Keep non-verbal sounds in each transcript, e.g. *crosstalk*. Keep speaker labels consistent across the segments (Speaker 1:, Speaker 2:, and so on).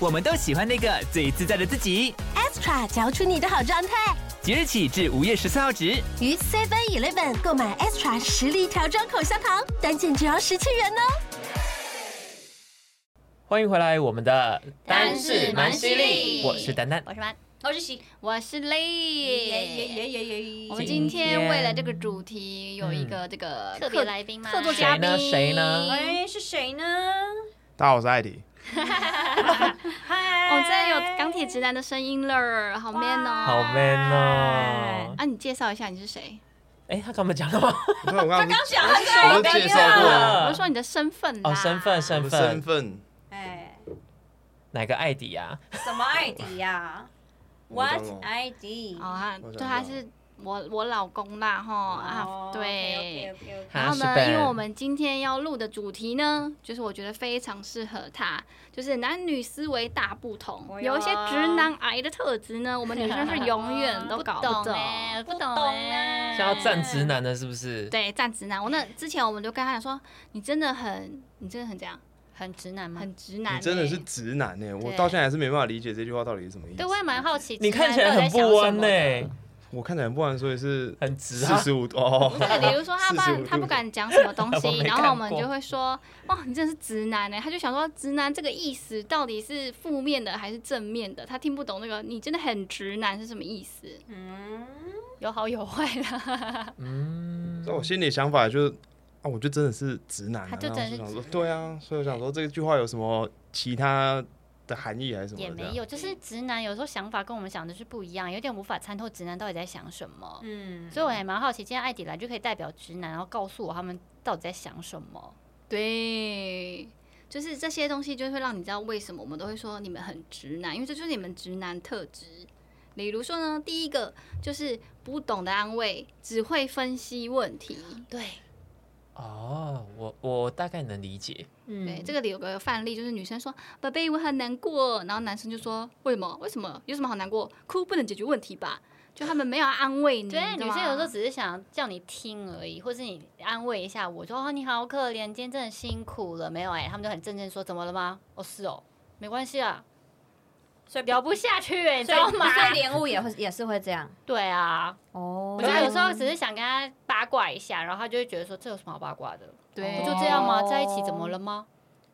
Speaker 1: 我们都喜欢那个最自在的自己。
Speaker 2: extra 嚼出你的好状态。
Speaker 1: 即日起至五月十四号止。
Speaker 2: 于 Seven Eleven 购买 extra 实力调装口香糖，单件只要十七元哦。
Speaker 3: 欢迎回来，我们的
Speaker 4: 单是蛮犀利
Speaker 3: 我是丹丹。
Speaker 4: 我是班，我是喜，我是累。
Speaker 5: 耶耶耶
Speaker 4: 我们
Speaker 3: 今
Speaker 4: 今
Speaker 3: 天
Speaker 4: 天为了这个主题有一
Speaker 3: 嗯
Speaker 4: 个这个
Speaker 5: 特别来宾吗
Speaker 4: 客座嘉
Speaker 3: 谁呢
Speaker 4: 宾
Speaker 3: 谁呢
Speaker 5: 哎，是谁呢？
Speaker 6: 大家好，我是艾迪。
Speaker 5: 嗨，
Speaker 4: 哦，这有钢铁直男的声音了，好 man 哦！
Speaker 3: 好 man 哦！
Speaker 4: 啊，你介绍一下你是谁？
Speaker 3: 哎，他跟我们讲了
Speaker 7: *laughs*
Speaker 3: 吗？
Speaker 6: 我刚刚
Speaker 5: 刚讲他
Speaker 6: 我都介绍过了
Speaker 4: 我是说你的身份啦
Speaker 3: 哦，身份
Speaker 6: 我
Speaker 3: 身
Speaker 6: 的身
Speaker 3: 份，
Speaker 6: 份，
Speaker 5: 哎，
Speaker 3: 哪个艾迪啊？
Speaker 7: 嗯
Speaker 5: 什么 ID 呀
Speaker 6: *laughs* 我
Speaker 5: ？What 哎
Speaker 6: 懂了
Speaker 5: ID？
Speaker 4: 哦，啊
Speaker 6: 我想
Speaker 4: 对，他是我我老公啦，吼
Speaker 7: 哦
Speaker 4: 啊，
Speaker 5: 哦
Speaker 4: 对。
Speaker 5: ，OK OK
Speaker 3: 他
Speaker 6: 啊
Speaker 4: 然后呢
Speaker 3: 是，
Speaker 4: 因为
Speaker 3: Ben
Speaker 4: 我们今天要录的主题呢，就是我觉得非常适合他，就是男女思维大不同，
Speaker 5: 哎呦
Speaker 4: 有一些直男癌的特质呢，我们女生是永远
Speaker 5: *laughs*
Speaker 4: 都搞
Speaker 5: 不懂
Speaker 4: 懂。啊
Speaker 5: 哎，不懂
Speaker 3: 是
Speaker 5: 哎，
Speaker 3: 要站直男的，是不是？，
Speaker 4: 对，站直男。我那之前我们就跟他讲说，你真的很，你真的很这样，
Speaker 5: 很直男吗？
Speaker 4: 很直男欸、
Speaker 6: 你真的是直男呢，我
Speaker 5: 对
Speaker 6: 到现在还是没办法理解这句话到底是什么意思
Speaker 5: 对，。我也蛮好奇，
Speaker 3: 你看起来很不弯呢，
Speaker 6: 我看起来不然所以是
Speaker 3: 很直
Speaker 6: 四
Speaker 3: 啊。
Speaker 6: 十五
Speaker 5: *laughs*
Speaker 6: 度哦，
Speaker 3: *laughs*
Speaker 4: 对，比如说他
Speaker 6: 45
Speaker 4: 不他
Speaker 6: 度
Speaker 4: 不敢讲什么东
Speaker 3: 我没
Speaker 4: 西，
Speaker 3: 看
Speaker 4: 然后我们
Speaker 3: 过
Speaker 4: 就会说，哇，你真的是直男呢、欸他就想说，直男这个意思到底是负面的还是正面的？他听不懂那个，你真的很直男是什么意思？
Speaker 5: 嗯，
Speaker 4: 有好有坏啦。
Speaker 3: 嗯
Speaker 6: 在我心里想法就是，啊，我就真的是直男啊。
Speaker 5: 他就
Speaker 6: 然后
Speaker 5: 真的是
Speaker 6: 想说，
Speaker 5: 直男
Speaker 6: 对啊，所以我想说这句话有什么其他的啊含义还是什么？
Speaker 5: 也没。有，就是直男有时候想法跟我们想的是不一样，有点无法参透直男到底在想什么。
Speaker 4: 嗯，
Speaker 5: 所以我也蛮好奇，今天艾迪来就可以代表直男，然后告诉我他们到底在想什么。
Speaker 4: *laughs* 对。就是这些东西，就会让你知道为什么我们都会说你们很直男，因为这就是你们直男特质。比如说呢，第一个就是不懂得安慰，只会分析问题。
Speaker 5: 对，
Speaker 3: 哦，我我大概能理解。
Speaker 5: 嗯
Speaker 4: 对，这个里有个范例，就是女生说“宝贝，我很难过”，然后男生就说“为什么？为什么？有什么好难过？哭不能解决问题吧？”就他们没有要安慰你，
Speaker 5: 对，
Speaker 4: 你
Speaker 5: 女
Speaker 4: 知道
Speaker 5: 生有时候
Speaker 4: 吗
Speaker 5: 只是想叫你听而已，或是你安慰一下我，说哦你好可怜，今天真的辛苦了，没有哎、他们就很正正说怎么了吗？哦是哦，没关系啊，
Speaker 7: 所以
Speaker 5: 聊不下去、欸，你知
Speaker 7: 所以
Speaker 5: 道吗？
Speaker 7: 所以莲雾也会也是会这样
Speaker 5: 对啊，
Speaker 7: 哦
Speaker 5: 我觉得有时候只是想跟他八卦一下，然后他就会觉得说这有什么好八卦的，
Speaker 4: 对，
Speaker 5: 不
Speaker 4: 我
Speaker 5: 哦就
Speaker 4: 就
Speaker 5: 这样吗？在一起怎么了吗？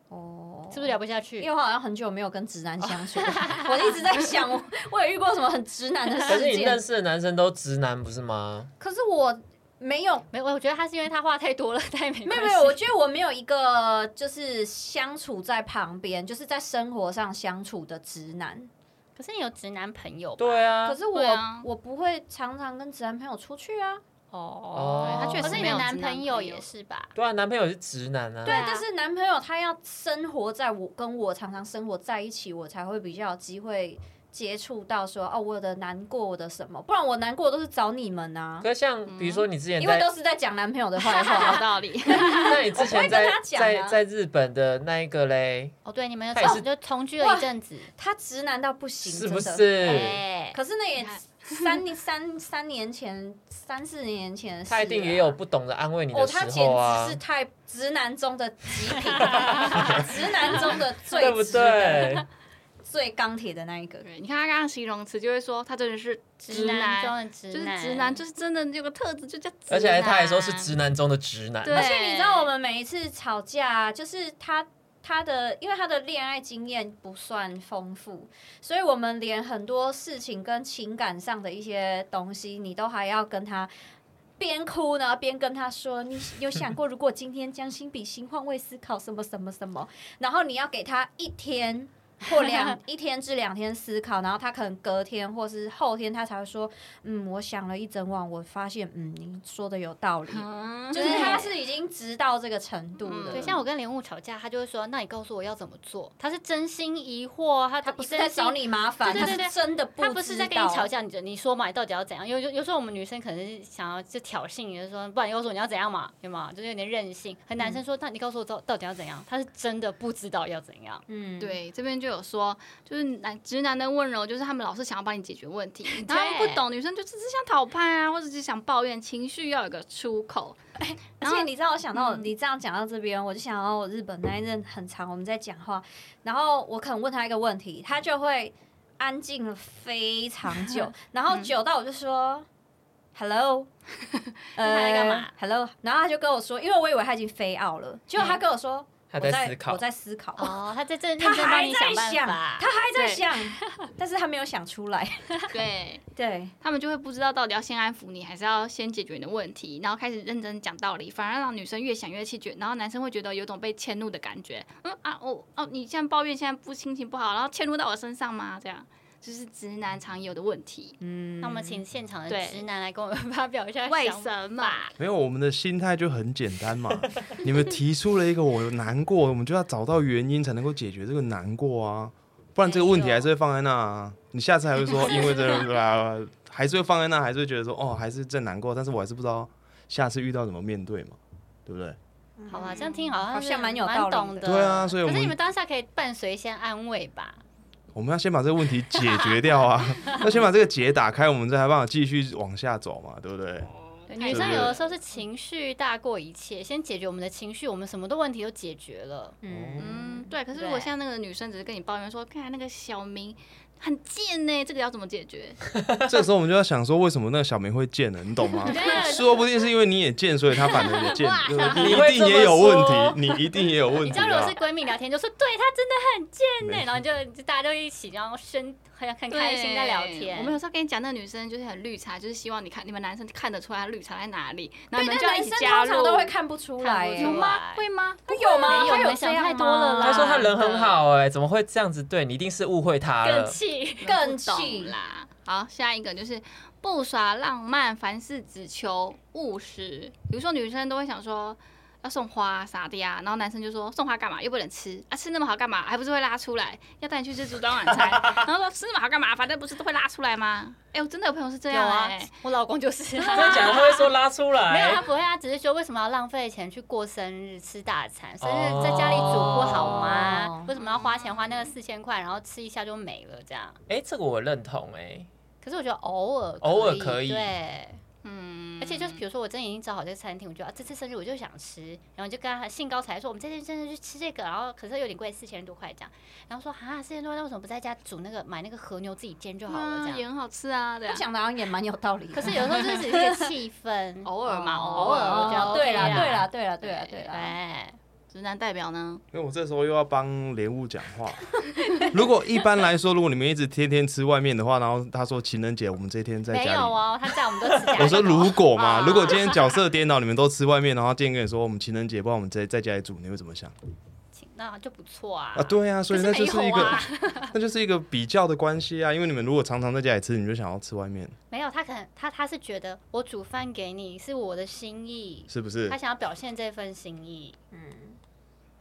Speaker 7: 哦，
Speaker 5: 是不是聊不下去
Speaker 7: 因为？我好像很久没有跟直男相处，我一直在想，我我有遇过什么很直男的
Speaker 3: 可
Speaker 7: 事
Speaker 3: 是你认
Speaker 7: 件，
Speaker 3: 识的男生都直男不是吗？
Speaker 7: 可是我没有。
Speaker 5: 没有，我觉得他是因为他话太多了， *laughs* 但也没
Speaker 7: 没
Speaker 5: 关
Speaker 7: 有
Speaker 5: 系
Speaker 7: 没有，我觉得我没有一个就是相处在旁边，就是在生活上相处的直男。
Speaker 5: 可是你有直男朋友吧，
Speaker 3: 对啊
Speaker 7: 可，是我、
Speaker 4: 对啊
Speaker 7: 我不会常常跟直男朋友出去啊。
Speaker 5: 哦，
Speaker 3: 对他确
Speaker 5: 可
Speaker 3: 实
Speaker 5: 是你
Speaker 3: 没
Speaker 5: 的
Speaker 4: 有
Speaker 5: 男
Speaker 4: 直男
Speaker 5: 朋友
Speaker 4: 朋友
Speaker 5: 也是吧？
Speaker 3: 对啊，男朋友是直男啊。
Speaker 7: 对
Speaker 5: 啊
Speaker 7: 但是男朋友他要生活在我跟我常常生活在一起，我才会比较有机会接触到说哦，我的难过，我的什么，不然我难过都是找你们啊，
Speaker 3: 可是像比如说你之前
Speaker 7: 因为
Speaker 3: 在
Speaker 7: 都是在讲男朋友的坏
Speaker 3: *laughs*
Speaker 4: 有
Speaker 7: 话。
Speaker 4: 道理。
Speaker 3: 那你之前在
Speaker 7: 我不会跟他讲啊
Speaker 3: 在在日本的那一个嘞，
Speaker 5: *laughs* 哦，对，你们有
Speaker 3: 他也是
Speaker 5: 同就同居了一阵子，
Speaker 7: 他直男到不行，
Speaker 3: 是不
Speaker 7: 真的？
Speaker 3: 是？
Speaker 5: 哎，
Speaker 7: 可是那
Speaker 4: 你
Speaker 7: 也
Speaker 4: 看
Speaker 7: 三年三三年前、三四年前的事啊、
Speaker 3: 他一定也有不懂得安慰你的
Speaker 7: 哦，
Speaker 3: 时
Speaker 7: 他简
Speaker 3: 候啊
Speaker 7: 直是，太直男中的极
Speaker 5: *laughs*
Speaker 7: 品，直男中的最
Speaker 3: 对不
Speaker 7: 直的
Speaker 3: 对？
Speaker 7: 最钢铁的那一个。
Speaker 4: 对，你看他刚刚形容词就会说他真的是
Speaker 5: 直男中的直
Speaker 4: 就是
Speaker 5: 男，嗯
Speaker 4: 直男，就是真的有个特质就叫直男，
Speaker 3: 而且他还说是直男中的直男，
Speaker 4: 对
Speaker 7: 而且你知道，我们每一次吵架啊、就是他他的，因为他的恋爱经验不算丰富，所以我们连很多事情跟情感上的一些东西，你都还要跟他。边哭呢，边跟他说：“你有想过， *laughs* 如果今天将心比心，换位思考，什么什么什么？”然后你要给他一天或两一天至两天思考，然后他可能隔天或是后天他才会说，嗯，我想了一整晚，我发现，嗯，您说的有道理，
Speaker 4: 嗯
Speaker 7: 就是他是已经直到这个程度了。
Speaker 5: 对，像我跟莲雾吵架，他就会说：“那你告诉我要怎么做？”他是真心疑惑，啊他
Speaker 7: 他不是在找，你麻烦，
Speaker 5: 对对对
Speaker 7: 他是真的不知道
Speaker 5: 他不是在跟你吵。架，你就你说嘛，你到底要怎样？有有有时候我们女生可能是想要就挑衅，你就说：“不然你告诉我你要怎样嘛？”有吗？就是有点任性。和男生
Speaker 7: 嗯
Speaker 5: 说：“那你告诉我到到底要怎样？”他是真的不知道要怎样。
Speaker 7: 嗯，
Speaker 4: 对，这边就有说，就是男直男的温柔，就是他们老是想要帮你解决问题，然后不懂女生就只是想讨拍啊，或者只想抱怨，情绪要有个出口。
Speaker 7: 而
Speaker 4: 然后
Speaker 7: 且你知道，我想到、
Speaker 4: 嗯
Speaker 7: 你这样讲到这边，我就想到我日本那一任很长，我们在讲话，然后我可能问他一个问题，他就会安静了非常
Speaker 5: *laughs*
Speaker 7: 久，然后久到我就说。Hello，呃
Speaker 5: 他在干嘛
Speaker 7: ？Hello，然后他就跟我说，因为我以为他已经飞奥了，结果他跟我说，
Speaker 3: 他
Speaker 7: 我
Speaker 3: 在思考
Speaker 7: 我，在思考，
Speaker 5: 嗯哦，他在正
Speaker 7: 他
Speaker 5: 认真帮
Speaker 7: 还
Speaker 5: 你
Speaker 7: 在
Speaker 5: 办
Speaker 7: 想，
Speaker 5: 法
Speaker 7: 他。还在
Speaker 4: 对
Speaker 7: 想，但是他没有想出来。
Speaker 5: *laughs*
Speaker 4: 对
Speaker 7: 对，
Speaker 4: 他们就会不知道到底要先安抚你，还是要先解决你的问题，然后开始认真讲道理，反而让女生越想越气绝，然后男生会觉得有种被迁怒的感觉。嗯啊，哦哦，你现在抱怨现在不心情不好，然后迁怒到我身上吗？这样就是直男常有的问题。
Speaker 7: 嗯
Speaker 5: 那我们请现场的
Speaker 4: 对
Speaker 5: 直男来跟我们发表一下
Speaker 4: 为
Speaker 5: 想法
Speaker 4: 什么？
Speaker 6: 没有，我们的心态就很简单嘛。你们提出了一个我难过，我们就要找到原因才能够解决这个难过啊，不然这个问题还是会放在那啊。你下次还会说，因为这个 *laughs* 啦，还是会放在那，还是会觉得说，哦，还是在难过，但是我还是不知道下次遇到怎么面对嘛，对不对？
Speaker 5: 好吧，这样听好像
Speaker 7: 好像
Speaker 5: 是
Speaker 7: 蛮有道
Speaker 5: 蛮
Speaker 7: 理的
Speaker 5: 懂的。
Speaker 6: 对啊所以我
Speaker 5: 可是
Speaker 6: 们
Speaker 5: 你们当下可以伴随一些安慰吧。
Speaker 6: 我们要先把这个问题解决掉啊，要先把这个结打开，我们才有办法继续往下走嘛，对不对？
Speaker 4: 嗯
Speaker 5: 对女生有的时候是情绪大过一切，先解决我们的情绪，我们什么的问题都解决了。
Speaker 7: 哦
Speaker 4: 嗯，对。可是如果
Speaker 5: 对
Speaker 4: 现在那个女生只是跟你抱怨说，看那个小明很贱呢、这个要怎么解决？
Speaker 6: *laughs* 这时候我们就要想说，为什么那个小明会贱呢？你懂吗？
Speaker 5: *laughs* 对啊
Speaker 6: *laughs* 说不定是因为你也贱，所以他反而也
Speaker 5: *laughs*
Speaker 6: 贱，对不对你
Speaker 3: 你
Speaker 6: 一
Speaker 3: 会
Speaker 6: 定
Speaker 3: 这么
Speaker 6: 也有
Speaker 3: 说
Speaker 6: 问题，你一定也有问
Speaker 5: 你
Speaker 6: 题
Speaker 5: 知道，如果
Speaker 6: 啊
Speaker 5: 是！闺蜜聊天，就说对她真的很贱
Speaker 6: 没
Speaker 5: 呢、
Speaker 6: 错
Speaker 5: 然后就就大家都一起，然后生很很开心在聊
Speaker 4: 对
Speaker 5: 天。
Speaker 4: 我们有时候跟你讲，那个女生就是很绿茶，就是希望你看你们男生看得出来她绿茶在哪里，然
Speaker 7: 对，
Speaker 4: 后你们
Speaker 7: 但
Speaker 4: 就要一
Speaker 7: 男
Speaker 4: 起
Speaker 7: 生
Speaker 4: 加
Speaker 7: 通
Speaker 4: 入
Speaker 7: 常。都会看不出来
Speaker 5: 看
Speaker 7: 欸，
Speaker 5: 不出
Speaker 4: 有
Speaker 5: 来
Speaker 4: 吗？会吗？
Speaker 7: 会有吗？
Speaker 5: 没
Speaker 7: 他
Speaker 5: 有你
Speaker 7: 有这
Speaker 5: 们想
Speaker 7: 样
Speaker 5: 太
Speaker 7: 吗
Speaker 5: 多了啦
Speaker 3: 他说他人很好哎、怎么会这样子对你？一定是误会他
Speaker 5: 更
Speaker 3: 了。
Speaker 5: 气，
Speaker 7: 更
Speaker 4: 不
Speaker 7: 气
Speaker 4: 懂。啦。好，下一个就是不耍浪漫，凡事只求务实。比如说女生都会想说要送花啊啥的呀，然后男生就说送花干嘛？又不能吃啊，吃那么好干嘛？还不是会拉出来？要带你去吃烛光晚
Speaker 5: *laughs*
Speaker 4: 餐，然后说吃那么好干嘛？反正不是都会拉出来吗？哎、我真的有朋友是这
Speaker 5: 有
Speaker 4: 样
Speaker 5: 啊
Speaker 4: 哎、，
Speaker 5: 我老公就是、
Speaker 3: 真的假的？他会说拉出
Speaker 5: 没有，
Speaker 3: 来
Speaker 5: 他？不会，他只是说为什么要浪费钱去过生日吃大餐？生日在家里煮不好吗？
Speaker 7: 哦
Speaker 5: 为什么要花钱花那个四千块，然后吃一下就没了这样？
Speaker 3: 哎、这个我认同哎、
Speaker 5: 可是我觉得偶尔
Speaker 3: 偶尔可以
Speaker 5: 对，
Speaker 4: *laughs* 嗯，
Speaker 5: 而且就是比如说我真的已经找好这个餐厅，我觉得、啊、这次生日我就想吃，然后就跟他兴高采烈说我们这次真的去吃这个，然后可是有点贵，四千多块这样，然后说啊四千多块，那为什么不在家煮那个买那个和牛自己煎就好了这
Speaker 4: 嗯，
Speaker 5: 样？
Speaker 4: 也很好吃啊，对
Speaker 7: 他
Speaker 4: 啊。，
Speaker 7: 讲的好像也蛮有道理的。
Speaker 5: 可是有时候就是只是一个气氛
Speaker 4: 偶尔嘛
Speaker 5: 哦
Speaker 4: 偶
Speaker 5: *laughs* 偶
Speaker 4: 尔
Speaker 5: 尔我觉得
Speaker 7: 哦，
Speaker 5: OK
Speaker 7: 对啦，对
Speaker 5: 啦，
Speaker 7: 啦，对啦，对啦，对啦。
Speaker 5: 对。
Speaker 4: 直男代表呢？
Speaker 6: 因为我这时候又要帮莲雾讲
Speaker 5: *laughs*
Speaker 6: 话。如果一般来说，如果你们一直天天吃外面的话，然后他说情人节我们这一天在
Speaker 5: 没
Speaker 6: 家
Speaker 5: 有
Speaker 6: 里。
Speaker 5: 哦，他在我们都吃
Speaker 6: *laughs*
Speaker 5: 假
Speaker 6: 我说如果嘛，
Speaker 5: 哦 *laughs*
Speaker 6: 如果今天角色颠倒，你们都吃外面，然后今天跟你说哦我们情人节，不然我们在在家里煮，你会怎么
Speaker 5: *laughs*
Speaker 6: 想
Speaker 5: 请那就不错啊。
Speaker 6: 啊？对啊，所以
Speaker 5: 可
Speaker 6: 那
Speaker 5: 是没
Speaker 6: 就
Speaker 5: 有
Speaker 6: 是一个
Speaker 5: 啊 *laughs*
Speaker 6: *laughs* 那就是一个比较的关系啊。因为你们如果常常在家里吃，你就想要吃外面，
Speaker 5: 没有他可能他他是觉得我煮饭给你是我的心意，
Speaker 6: 是不是
Speaker 5: 他？想要表现这份心意。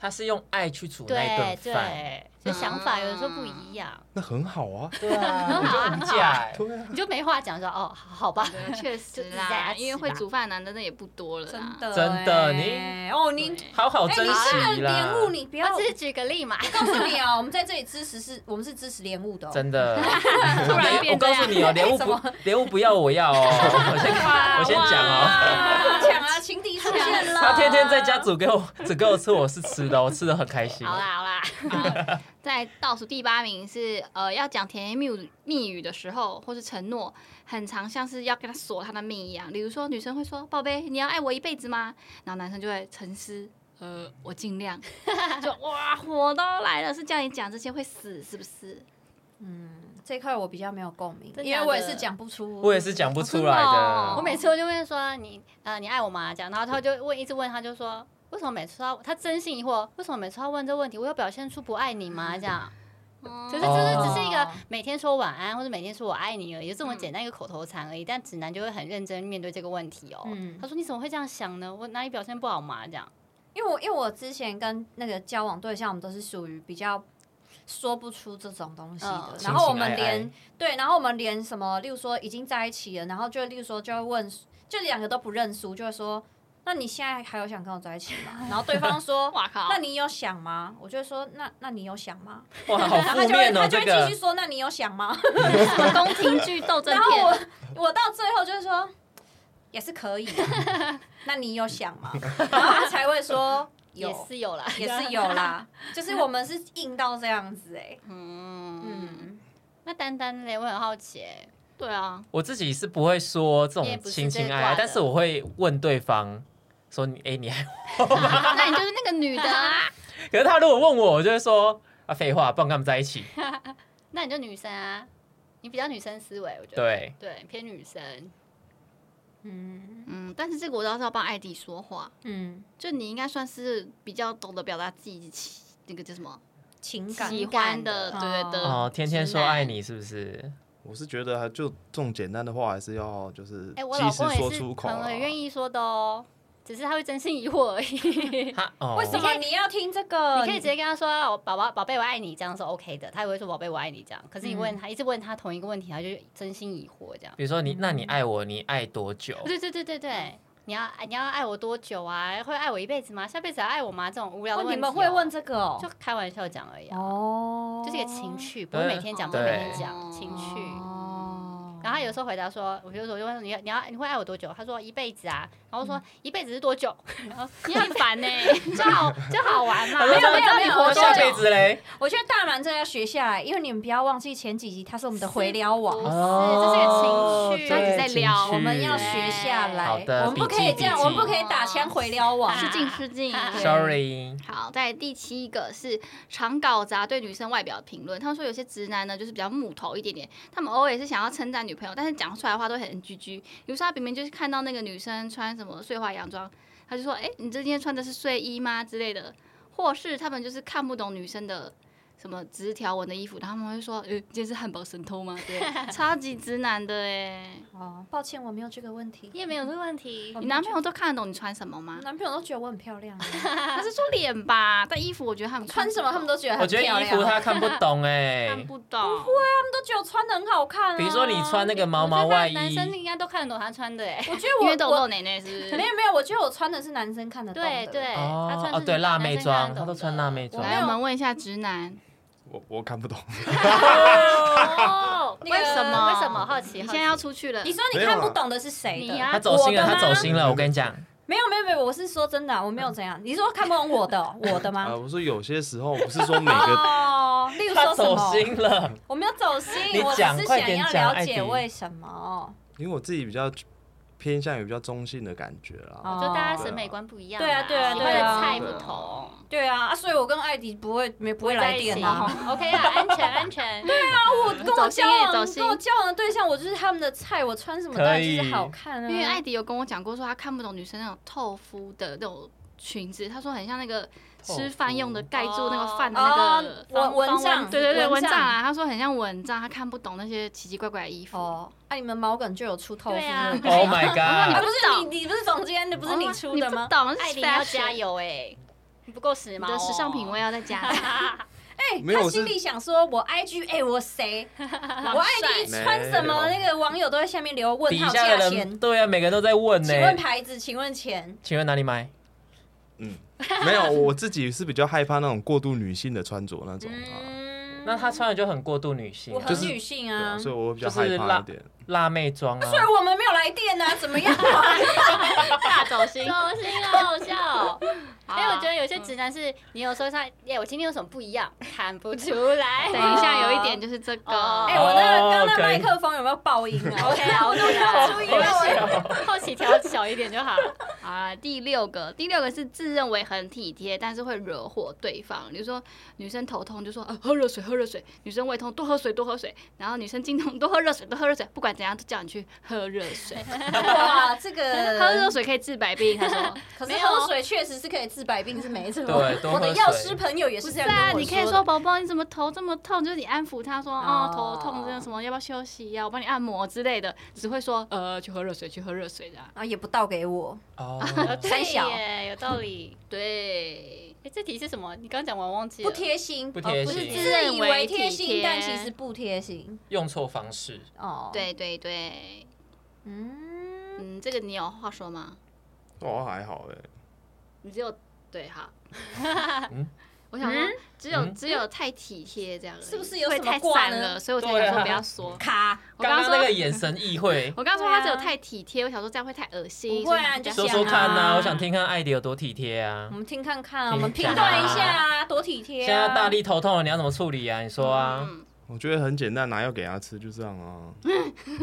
Speaker 3: 他是用爱去煮那一
Speaker 5: 对
Speaker 3: 顿饭，
Speaker 5: 对，就想法有的时候不一样，
Speaker 6: 那很好啊。
Speaker 3: 对啊，我觉得无价哎、
Speaker 6: 对啊，
Speaker 5: 你就没话讲说哦，好好吧。
Speaker 4: 对，确实
Speaker 5: *laughs* 就自己在家
Speaker 4: 啦，
Speaker 5: 吃
Speaker 4: 因为会
Speaker 5: 吧
Speaker 4: 煮饭的男的那也不多了啦，
Speaker 7: 真的，
Speaker 3: 真的
Speaker 7: 欸哦，你
Speaker 4: 对
Speaker 3: 好好
Speaker 7: 哎，
Speaker 3: 珍
Speaker 7: 你这
Speaker 3: 惜
Speaker 7: 个
Speaker 3: 啦
Speaker 7: 莲雾，，你不要
Speaker 5: 我只是举个例嘛，
Speaker 7: 告诉你哦，我们在这里支持是，我们是支持莲雾的哦。
Speaker 3: 真的。
Speaker 4: 突然
Speaker 3: 我
Speaker 4: 变这
Speaker 3: 告
Speaker 4: 样
Speaker 3: 诉你哦，莲雾
Speaker 7: 什
Speaker 3: 不莲雾不要，我要哦。我先
Speaker 7: 哇
Speaker 3: 我先讲哦，
Speaker 7: 哇抢啊，情敌出现了。
Speaker 3: 他天天在家煮给我煮给我吃，我是吃的，我吃的很开心。
Speaker 5: 好啦好啦，
Speaker 4: 好在倒数第八名是呃，要讲甜言蜜语蜜语的时候，或是承诺，很常像是要跟他锁他的命一样。比如说，女生会说：“宝贝，你要爱我一辈子吗？”然后男生就会沉思：“呃，我尽量。”就哇，火都来了，是叫你讲这些会死是不是？
Speaker 7: 嗯这一块我比较没有共鸣，
Speaker 5: 真
Speaker 7: 因为
Speaker 5: 假
Speaker 7: 我也
Speaker 5: 的
Speaker 7: 是讲不出，
Speaker 3: 我也是讲不出来
Speaker 4: 哦
Speaker 5: 我
Speaker 3: 的。
Speaker 5: 每次我就问说你呃你爱我吗？这样，然后他就问一直问，他就说为什么每次他他真心疑惑，为什么每次他问这问题，我有表现出不爱你吗？这样，可是就是只是一
Speaker 4: 哦
Speaker 7: 哦
Speaker 5: 个每天说晚安或者每天说我爱你而已，就
Speaker 4: 嗯
Speaker 5: 这么简单一个口头禅而已。但指南就会很认真面对这个问题哦。
Speaker 7: 嗯
Speaker 5: 他说你怎么会这样想呢？我哪里表现不好嘛？这样
Speaker 7: 因为我因为我之前跟那个交往对象，我们都是属于比较说不出这种东西的，
Speaker 5: 嗯
Speaker 7: 然后我们
Speaker 3: 情情爱爱
Speaker 7: 连对，然后我们连什么，例如说已经在一起了，然后就例如说就会问，就两个都不认输，就会说，那你现在还有想跟我在一起吗？然后对方说，
Speaker 4: *laughs* 哇靠，
Speaker 7: 那你有想吗？我就会说，那那你有想吗？
Speaker 3: 哇，好
Speaker 7: 然后
Speaker 3: 负
Speaker 7: 他就会
Speaker 3: 面
Speaker 7: 他
Speaker 3: 哦，这
Speaker 7: 就会继
Speaker 3: 个
Speaker 7: 续说，那你有想吗？
Speaker 4: 什么宫廷剧斗争 *laughs*
Speaker 7: 然后
Speaker 4: 片？
Speaker 7: 我我到最后就是说，也是可以，啊那你有想吗？然后他才会说有。
Speaker 5: 也是有啦，
Speaker 7: *laughs* 也是有啦，就是我们是硬到这样子哎、
Speaker 4: 嗯，
Speaker 7: 嗯，
Speaker 5: 那丹丹嘞，我很好奇欸，
Speaker 4: 对
Speaker 5: *laughs*
Speaker 4: 啊，
Speaker 3: 我自己是不会说这
Speaker 5: 也
Speaker 3: 种
Speaker 5: 不是
Speaker 3: 亲
Speaker 5: 这
Speaker 3: 亲爱爱
Speaker 5: 挂的，
Speaker 3: 但是我会问对方说你哎、你还， *laughs*
Speaker 4: 那你就是那个女的啊，
Speaker 3: 可是他如果问我，我就会说啊废话，不然跟他们在一起。
Speaker 5: *laughs* 那你就女生啊，你比较女生思维，我觉得
Speaker 3: 对，
Speaker 5: 对偏女生。
Speaker 7: 嗯
Speaker 4: 嗯，但是这个我倒是要帮艾迪说话，
Speaker 7: 嗯，
Speaker 4: 就你应该算是比较懂得表达自己喜那个叫什么
Speaker 7: 情感
Speaker 4: 喜欢的，
Speaker 7: 情感的
Speaker 4: 对对对，
Speaker 3: 哦，天天说
Speaker 4: 直男
Speaker 3: 爱，你是不是？
Speaker 6: 我是觉得啊就这种简单的话，还是要就是
Speaker 5: 哎，我
Speaker 6: 及
Speaker 5: 老
Speaker 6: 时
Speaker 5: 公也
Speaker 6: 说
Speaker 5: 是
Speaker 6: 出口啊
Speaker 5: 很
Speaker 6: 啦。
Speaker 5: 很愿意说的哦，只是他会真心疑惑而已。
Speaker 3: 他哦，
Speaker 7: 为什么哦你要听这个？
Speaker 5: 你可以直接跟他说“我宝宝，宝贝，我爱你”，这样是 OK 的，他也会说“宝贝，我爱你”这样。可是你
Speaker 7: 嗯
Speaker 5: 问他，一直问他同一个问题，他就真心疑惑这样。
Speaker 3: 比如说你，那你爱我，你爱多久？
Speaker 7: 哦
Speaker 5: 对对对对对，你要你要爱我多久啊？会爱我一辈子吗？下辈子还爱我吗？这种无聊的
Speaker 7: 哦，
Speaker 5: 问题、
Speaker 7: 你们会问，这个哦？
Speaker 5: 就开玩笑讲而已、啊，
Speaker 7: 哦
Speaker 5: 就是一个情趣，不
Speaker 3: 对
Speaker 5: 会每天讲，不会每天讲
Speaker 4: 对
Speaker 5: 情趣。
Speaker 7: 哦
Speaker 5: 然后他有时候回答说，我就说我就问他你要你要你会爱我多久？他说一辈子啊，然
Speaker 7: 嗯
Speaker 5: 后我说、一辈子是多久？ *laughs* 然后
Speaker 4: 你很烦
Speaker 7: *laughs*
Speaker 4: 呢，
Speaker 5: 就好就好玩嘛，
Speaker 3: 他说
Speaker 5: 没有
Speaker 3: 这
Speaker 5: 没
Speaker 3: 样
Speaker 5: 有
Speaker 7: 没
Speaker 5: 没
Speaker 7: 有没
Speaker 5: 有，
Speaker 7: 有
Speaker 3: 那
Speaker 5: 我
Speaker 7: 就
Speaker 3: 下
Speaker 7: 有
Speaker 3: 辈子嘞？
Speaker 7: 我觉得大蛮真的要学下来，因为你们不要忘记前几集它是我们的回撩
Speaker 5: 不
Speaker 7: 网，
Speaker 5: 是，
Speaker 3: 哦
Speaker 5: 这是个情
Speaker 3: 对
Speaker 5: 趣，
Speaker 4: 他只在聊
Speaker 3: 情
Speaker 7: 我们
Speaker 3: 趣
Speaker 7: 要学下
Speaker 3: 嗯
Speaker 7: 来。
Speaker 3: 好的
Speaker 7: 我们不可以
Speaker 3: 笔记
Speaker 7: 这样，
Speaker 3: 笔记
Speaker 7: 我们不可以打枪回撩网。
Speaker 4: 失敬失敬。
Speaker 5: 啊
Speaker 4: 对
Speaker 3: Sorry，
Speaker 4: 好，在第七个是常搞砸啊对女生外表的评论。他们说有些直男呢，就是比较木头一点点，他们偶尔也是想要称赞女朋友，但是讲出来的话都很 GG。比如说他明明就是看到那个女生穿什么碎花洋装，他就说：“哎、你这今天穿的是睡衣吗？”之类的，或是他们就是看不懂女生的。什么直条纹的衣服，然后他们会说：“呃，今天是汉堡神偷吗？”对，超级直男的哎，
Speaker 7: 哦，抱歉，我没有这个问题。
Speaker 5: *laughs* 你也没有这个问题
Speaker 3: 哦
Speaker 7: 我。
Speaker 4: 你男朋友都看得懂你穿什么
Speaker 7: *laughs*
Speaker 4: 吗？
Speaker 7: 男朋友都觉得我很漂亮啊，
Speaker 4: 他是说脸吧，但衣服我觉得他们看
Speaker 7: 穿
Speaker 4: 不
Speaker 7: 什么他们
Speaker 4: 懂
Speaker 7: 都觉得
Speaker 3: 我
Speaker 7: 很
Speaker 3: 觉
Speaker 7: 漂
Speaker 3: 得
Speaker 7: 亮。
Speaker 3: 衣服他看不懂哎、
Speaker 4: 看不懂。
Speaker 7: 他们都觉得我穿的很好看啊。
Speaker 3: 比如说你穿那个毛毛
Speaker 5: 我觉得
Speaker 3: 外衣，
Speaker 5: 男生应该都看得懂他穿的哎。
Speaker 7: 我觉
Speaker 4: 因为
Speaker 7: 得
Speaker 4: 都
Speaker 7: 我
Speaker 4: 有
Speaker 7: 我
Speaker 4: 露奶奶是不是？
Speaker 7: 没有没有，我觉得我穿的是男生看得懂
Speaker 5: 对
Speaker 7: 的。 *laughs*
Speaker 5: 对，他
Speaker 3: 哦
Speaker 5: 穿
Speaker 3: 哦，对，辣妹装，
Speaker 5: 他
Speaker 3: 他都穿辣妹装。
Speaker 4: 来，我啊们问一下直男，
Speaker 6: 我我看不懂， *laughs*
Speaker 5: 哦，
Speaker 7: 那个
Speaker 5: 为什么？为什么？好
Speaker 4: 嗯你
Speaker 5: 奇，好奇
Speaker 4: 现在要出去了
Speaker 7: 你，说你
Speaker 6: 啊
Speaker 7: 看不懂的是谁的？
Speaker 5: 你啊
Speaker 3: 他走心了，
Speaker 7: 我
Speaker 3: 他
Speaker 7: 的吗
Speaker 3: 走心了，我跟你讲，
Speaker 7: 没有没有没有，我是说真的啊，我没有怎样。你说看不懂我的
Speaker 5: *laughs*
Speaker 7: 哦，我的
Speaker 6: 啊，
Speaker 7: 吗？
Speaker 6: 我说有些时候不是说啊每个
Speaker 7: 哦，例如
Speaker 3: 他
Speaker 7: 说什
Speaker 3: 走
Speaker 7: 么？
Speaker 3: 心了。
Speaker 7: 我没有走心，
Speaker 3: 你
Speaker 7: 我只
Speaker 3: 讲
Speaker 7: 是
Speaker 3: 快
Speaker 7: 想
Speaker 3: 点
Speaker 7: 要
Speaker 3: 讲
Speaker 7: 了
Speaker 3: 艾迪
Speaker 7: 解为什么。
Speaker 6: 因为我自己比较偏向于比较中性的感觉啦。
Speaker 7: 哦
Speaker 5: 就大家审美观不一样嘛，
Speaker 7: 对啊对啊
Speaker 5: 喜
Speaker 7: 对
Speaker 5: 欢的
Speaker 7: 啊
Speaker 5: 菜不同，
Speaker 7: 对啊，啊，所以我跟艾迪不会没不会来电啊。
Speaker 5: 在一起。OK 啊，安全安
Speaker 3: *laughs*
Speaker 5: 全。对
Speaker 7: 啊，
Speaker 5: 啊，
Speaker 7: 我跟我
Speaker 4: 走心
Speaker 7: 交
Speaker 4: 耶
Speaker 7: 往
Speaker 4: 走
Speaker 7: 跟我
Speaker 4: 心
Speaker 7: 交往的对象，我就是他们的菜，我穿什么当然就是好看啊。
Speaker 4: 因为
Speaker 5: 嗯
Speaker 4: 艾迪有跟我讲过，说他看不懂女生那种透肤的那种裙子，他说很像那个吃饭用的盖住那个饭的那
Speaker 7: 哦
Speaker 4: 个，
Speaker 7: 蚊蚊帐，
Speaker 4: 对对对，蚊
Speaker 7: 蚊
Speaker 4: 帐啊，他说很像蚊帐，他看不懂那些奇奇怪怪的衣服。
Speaker 7: 哦，啊，你们毛梗就有出透肤
Speaker 5: 对啊
Speaker 7: 的 *laughs*
Speaker 4: 哦
Speaker 3: Oh my
Speaker 7: 啊，
Speaker 3: god！
Speaker 7: 不
Speaker 4: 不
Speaker 7: 是你，你不是总监，你不是你出的
Speaker 4: 哦
Speaker 7: 吗
Speaker 4: 你不？懂，
Speaker 5: 艾
Speaker 4: 艾
Speaker 5: 迪
Speaker 4: 迪
Speaker 5: 你要加，油哎，你不够时
Speaker 4: 你
Speaker 5: 髦哦，
Speaker 4: 的时尚品味要啊再
Speaker 5: *laughs*
Speaker 4: 加。
Speaker 7: 哎、
Speaker 6: 没有
Speaker 7: 他
Speaker 6: 我是
Speaker 7: 心里想说，我 IG，哎、我 *laughs* 谁？我 IG
Speaker 6: 没有
Speaker 7: 穿什么？那个网友都在下面留问
Speaker 3: 底
Speaker 7: 号
Speaker 3: 下的
Speaker 7: 价
Speaker 3: 人
Speaker 7: 钱，
Speaker 3: 对啊，每个人都在问呢
Speaker 7: 请。问牌子，请问钱。
Speaker 3: 请问哪里买？
Speaker 6: 嗯，没有，我自己是比较害怕那种过度女性的穿着那种啊，
Speaker 7: 嗯，
Speaker 3: 那他穿的就很过度女性
Speaker 7: 我
Speaker 3: 啊，
Speaker 7: 很
Speaker 6: 就是
Speaker 7: 女性
Speaker 6: 对
Speaker 7: 啊，
Speaker 6: 啊所以我比较
Speaker 3: 就是
Speaker 6: 害怕
Speaker 3: 辣
Speaker 6: 一点。
Speaker 3: 辣妹装啊。
Speaker 7: 所以我们没有来电 *laughs* 啊，怎么样啊？
Speaker 4: 大走心
Speaker 5: 走心啊，好笑。
Speaker 4: *laughs* 好
Speaker 5: 哎，
Speaker 4: 啊
Speaker 5: 我觉得有些直男是，你有时候他，哎，我今天有什么不一样， *laughs* 看不出来。 *laughs*
Speaker 4: 等一下有一点就是这
Speaker 5: 哦
Speaker 4: 个，
Speaker 7: 哎、我那
Speaker 3: 哦
Speaker 7: 个刚刚那
Speaker 3: 可以
Speaker 7: 麦 *laughs* 克风有没有爆音啊？
Speaker 5: OK 啊，OK 啊，
Speaker 7: 注意
Speaker 5: 没关
Speaker 7: 到
Speaker 5: 系，后期调小一点就好。
Speaker 4: 啊，第六个，第六个是自认为很体贴，但是会惹火对方。比如说女生头痛就说啊喝热水喝热水，女生胃痛多喝水多喝水，然后女生经痛多喝热水多喝热水，不管怎样都叫你去喝热
Speaker 5: *laughs*
Speaker 4: 水，
Speaker 7: 哇，这
Speaker 4: 喝热
Speaker 7: 个
Speaker 4: 水可以治百病。他
Speaker 5: *laughs*
Speaker 4: 说
Speaker 7: 可是
Speaker 4: 没有
Speaker 7: 喝水确实是可以治百病，是没错。
Speaker 3: 对多喝
Speaker 7: 我的药
Speaker 3: 水
Speaker 7: 师朋友也
Speaker 4: 不
Speaker 7: 是
Speaker 4: 是
Speaker 7: 这样跟
Speaker 4: 啊，
Speaker 7: 我
Speaker 4: 你可以
Speaker 7: 的
Speaker 4: 说宝宝你怎么头这么痛，就是你安抚他说哦头痛
Speaker 7: 哦
Speaker 4: 这个什么要不要休息啊呀、我帮你按摩之类的，只会说呃去喝热水去喝热水的、啊。
Speaker 7: 啊，也不倒给 *laughs* 我，
Speaker 3: 哦，
Speaker 7: *laughs* 三小
Speaker 5: 对耶，有道理。
Speaker 4: 对，
Speaker 5: 哎，这题是什么？你刚刚讲完忘记了。
Speaker 7: 不贴心，
Speaker 3: 不
Speaker 7: 不
Speaker 3: 贴
Speaker 7: 是
Speaker 3: 心
Speaker 7: 自以为贴
Speaker 4: 自认为体贴
Speaker 7: 心，但其实不贴心
Speaker 3: 用错方式，
Speaker 7: 哦。，
Speaker 4: 对对对，
Speaker 7: 嗯，
Speaker 4: 嗯，这个你有话说吗？
Speaker 6: 哦，还好哎、
Speaker 4: 你只有对好
Speaker 3: 嗯。
Speaker 4: *laughs* 我想说
Speaker 7: 嗯，
Speaker 4: 只有
Speaker 3: 嗯
Speaker 4: 只有太体贴这样而已，
Speaker 7: 是不是有
Speaker 4: 会
Speaker 7: 什么
Speaker 4: 太
Speaker 7: 挂
Speaker 4: 散
Speaker 7: 呢
Speaker 4: 了？所以我才
Speaker 3: 对
Speaker 4: 想说
Speaker 3: 啊
Speaker 4: 不要说。
Speaker 7: 卡
Speaker 4: 我
Speaker 3: 刚刚
Speaker 4: 说
Speaker 3: 那个，眼神意
Speaker 7: *laughs*
Speaker 3: 会，
Speaker 4: 我刚刚说他只有
Speaker 7: 对啊
Speaker 4: 太体贴，我想说这样会太恶心。
Speaker 7: 不会啊
Speaker 4: 所以
Speaker 7: 你就
Speaker 4: 我
Speaker 3: 说
Speaker 4: 想
Speaker 7: 想
Speaker 4: 说
Speaker 3: 说看呐、
Speaker 7: 啊
Speaker 3: 我想听看艾迪有多体贴啊
Speaker 7: 我。们听看看啊，
Speaker 3: 听
Speaker 7: 我们评
Speaker 3: 看
Speaker 7: 断一
Speaker 3: 啊
Speaker 7: 下啊，多体贴啊。
Speaker 3: 现在大力头痛了，你要怎么处理啊？你说啊，
Speaker 4: 嗯，
Speaker 6: 我觉得很简单，拿药给他吃，就这样啊。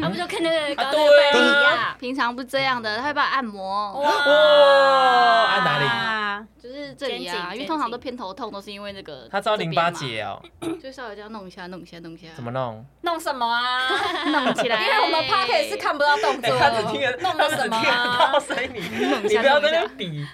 Speaker 5: 啊，不就跟那个刚
Speaker 3: 啊
Speaker 5: 刚那个拜
Speaker 3: 对
Speaker 5: 一
Speaker 3: 啊
Speaker 5: 样。
Speaker 4: 平常不这样的，他会帮我按
Speaker 7: 哦
Speaker 4: 摩，
Speaker 3: 哇，哦按哪里？
Speaker 7: 啊，
Speaker 4: 就是这里
Speaker 5: 肩
Speaker 4: 啊，
Speaker 5: 颈
Speaker 4: 因为通常
Speaker 5: 肩颈
Speaker 4: 都偏头痛，都是因为那个
Speaker 3: 他招
Speaker 4: 这
Speaker 3: 淋
Speaker 4: 边
Speaker 3: 巴
Speaker 4: 嘛，
Speaker 3: 结哦，
Speaker 4: 就稍微这样弄一下，弄一下，弄一下，
Speaker 3: 怎么弄？
Speaker 7: 弄什
Speaker 4: *laughs*
Speaker 7: 么啊？
Speaker 4: 弄起来？
Speaker 7: 因为我们 p o c k e t 是看不到动
Speaker 3: 哎
Speaker 7: 作，弄了什么啊？
Speaker 3: 声音，
Speaker 7: *laughs*
Speaker 4: 一下你不要在那边
Speaker 3: 比。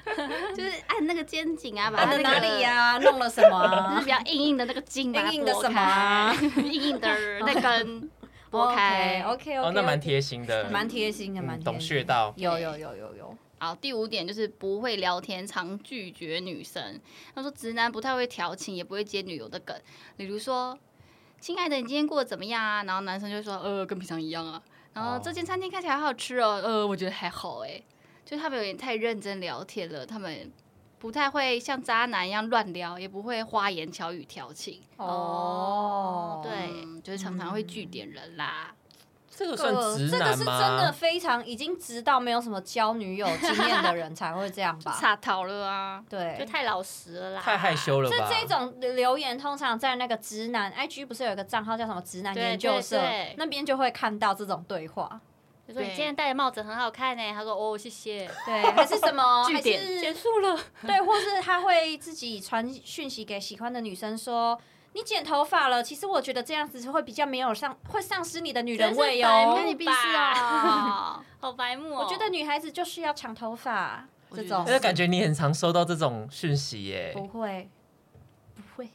Speaker 4: 就是按那个肩颈啊，把
Speaker 7: 按
Speaker 4: 它
Speaker 7: 的
Speaker 4: 那
Speaker 7: 哪
Speaker 4: 个
Speaker 7: 里？呀？弄了什么
Speaker 4: 就是
Speaker 7: 啊
Speaker 4: *laughs* 比？较硬硬的那个筋，把它
Speaker 7: 硬硬的
Speaker 4: 拨
Speaker 7: 什么啊
Speaker 4: 开硬硬的那根
Speaker 7: *laughs*
Speaker 4: 拨开。
Speaker 7: OK OK，
Speaker 3: 哦，那蛮贴心的，
Speaker 7: 蛮贴心的，
Speaker 3: 嗯
Speaker 7: 蛮贴心的
Speaker 3: 懂穴道。
Speaker 7: 有有有有有，
Speaker 4: 好，第五点就是不会聊天，常拒绝女生。他说直男不太会调情，也不会接女友的梗，比如说“亲爱的，你今天过得怎么样啊？”然后男生就说：“呃，跟平常一样啊。”然后
Speaker 3: 哦
Speaker 4: 这间餐厅看起来好好吃哦，呃，我觉得还好哎、就他们有点太认真聊天了，他们不太会像渣男一样乱聊，也不会花言巧语调情，
Speaker 7: 哦，
Speaker 5: 对
Speaker 4: 嗯就是常常会据点人啦。
Speaker 3: 这个
Speaker 7: 这
Speaker 3: 算
Speaker 7: 个
Speaker 3: 直
Speaker 7: 这个
Speaker 3: 男
Speaker 7: 是真的
Speaker 3: 吗？
Speaker 7: 非常已经直到没有什么交女友经验的人才会这样
Speaker 4: *laughs* 就
Speaker 7: 吧？
Speaker 4: 差逃了啊！
Speaker 5: 就
Speaker 7: 对。
Speaker 5: 太老实了啦，
Speaker 3: 太害羞了
Speaker 7: 这
Speaker 3: 吧？
Speaker 7: 这种留言通常在那个直男 IG 不是有一个账号叫什么直男
Speaker 5: 对
Speaker 7: 研究社
Speaker 5: 对对
Speaker 7: 那边就会看到这种对话，
Speaker 5: 就说你
Speaker 4: 对
Speaker 5: 今天戴的帽子很好看呢，他说哦谢谢，
Speaker 7: 对，还是什
Speaker 4: *laughs*
Speaker 7: 么，
Speaker 4: 据
Speaker 7: 还
Speaker 4: 点
Speaker 7: 是
Speaker 5: 结束了，
Speaker 7: *laughs* 对，或是他会自己传讯息给喜欢的女生说：“你剪头发了，其实我觉得这样子会比较没有丧，会丧失你的女人味
Speaker 5: 真是
Speaker 7: 哦
Speaker 5: 白。
Speaker 4: 那你必须
Speaker 7: *laughs*
Speaker 4: 啊！
Speaker 5: 好白目哦。
Speaker 7: 我觉得女孩子就是要长头发，
Speaker 4: 我
Speaker 7: 这
Speaker 4: 觉得
Speaker 7: 种
Speaker 3: 那感觉你很常收到这种讯息耶。
Speaker 7: 不会，不 *laughs* 会。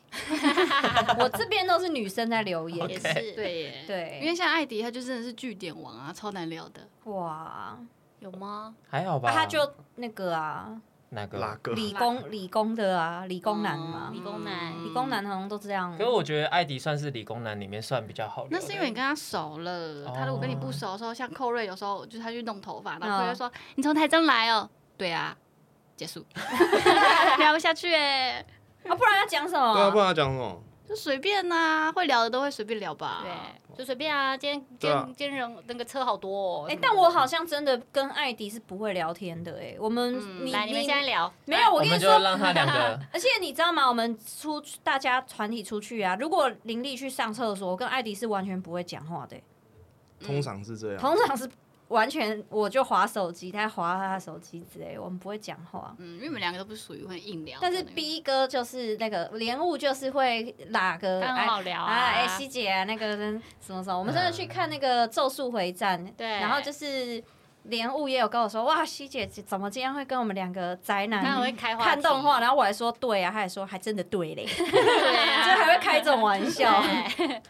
Speaker 7: 我这边都是女生在留言
Speaker 5: 也
Speaker 3: OK
Speaker 5: 是，
Speaker 4: 对耶，
Speaker 7: 对，
Speaker 4: 因为像艾迪，他就真的是据点王啊，超难聊的。
Speaker 7: 哇，
Speaker 5: 有吗？
Speaker 3: 还好吧？
Speaker 7: 啊、他就那个啊，
Speaker 3: 哪个？
Speaker 6: 哪个？
Speaker 7: 理工理工的啊，理工男嘛，
Speaker 5: 哦理工男
Speaker 7: 理工男好像都这样
Speaker 3: 可。是我觉得艾迪算是理工男里面算比较好聊的。
Speaker 4: 那是因为你跟他熟了，他如果跟你不熟的时候，像寇瑞有时候就是他去弄头发，然后寇瑞
Speaker 7: 嗯
Speaker 4: 说：“你从台中来哦。”对啊，结
Speaker 7: *laughs*
Speaker 4: 束，聊不下去哎，
Speaker 7: 啊，不然要讲什么？
Speaker 6: 对啊，不然他讲什么？
Speaker 4: 就随便呐，会聊的都会随便聊吧。
Speaker 5: 对，就随便啊，今天今
Speaker 6: 对啊
Speaker 5: 天今天人那个车好多哦。
Speaker 7: 哎、
Speaker 5: 什么的
Speaker 7: 但我好像真的跟艾迪是不会聊天的哎、我们、
Speaker 4: 嗯
Speaker 7: 你
Speaker 5: 来你们现在聊，
Speaker 7: 没有，
Speaker 3: 我
Speaker 7: 我跟你
Speaker 3: 们就
Speaker 7: 说，
Speaker 3: 让他两个
Speaker 7: 而且你知道吗？我们出大家团体出去啊，如果林立去上厕所，我跟艾迪是完全不会讲话的、欸
Speaker 6: 通常是这样。
Speaker 7: 通常是完全我就划手机，他划他的手机之类，我们不会讲话。
Speaker 4: 嗯，因为你们两个都不属于会硬聊的
Speaker 7: 但
Speaker 4: 那
Speaker 7: 是
Speaker 4: 种，
Speaker 7: B 哥就是那个莲雾，就是会哪个
Speaker 5: 他很好聊
Speaker 7: 啊，
Speaker 5: 啊嗯
Speaker 7: 哎、希姐啊，那个人什么什么，我们真的去看那个《咒术回战》
Speaker 5: 对
Speaker 7: 然后就是莲雾也有跟我说，哇，希姐怎么今天会跟我们两个宅
Speaker 5: 他
Speaker 7: 男
Speaker 5: 很会开话题
Speaker 7: 看动画，，然后我还说对啊，他还说还真的对嘞，就
Speaker 5: *laughs* 对
Speaker 7: *laughs*
Speaker 5: 啊，
Speaker 7: 还会开这种玩笑。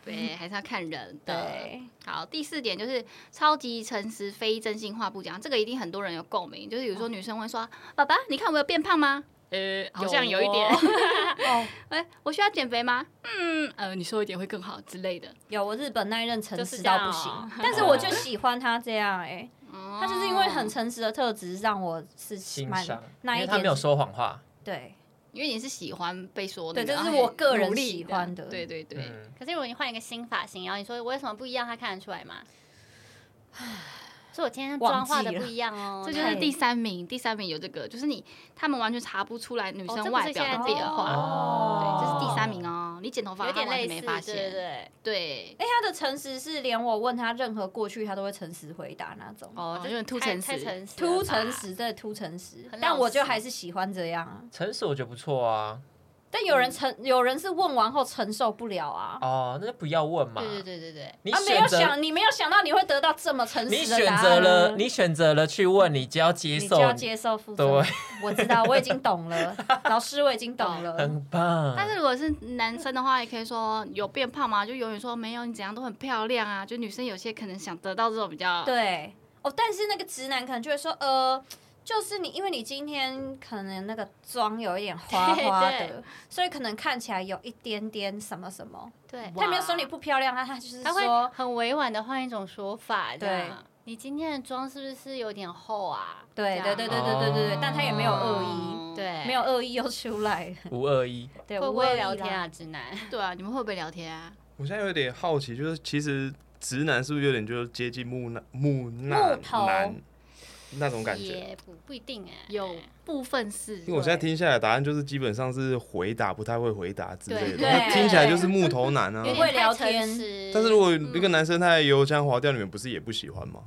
Speaker 4: 对，还是要看人的。
Speaker 7: 对，
Speaker 4: 好，第四点就是超级诚实，非真心话不讲。这个一定很多人有共鸣，就是有时
Speaker 7: 哦
Speaker 4: 候女生会说：“爸爸，你看我有变胖吗？”呃， *laughs* 好像有一点。
Speaker 7: 哦，
Speaker 4: 哎、我需要减肥吗？嗯，呃，你瘦一点会更好之类的。
Speaker 7: 有我日本那一任诚
Speaker 5: 就是
Speaker 7: 实
Speaker 5: 这样
Speaker 7: 到不行，
Speaker 5: 哦
Speaker 7: 但是我就喜欢他这样哎、他
Speaker 4: 他
Speaker 7: 就是因为
Speaker 4: 哦
Speaker 7: 很，诚实的特质让我是
Speaker 3: 欣
Speaker 7: 蛮 *laughs*
Speaker 3: 赏，因
Speaker 7: 那一
Speaker 3: 为他
Speaker 7: 点
Speaker 3: 没有说谎话。
Speaker 7: 对
Speaker 4: 因为你是喜欢被说的，
Speaker 7: 对这
Speaker 4: 然后
Speaker 7: 是我
Speaker 4: 很
Speaker 7: 个人
Speaker 4: 努力
Speaker 7: 喜欢的
Speaker 4: 对对对，
Speaker 3: 嗯，
Speaker 5: *laughs* 可是如果你换一个新发型，然后你说我为什么不一样，他看得出来吗？ *sighs* 所以我今天妆化的不一样哦，
Speaker 4: 这就是第三名，第三名有这个，就是你他们完全查不出来女
Speaker 5: 哦这
Speaker 4: 生
Speaker 5: 不是
Speaker 4: 外表
Speaker 5: 现在
Speaker 4: 的变
Speaker 5: 这个
Speaker 4: 化，
Speaker 5: 哦
Speaker 4: 对，
Speaker 3: 哦
Speaker 4: 这是第三名哦。你剪头发，
Speaker 5: 有点
Speaker 4: 他完
Speaker 5: 类
Speaker 4: 全
Speaker 5: 似，
Speaker 4: 没发
Speaker 5: 对对
Speaker 4: 现。
Speaker 5: 对，
Speaker 4: 对，
Speaker 7: 哎，他的诚实是连我问他任何过去，他都会诚实回答那种。
Speaker 5: 哦
Speaker 4: 有点突
Speaker 5: 太
Speaker 4: 诚
Speaker 5: 太嗯
Speaker 4: 实
Speaker 5: 诚实了
Speaker 7: 突
Speaker 5: 吧
Speaker 7: 诚实，真的突诚实
Speaker 5: 啊很，
Speaker 7: 但
Speaker 5: 老
Speaker 7: 我就
Speaker 5: 实
Speaker 7: 还是喜欢这样啊。
Speaker 3: 诚实我觉得不错啊。
Speaker 7: 但
Speaker 5: 嗯
Speaker 7: 有人承，有人是问完后承受不了啊。
Speaker 3: 哦，那就不要问嘛。
Speaker 5: 对对对对对，
Speaker 3: 你
Speaker 7: 啊，没有
Speaker 3: 选择，
Speaker 7: 想，你没有想到你会得到这么诚
Speaker 3: 你
Speaker 7: 实的答
Speaker 3: 选
Speaker 7: 案。哦
Speaker 3: 择了，你选择了去问，你就要接
Speaker 7: 你
Speaker 3: 受
Speaker 7: 就，要接受负责。
Speaker 3: 对，
Speaker 7: 我知道，我已经
Speaker 3: *laughs*
Speaker 7: 懂了，老师，我已经懂了。
Speaker 3: 很棒。
Speaker 4: 但是如果是男生的话，也可以说有变胖吗？就永远说没有，你怎样都很漂亮啊。就女生有些可能想得到这种比较，
Speaker 7: 对，哦，但是那个直男可能就会说，呃。就是你，因为你今天可能那个妆有一点花花
Speaker 5: 对
Speaker 7: 的，所以可能看起来有一点点什么什么。
Speaker 5: 对，
Speaker 7: 他没有说你不漂亮啊，他就是
Speaker 5: 他会
Speaker 7: 说，
Speaker 5: 很委婉的换一种说法，这
Speaker 7: 对
Speaker 5: 样。你今天的妆是不是有点厚啊？
Speaker 7: 对
Speaker 5: 这
Speaker 7: 对对对
Speaker 5: 样哦
Speaker 7: 对对对对
Speaker 3: 哦，
Speaker 7: 但他也没有恶意，
Speaker 4: 嗯
Speaker 5: 对，
Speaker 7: 没有恶意又出来了。
Speaker 3: 五二一，
Speaker 7: 对，
Speaker 5: 会不
Speaker 7: 无恶
Speaker 5: 会
Speaker 7: 意啦
Speaker 5: 聊天啊，直男？
Speaker 4: 对啊，你们会不会聊天啊？
Speaker 6: 我现在有点好奇，就是其实直男是不是有点就是接近木讷木讷
Speaker 7: 木头
Speaker 6: 男那种感觉？
Speaker 5: 也不不一定哎，
Speaker 4: 有部分是，
Speaker 6: 因为我现在听下来的答案就是基本上是回答不太会回答之类的，
Speaker 5: 对
Speaker 7: 对
Speaker 6: 那听起来就是木头男
Speaker 5: *laughs*
Speaker 6: 啊
Speaker 5: 有。点
Speaker 7: 会聊
Speaker 5: 太诚
Speaker 7: 天
Speaker 5: 实
Speaker 6: 但是如
Speaker 5: 嗯
Speaker 6: 果一个男生太油腔滑调，你们不是也不喜欢吗？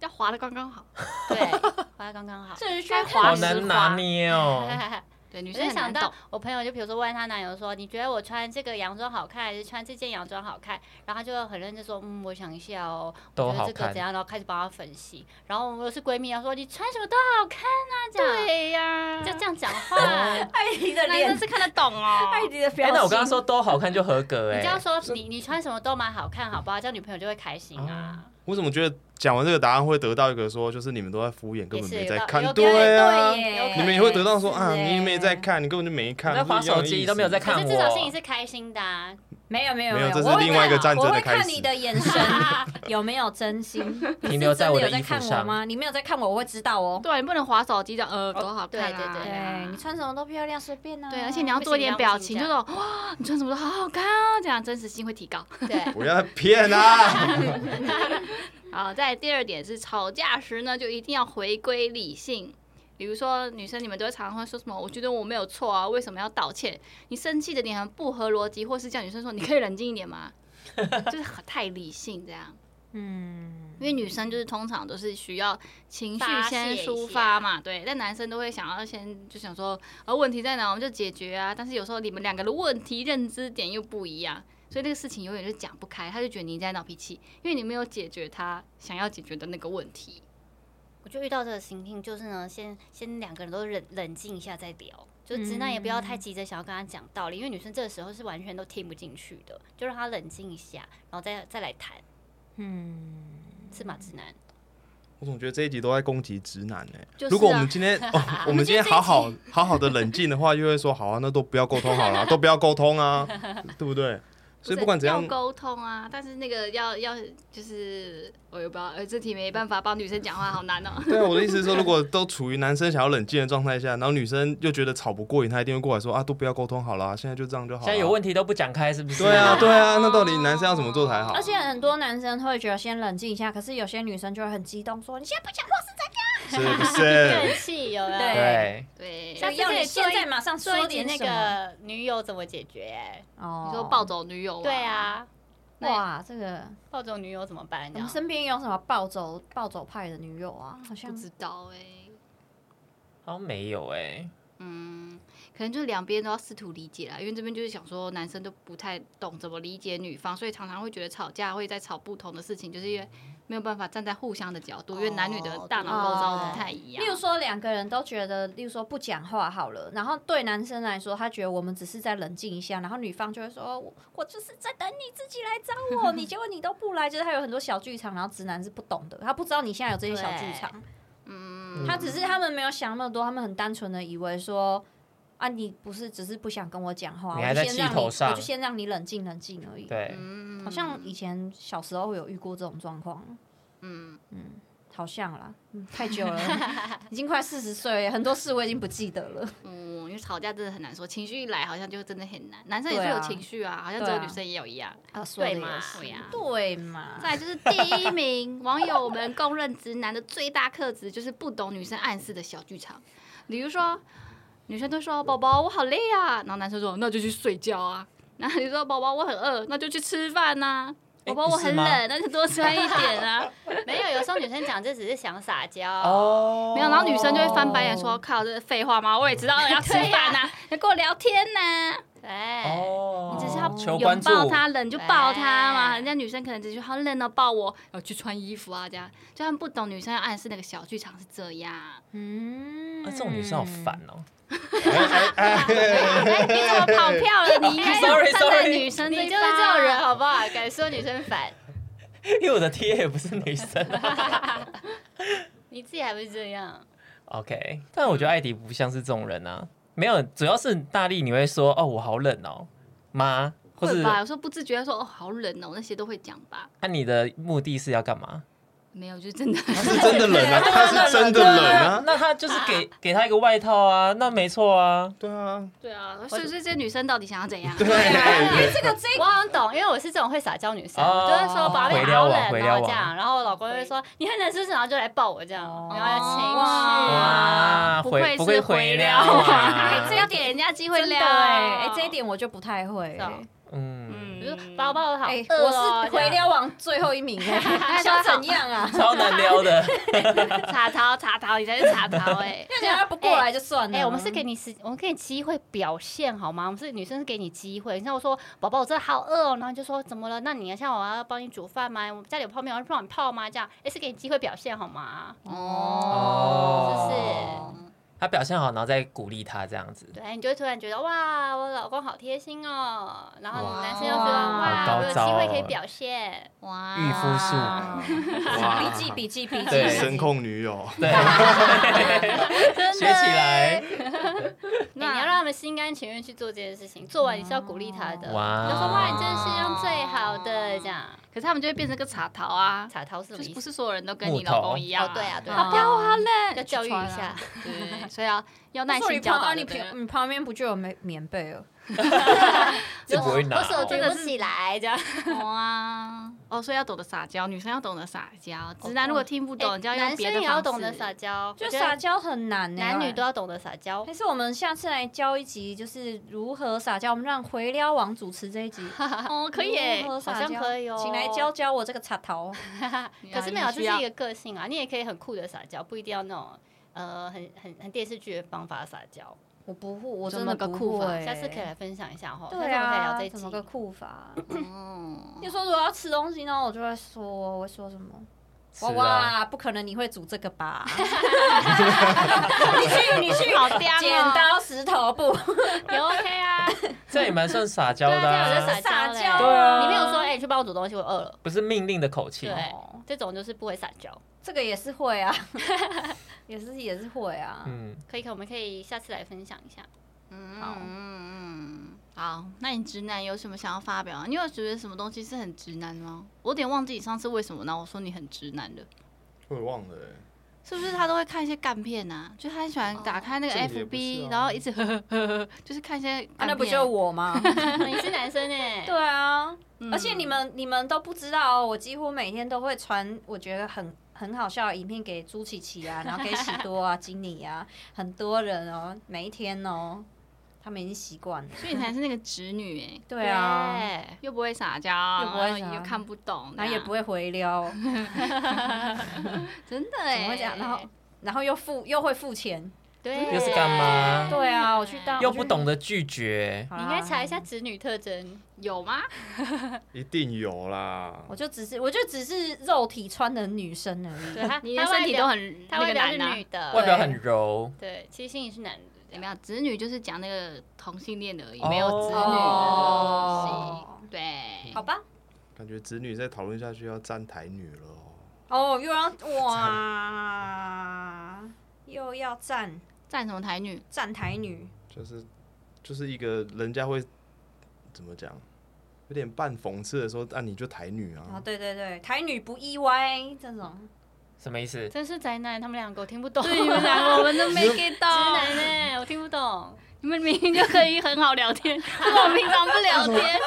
Speaker 4: 要滑的刚刚好。
Speaker 5: 对，滑得刚刚好。
Speaker 7: 这是去
Speaker 4: 该
Speaker 3: 好
Speaker 4: 滑时
Speaker 3: 难
Speaker 4: 滑
Speaker 3: 拿捏哦。
Speaker 5: *laughs*
Speaker 4: 对，女
Speaker 5: 我
Speaker 4: 生
Speaker 5: 就
Speaker 4: 很
Speaker 5: 想
Speaker 4: 难
Speaker 5: 到
Speaker 4: 懂。
Speaker 5: 我朋友，就比如说问她男友说：“你觉得我穿这个洋装好看，还是穿这件洋装好看？”然后她就很认真说：“嗯，我想一下哦，
Speaker 3: 都
Speaker 5: 我觉
Speaker 3: 好
Speaker 5: 得这个
Speaker 3: 看
Speaker 5: 怎样？”然后开始帮她分析。然后我们又是闺蜜，她说：“你穿什么都好看啊，这样
Speaker 4: 对呀、
Speaker 5: 就这样讲话。
Speaker 3: 哦
Speaker 7: 艾迪的
Speaker 4: 男生
Speaker 7: 脸，
Speaker 4: 是看得懂哦。
Speaker 7: *laughs* 艾迪的表
Speaker 3: 哎，
Speaker 7: 情。
Speaker 3: 那我刚刚说都好看就合格
Speaker 5: 你
Speaker 3: 哎
Speaker 5: 这。样说，你你穿什么都蛮好看，好不好？这样女朋友就会开心
Speaker 3: 哦
Speaker 5: 啊。
Speaker 6: 我怎么觉得讲完这个答案会得到一个说，就是你们都在敷衍，根本
Speaker 5: 也是
Speaker 6: 没
Speaker 5: 有
Speaker 6: 在
Speaker 5: 道
Speaker 6: 看
Speaker 5: 有，道理
Speaker 6: 对啊
Speaker 7: 对，耶，
Speaker 6: 你们也会得到说
Speaker 7: 是
Speaker 6: 啊，
Speaker 7: 耶
Speaker 6: 你没在看，你根本就没看，
Speaker 3: 你在
Speaker 6: 不是
Speaker 3: 划
Speaker 6: 一样的
Speaker 3: 手机
Speaker 6: 意思
Speaker 3: 都没有在看
Speaker 5: 可是至少
Speaker 3: 我
Speaker 5: 心里是开心的、
Speaker 3: *laughs*
Speaker 5: 啊。
Speaker 7: 没有没有
Speaker 6: 没有这是
Speaker 7: 我会
Speaker 6: 另外一个
Speaker 7: 看
Speaker 6: 战争的
Speaker 7: 我会
Speaker 6: 开
Speaker 7: 看
Speaker 6: 始
Speaker 7: 你的眼神有没有真心，
Speaker 3: 停留在
Speaker 7: 你
Speaker 3: 我
Speaker 7: 是
Speaker 3: 的
Speaker 7: 真的有在
Speaker 3: 衣服
Speaker 7: 看我
Speaker 3: 上
Speaker 7: 吗？你没有在看我，我会知道哦。
Speaker 4: 对，你不能滑手机的，呃，
Speaker 6: 哦
Speaker 4: 多好看、啊
Speaker 5: 对对
Speaker 7: 对
Speaker 5: 啊
Speaker 7: 你穿什么都漂亮，随便啊。
Speaker 4: 对而且你要做一点表情，
Speaker 5: 不
Speaker 4: 就
Speaker 5: 行
Speaker 4: 是哇，你穿什么都好好看哦，这样真实性会提高。
Speaker 5: 对，
Speaker 6: 不要再骗 *laughs* 啊！
Speaker 4: 好，再来第二点是吵架时呢，就一定要回归理性。比如说，女生你们都会常常会说什么？我觉得我没有错啊，为什么要道歉？你生气的点很不合逻辑，或是叫女生说你可以冷静一点吗？ *laughs* 就是很太理性这样，
Speaker 7: 嗯，
Speaker 4: 因为女生就是通常都是需要情绪
Speaker 5: 发泄
Speaker 4: 先
Speaker 5: 一
Speaker 4: 抒
Speaker 5: 下
Speaker 4: 发嘛，对。但男生都会想要先就想说，而问题在哪，我们就解决啊。但是有时候你们两个的问题认知点又不一样，所以那个事情永远就讲不开。他就觉得你在闹脾气，因为你没有解决他想要解决的那个问题。
Speaker 5: 我就遇到这个情境，就是呢，先先两个人都冷冷静一下再聊。就直男也不要太急着想要跟他讲道理，因为女生这个时候是完全都听不进去的，就让他冷静一下，然后再再来谈，
Speaker 7: 嗯，
Speaker 5: 是吗？直男，
Speaker 6: 我总觉得这一集都在攻击直男呢、
Speaker 4: 就是啊
Speaker 6: 如果我们今 *laughs* 天、哦，我们今天好好 *laughs* 好好的冷静的话，就会说好啊，那都不要沟通好了啊，都不要沟通 *laughs* 啊，对不对？所以不管怎样
Speaker 4: 要，沟通啊，但是那个要要就是我也不知道，呃，这题没办法帮女生讲话，好难哦、
Speaker 6: *laughs* 对啊，我的意思是说，如果都处于男生想要冷静的状态下，然后女生又觉得吵不过瘾，她一定会过来说啊，都不要沟通好了啊、现在就这样就好
Speaker 3: 现
Speaker 6: 了啊。
Speaker 3: 在有问题都不讲开，是不是？
Speaker 6: 对啊，对啊，那到底男生要怎么做才好
Speaker 7: 而？且很多男生会觉得先冷静一下，可是有些女生就会很激动说：“你现在不讲话是在
Speaker 6: 是不 *laughs*
Speaker 5: 更
Speaker 6: 是？
Speaker 5: 气有没有？
Speaker 7: 对
Speaker 3: 对，
Speaker 4: 对，哦
Speaker 5: 下次
Speaker 7: 要
Speaker 5: 可以
Speaker 7: 你
Speaker 5: 做
Speaker 7: 现
Speaker 5: 一
Speaker 7: 在马上
Speaker 5: 说
Speaker 7: 啊说
Speaker 5: 一集
Speaker 7: 点
Speaker 5: 那
Speaker 7: 什么
Speaker 5: 个女友怎么解决、欸？”？
Speaker 7: 哦
Speaker 4: 你说暴走女友、
Speaker 5: 对，啊，
Speaker 7: 哇，这个
Speaker 5: 暴走女友怎么
Speaker 7: 我
Speaker 5: 办？这
Speaker 7: 们
Speaker 5: 样
Speaker 7: 身边有什么暴走暴走派的女友啊？好
Speaker 4: 不
Speaker 7: 像
Speaker 4: 知道哎、
Speaker 3: 好像没有哎。
Speaker 4: 嗯，可能就是两边都要试图理解啦，因为这边就是想说男生都不太懂怎么理解女方，所以常常会觉得吵架会在吵不同的事情，就是因为没有办法站在互相的角度，因为男女的大脑构造不太一样。
Speaker 7: 哦例如说，两个人都觉得，例如说不讲话好了，然后对男生来说，他觉得我们只是在冷静一下，然后女方就会说，我我就是在等你自己来找 *laughs* 我，你结果你都不来，就是他有很多小剧场，然后直男是不懂的，他不知道你现在有这些小剧场，
Speaker 4: 嗯，
Speaker 7: 他只是他们没有想那么多，他们很单纯的以为说。啊，你不是只是不想跟我讲话，
Speaker 3: 你
Speaker 7: 我
Speaker 3: 还
Speaker 7: 就
Speaker 3: 在
Speaker 7: 先
Speaker 3: 气
Speaker 7: 让
Speaker 3: 头
Speaker 7: 你，我
Speaker 3: 上
Speaker 7: 就先让你冷静冷静而已。
Speaker 3: 对，
Speaker 4: 嗯
Speaker 7: 好像以前小时候有遇过这种状况。
Speaker 4: 嗯，
Speaker 7: 好像啦，嗯太久了， *laughs* 已经快四十岁了，很多事我已经不记得了。
Speaker 4: 嗯，因为吵架真的很难说，情绪一来好像就真的很难。男生也
Speaker 7: 对
Speaker 4: 是
Speaker 7: 啊
Speaker 4: 有情绪啊，好像只有
Speaker 7: 对啊
Speaker 4: 女生也有一样。
Speaker 7: 啊，说的也
Speaker 5: 对嘛
Speaker 7: 是
Speaker 4: 对呀
Speaker 7: 对嘛，
Speaker 4: 再来就是第一名，网友们公认直男的最大特质就是不懂女生暗示的小剧场，比如说女生都说“宝宝，我好累啊”，然后男生说“那就去睡觉啊”， *laughs* 然后你说宝宝我很饿，那就去吃饭呐、
Speaker 3: 哎
Speaker 4: 宝宝我
Speaker 3: 是
Speaker 4: 很
Speaker 3: 吗
Speaker 4: 冷，那就多穿一点啊。
Speaker 5: *laughs* 没有，有时候女生讲这只是想撒娇，
Speaker 3: 哦
Speaker 4: 没有，然后女生就会翻白眼说：“靠，这是废话吗？我也知道要吃饭呐、你跟我聊天呐、
Speaker 5: 对，
Speaker 3: 哦，
Speaker 4: 你只是要
Speaker 3: 求关
Speaker 4: 拥
Speaker 3: 注，
Speaker 4: 抱他，冷就抱他嘛。
Speaker 5: 哎
Speaker 4: 人家女生可能只是好冷哦，抱我，要去穿衣服啊，这样。就他们不懂女生要暗示那个小剧场是这样。
Speaker 7: 嗯
Speaker 3: 啊这种女生好烦哦。
Speaker 4: 哎，你怎么跑票了？嗯你应
Speaker 3: *laughs*
Speaker 4: 该要
Speaker 3: Sorry，
Speaker 4: 站在
Speaker 3: sorry
Speaker 4: *laughs* 女生
Speaker 5: 你
Speaker 4: 这一
Speaker 5: 就是
Speaker 4: 方
Speaker 5: 这种人好不好？敢说女生烦，
Speaker 3: 因为我的 T A 也不是女
Speaker 4: *laughs*
Speaker 3: 生啊。
Speaker 5: 你自己还不是这样？
Speaker 3: OK，但我觉得艾迪不像是这种人啊。没有，主要是大力你会说哦，我好冷哦，妈，或
Speaker 4: 会
Speaker 3: 是
Speaker 4: 吧？有时候不自觉地说：“哦，好冷哦。”那些都会讲吧。
Speaker 3: 那、你的目的是要干嘛？
Speaker 4: 没有，就是真的。
Speaker 3: 哦
Speaker 6: 是真的冷啊，他是真的冷啊，
Speaker 3: 那他就是给 *laughs* 给他一个外套啊，那没错啊。
Speaker 6: 对啊，
Speaker 4: 对啊， *laughs* 所以所以这些女生到底想要怎样？啊哎
Speaker 6: 对，
Speaker 7: 这个这
Speaker 5: 我好像懂，因为我是这种会撒娇女生，
Speaker 3: 哦
Speaker 5: 我就会说宝贝
Speaker 3: 回撩
Speaker 5: 好
Speaker 3: 我
Speaker 5: 冷
Speaker 3: 回
Speaker 5: 哦
Speaker 3: 撩我
Speaker 5: 这样，然后我老公就会说你很冷是不是？然后就来抱我这样，然后要情绪
Speaker 3: 哇，
Speaker 5: 啊，
Speaker 4: 不
Speaker 3: 回
Speaker 4: 愧
Speaker 3: 不
Speaker 4: 是
Speaker 3: 会
Speaker 4: 回
Speaker 3: 回
Speaker 4: 撩
Speaker 3: 撩
Speaker 4: 啊
Speaker 7: 哎
Speaker 3: 啊？
Speaker 4: 这要给人家机会
Speaker 7: 真的
Speaker 4: 撩
Speaker 7: 哎、哎这一点我就不太会、
Speaker 5: 是哦
Speaker 3: 嗯，
Speaker 5: 比如说宝宝我好
Speaker 7: 哎、
Speaker 5: 饿
Speaker 7: 我
Speaker 5: 哦
Speaker 7: 是回，撩王最后一 *laughs* 名、哎，想怎样啊？。
Speaker 3: 超难撩 *laughs* 的。
Speaker 4: 茶桃茶桃，你才是茶桃
Speaker 5: *laughs*
Speaker 4: 哎
Speaker 7: 那人家不过来就算
Speaker 5: 这
Speaker 7: 了。
Speaker 5: 样哎，我们是
Speaker 3: 嗯
Speaker 5: 给你时，我们给你机会表现好吗？我们是女生是给你机会，你像我说宝宝我真的好饿哦，然后你就说怎么了？那你要像我要帮你煮饭吗？我们家里有泡面，我要帮你泡吗？这样哎是给你机会表现好吗？
Speaker 3: 哦
Speaker 5: 就是。
Speaker 3: 他表现好，然后再鼓励他这样子。
Speaker 5: 对，你就会突然觉得哇，我老公好贴心哦，然后
Speaker 3: 哇
Speaker 5: 男生又觉得
Speaker 3: 好高
Speaker 5: 哇，我有机
Speaker 3: 招
Speaker 5: 会
Speaker 3: 哦
Speaker 5: 可以表现，
Speaker 4: 哇
Speaker 3: 御夫术 *laughs*
Speaker 7: 笔记笔记笔
Speaker 3: 对
Speaker 7: 记，
Speaker 6: 声控女友，
Speaker 3: 对，学起来。
Speaker 5: 那、哎你要让他们心甘情愿去做这件事情，做完你是要鼓励他的，
Speaker 3: 哇哦
Speaker 5: 你就说哇，你真的是用最好的这样，
Speaker 4: 可是他们就会变成个茶桃啊，
Speaker 5: 草桃是
Speaker 4: 就
Speaker 5: 什么
Speaker 4: 是
Speaker 5: 意
Speaker 4: 不
Speaker 5: 思？
Speaker 4: 是所有人都跟
Speaker 3: 木
Speaker 4: 你老
Speaker 3: 头
Speaker 4: 公一样、
Speaker 5: 哦对啊对
Speaker 7: 啊
Speaker 4: 不要我好
Speaker 5: 要
Speaker 4: 冷，
Speaker 5: 教育一
Speaker 7: 去穿
Speaker 5: 下
Speaker 7: 啊，
Speaker 4: 对，所以要要耐
Speaker 7: 那你
Speaker 4: 心教
Speaker 7: 旁
Speaker 4: 导
Speaker 7: 你
Speaker 4: 就
Speaker 7: 旁
Speaker 4: 对了。
Speaker 7: 你旁边不就有棉棉被了？
Speaker 5: *laughs*
Speaker 3: 这不会拿
Speaker 5: 我
Speaker 3: 哦
Speaker 5: 手举不起来这样，
Speaker 4: 哇，哦，所以要懂得撒娇，女生要懂得撒娇，直男如果听不懂，就要用
Speaker 5: 哎男
Speaker 4: 别
Speaker 5: 生
Speaker 4: 的
Speaker 5: 也
Speaker 4: 方式。
Speaker 5: 要懂得撒娇，
Speaker 7: 就
Speaker 5: 我觉
Speaker 7: 撒
Speaker 5: 得
Speaker 7: 娇啊很难呢、欸
Speaker 5: 男女都。要懂得撒娇
Speaker 4: 哎
Speaker 7: 还。是我们下次来教一集，就是如何撒娇。我们让回撩王主持这一
Speaker 5: *laughs*
Speaker 7: 集，
Speaker 4: 哦，可以耶
Speaker 7: 如，何撒
Speaker 5: 好像
Speaker 7: 娇
Speaker 5: 可以哦
Speaker 7: 请来教教我这个插头。
Speaker 5: 可是没有，啊
Speaker 4: 你
Speaker 5: 这
Speaker 4: 需要
Speaker 5: 是 *laughs* 一个个性啊，你也可以很酷的撒娇，不一定要那种呃很很很电视剧的方法撒娇。
Speaker 7: 我不会，我
Speaker 4: 怎
Speaker 7: 真
Speaker 4: 么
Speaker 7: 的
Speaker 4: 个
Speaker 7: 不
Speaker 4: 酷法
Speaker 7: 会。
Speaker 5: 下次可以来分享一下哈，
Speaker 7: 对
Speaker 5: 下
Speaker 7: 啊，
Speaker 5: 次我们可以聊这一
Speaker 7: 怎
Speaker 5: 集
Speaker 7: 么。个酷法？
Speaker 4: 哦
Speaker 7: 你说如果要吃东西呢，我就会说，我会说什么？
Speaker 3: 吃
Speaker 7: 哇
Speaker 3: 啊，
Speaker 7: 哇，不可能你会煮这个 *laughs* 吧？你去你去，
Speaker 4: 好嗲哦
Speaker 7: 剪刀石头布，*laughs*
Speaker 5: 也 OK 啊，
Speaker 3: 这样也蛮算撒娇的
Speaker 5: 对啊，这样我
Speaker 3: 啊，
Speaker 5: 就撒娇嘞。
Speaker 7: 撒娇
Speaker 3: 对啊
Speaker 5: 你没有说哎、你去帮我煮东西，我饿了。
Speaker 3: 不是命令的口气
Speaker 5: 对。，这种就是不会撒娇。
Speaker 7: 这个也是会啊， *laughs* 也是也是会啊。
Speaker 3: 嗯，
Speaker 5: 可以，可以我们可以下次来分享一下。 *laughs*
Speaker 4: 嗯
Speaker 7: 好
Speaker 4: 嗯嗯好，那你直男有什么想要发表啊？你有觉得什么东西是很直男吗？我有点忘记你上次为什么呢？我说你很直男的，
Speaker 6: 我也忘了欸，
Speaker 4: 是不是他都会看一些干片啊？就他很喜欢打开那个
Speaker 6: 这个也不
Speaker 4: FB，、
Speaker 6: 是啊
Speaker 4: 然后一直 *laughs* 呵呵呵呵，就是看一些
Speaker 7: 啊
Speaker 4: 干片。
Speaker 7: 那不就我
Speaker 5: *laughs*
Speaker 7: 吗？
Speaker 5: 你是男生哎、
Speaker 7: 对啊，
Speaker 4: 嗯
Speaker 7: 而且你们你们都不知道哦，我几乎每天都会传我觉得很很好笑的影片给朱琪琪啊，然后给喜多啊、经理啊，很多人哦，每一天哦，他们已经习惯了。
Speaker 4: 所以你才是那个直女哎、
Speaker 7: 对啊，
Speaker 5: 对
Speaker 4: 又不会撒娇，
Speaker 7: 又不会撒
Speaker 4: 然后又看不懂，
Speaker 7: 然后也不
Speaker 4: 会
Speaker 7: 会回撩，
Speaker 4: 真的
Speaker 7: 怎
Speaker 4: 哎、
Speaker 7: 么会这样？然后然后又付又会付钱，
Speaker 5: 对，
Speaker 3: 又是干妈
Speaker 7: 对啊，我去当
Speaker 3: 又不懂得拒绝，
Speaker 7: 好
Speaker 5: 你
Speaker 7: 啦
Speaker 5: 应该查一下子女特征。
Speaker 4: 有吗？
Speaker 6: 一定有啦
Speaker 7: 我。就只是，我就只是肉体穿的女生而已。
Speaker 5: 对，他
Speaker 4: *laughs* 你的身体都很
Speaker 5: 他
Speaker 4: 那
Speaker 5: 外
Speaker 4: 个
Speaker 5: 表是
Speaker 4: 男啊
Speaker 5: 女的，
Speaker 3: 外表很柔。
Speaker 5: 对，其实心里是男的。
Speaker 4: 怎么样？直女就是讲那个同性恋的而已，
Speaker 3: 哦
Speaker 4: 没有直女的
Speaker 7: 哦
Speaker 4: 东西。对，
Speaker 7: 好吧，
Speaker 6: 感觉子女再讨论下去要站台女了哦，
Speaker 7: 哦，又要哇，又要站
Speaker 4: 站什么台女？
Speaker 7: 站台女，
Speaker 6: 就是就是一个人家会怎么讲，有点半讽刺的说，啊你就台女
Speaker 7: 哦，
Speaker 6: 啊，
Speaker 7: 对对对，台女不意外这种，
Speaker 3: 什么意思？
Speaker 5: 真是宅男，他们两个我听不懂。
Speaker 4: 对，你们两个我们都没 get
Speaker 5: 直
Speaker 4: 到。
Speaker 5: *laughs* 男呢、我听不懂。
Speaker 4: *laughs* 你们明明就可以很好聊 *laughs* 天，为什么平常不聊 *laughs* 天？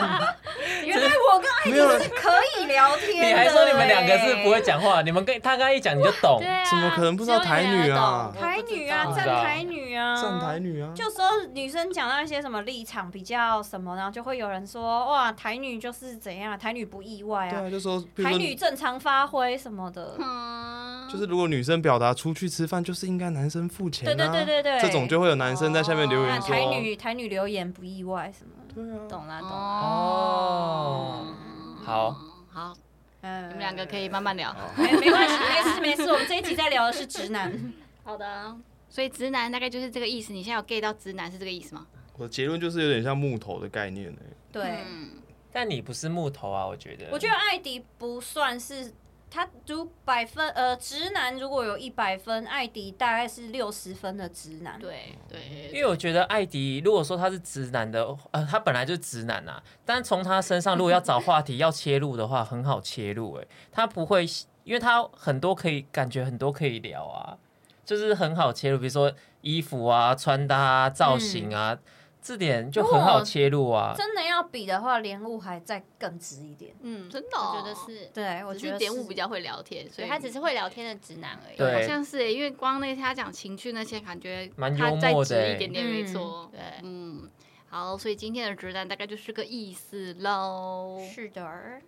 Speaker 7: 原来我跟艾
Speaker 6: 没
Speaker 7: 迪
Speaker 6: 有
Speaker 7: 哎是可以聊天的
Speaker 3: 你还说你们两个是不会
Speaker 7: 哎
Speaker 3: 讲话，你们跟他刚一讲你就懂
Speaker 4: 对，啊，
Speaker 6: 怎么可能不知道台女啊
Speaker 5: 只有你们两
Speaker 7: 台女啊，
Speaker 5: 个懂我不
Speaker 3: 知
Speaker 7: 站
Speaker 3: 道
Speaker 7: 台女啊，
Speaker 6: 站台女啊，
Speaker 7: 就说女生讲到一些什么立场比较什么，然后就会有人说哇，台女就是怎样，台女不意外
Speaker 6: 对
Speaker 7: 啊，
Speaker 6: 啊，就说，比如
Speaker 7: 台
Speaker 6: 说，
Speaker 7: 女正常发挥什么的。
Speaker 4: 嗯，
Speaker 6: 就是如果女生表达出去吃饭就是应该男生付钱、啊，
Speaker 7: 对对对对对，
Speaker 6: 这种就会有男生在下面留
Speaker 7: 那啊
Speaker 6: 言说，啊
Speaker 7: 台女台女留言不意外什么的，
Speaker 5: 懂啦懂啦。
Speaker 4: 哦，
Speaker 3: 好，
Speaker 4: 好，
Speaker 7: 嗯，
Speaker 4: 你们两个可以慢慢聊。
Speaker 7: 没没关系，没事没事，我们这一集在聊的是直男，
Speaker 4: 好的，所以直男大概就是这个意思。你现在有 get 到直男是这个意思吗？
Speaker 6: 我的结论就是有点像木头的概念、欸、
Speaker 7: 对，
Speaker 4: 嗯
Speaker 3: 但你不是木头啊，我觉得。
Speaker 7: 我觉得艾迪不算是他，如百分呃直男如果有一百分，艾迪大概是六十分的直男。
Speaker 4: 对对，
Speaker 3: 因为我觉得艾迪，如果说他是直男的，呃，他本来就是直男啊。但从他身上，如果要找话题要切入的话，很好切入、欸。他不会，因为他很多可以感觉很多可以聊啊，就是很好切入，比如说衣服啊、穿搭啊、造型啊，
Speaker 7: 嗯
Speaker 3: 这点就很好切入啊。
Speaker 7: 真的要比的话，莲雾还再更直一点。
Speaker 4: 嗯，真的哦，
Speaker 5: 我觉得是，
Speaker 7: 对，我
Speaker 4: 只
Speaker 7: 觉
Speaker 4: 是
Speaker 7: 得
Speaker 4: 点五
Speaker 7: 是
Speaker 4: 比较会聊天，所
Speaker 5: 对
Speaker 4: 以
Speaker 5: 他只是会聊天的直男而已。
Speaker 3: 对
Speaker 4: 好像是耶，因为光那他讲情趣那些，感觉
Speaker 3: 蛮幽
Speaker 4: 他
Speaker 3: 默
Speaker 4: 再
Speaker 3: 的
Speaker 4: 直
Speaker 3: 耶
Speaker 4: 一点点，没错。
Speaker 5: 对，
Speaker 4: 嗯，好，所以今天的直男大概就是这个意思喽。
Speaker 7: 是的儿。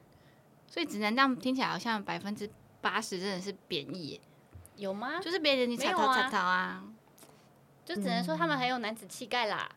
Speaker 4: 所以直男这样听起来好像百分之八十真的是贬义耶，
Speaker 5: 有吗？
Speaker 4: 就是别人你吵
Speaker 5: 没有
Speaker 4: 吵
Speaker 5: 啊
Speaker 4: 吵吵啊，
Speaker 5: 就只能说他们很有男子气概啦。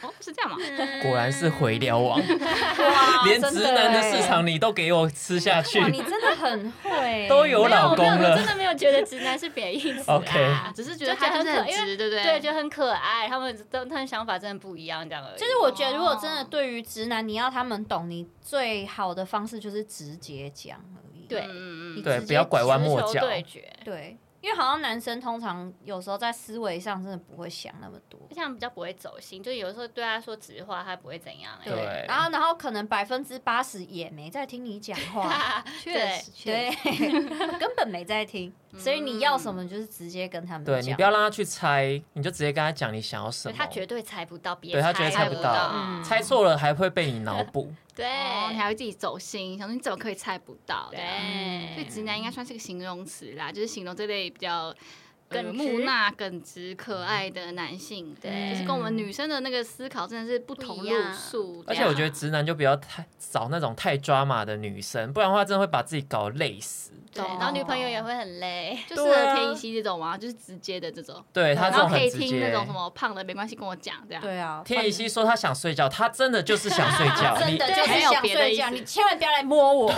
Speaker 4: 哦，是这样吗？
Speaker 5: 啊
Speaker 3: *laughs* 果然是回聊王， *laughs*
Speaker 7: 哇
Speaker 3: 连
Speaker 7: 真
Speaker 3: 直男的
Speaker 7: 欸
Speaker 3: 市场你都给我吃下去
Speaker 7: 哇，。你真的很会，欸
Speaker 3: 都有
Speaker 5: 没有
Speaker 3: 老公
Speaker 5: 没有，
Speaker 3: 了
Speaker 5: 我真，的没有觉得直男是贬义词
Speaker 3: OK
Speaker 5: 啊
Speaker 4: 啊，。只是觉得
Speaker 5: 就觉
Speaker 4: 他就
Speaker 5: 得
Speaker 4: 是
Speaker 5: 很
Speaker 4: 很
Speaker 5: 可因
Speaker 4: 直，对不对？哦
Speaker 5: 对，觉得很可爱，他们都他们想法真的不一样，这样而已。嗯
Speaker 7: 就是我觉得，如果真的对于直男，你要他们懂，你最好的方式就是直接讲而已。
Speaker 5: 对
Speaker 4: 嗯嗯
Speaker 7: 你
Speaker 4: 嗯，
Speaker 3: 对，
Speaker 7: 直
Speaker 3: 不要
Speaker 7: 接
Speaker 3: 拐弯
Speaker 5: 直
Speaker 3: 抹
Speaker 5: 球
Speaker 3: 角。
Speaker 5: 对决，
Speaker 7: 对，因为好像男生通常有时候在思维上真的不会想那么多。
Speaker 5: 这样比较不会走心。就有时候对他说直话，他不会怎样、欸。
Speaker 3: 对
Speaker 7: 然后然后可能百分之八十也没在听你讲话，
Speaker 4: 确实，确
Speaker 7: 对
Speaker 4: 实，，
Speaker 7: *laughs* 根本没在听，所以你要什么你就是直接跟他们
Speaker 3: 对
Speaker 7: 讲。
Speaker 3: 你不要让他去猜，你就直接跟他讲你想要什
Speaker 5: 对
Speaker 3: 么。
Speaker 5: 他绝对猜不到，别
Speaker 3: 对他绝对猜
Speaker 5: 不
Speaker 3: 不到
Speaker 5: 嗯
Speaker 3: 猜错了还会被你脑补。
Speaker 5: 对
Speaker 4: 哦，你还会自己走心，想说你怎么可以猜不到？这样所以
Speaker 5: 对，
Speaker 4: 直男应该算是个形容词啦，就是形容这类比较。呃
Speaker 5: 耿直
Speaker 4: 木讷、耿直、可爱的男性，
Speaker 5: 对
Speaker 4: 就是跟我们女生的那个思考真的是不
Speaker 5: 不
Speaker 4: 同
Speaker 5: 一
Speaker 4: 路
Speaker 5: 样
Speaker 4: 数。
Speaker 3: 而
Speaker 4: 这
Speaker 3: 且
Speaker 4: 样
Speaker 3: 我觉得直男就不要太找那种太抓马的女生，不然的话真的会把自己搞累死。
Speaker 5: 对，然后女朋友也会很累。
Speaker 4: 就适合田以希这种嘛，就是直接的这种，
Speaker 3: 对啊他这
Speaker 4: 然
Speaker 3: 种
Speaker 4: 后可
Speaker 3: 很
Speaker 4: 以
Speaker 3: 直
Speaker 4: 听那
Speaker 3: 接。
Speaker 4: 种什么胖的没关系跟我讲这样。
Speaker 7: 对啊，
Speaker 3: 天以希说他想睡觉，他真的就是想睡
Speaker 7: *laughs*
Speaker 3: 觉。
Speaker 7: 真
Speaker 3: 你
Speaker 7: 的就是
Speaker 4: 没有
Speaker 7: 想
Speaker 4: 别的
Speaker 7: 睡
Speaker 4: 意
Speaker 7: 觉，
Speaker 4: 思
Speaker 7: 你千万不要来摸我，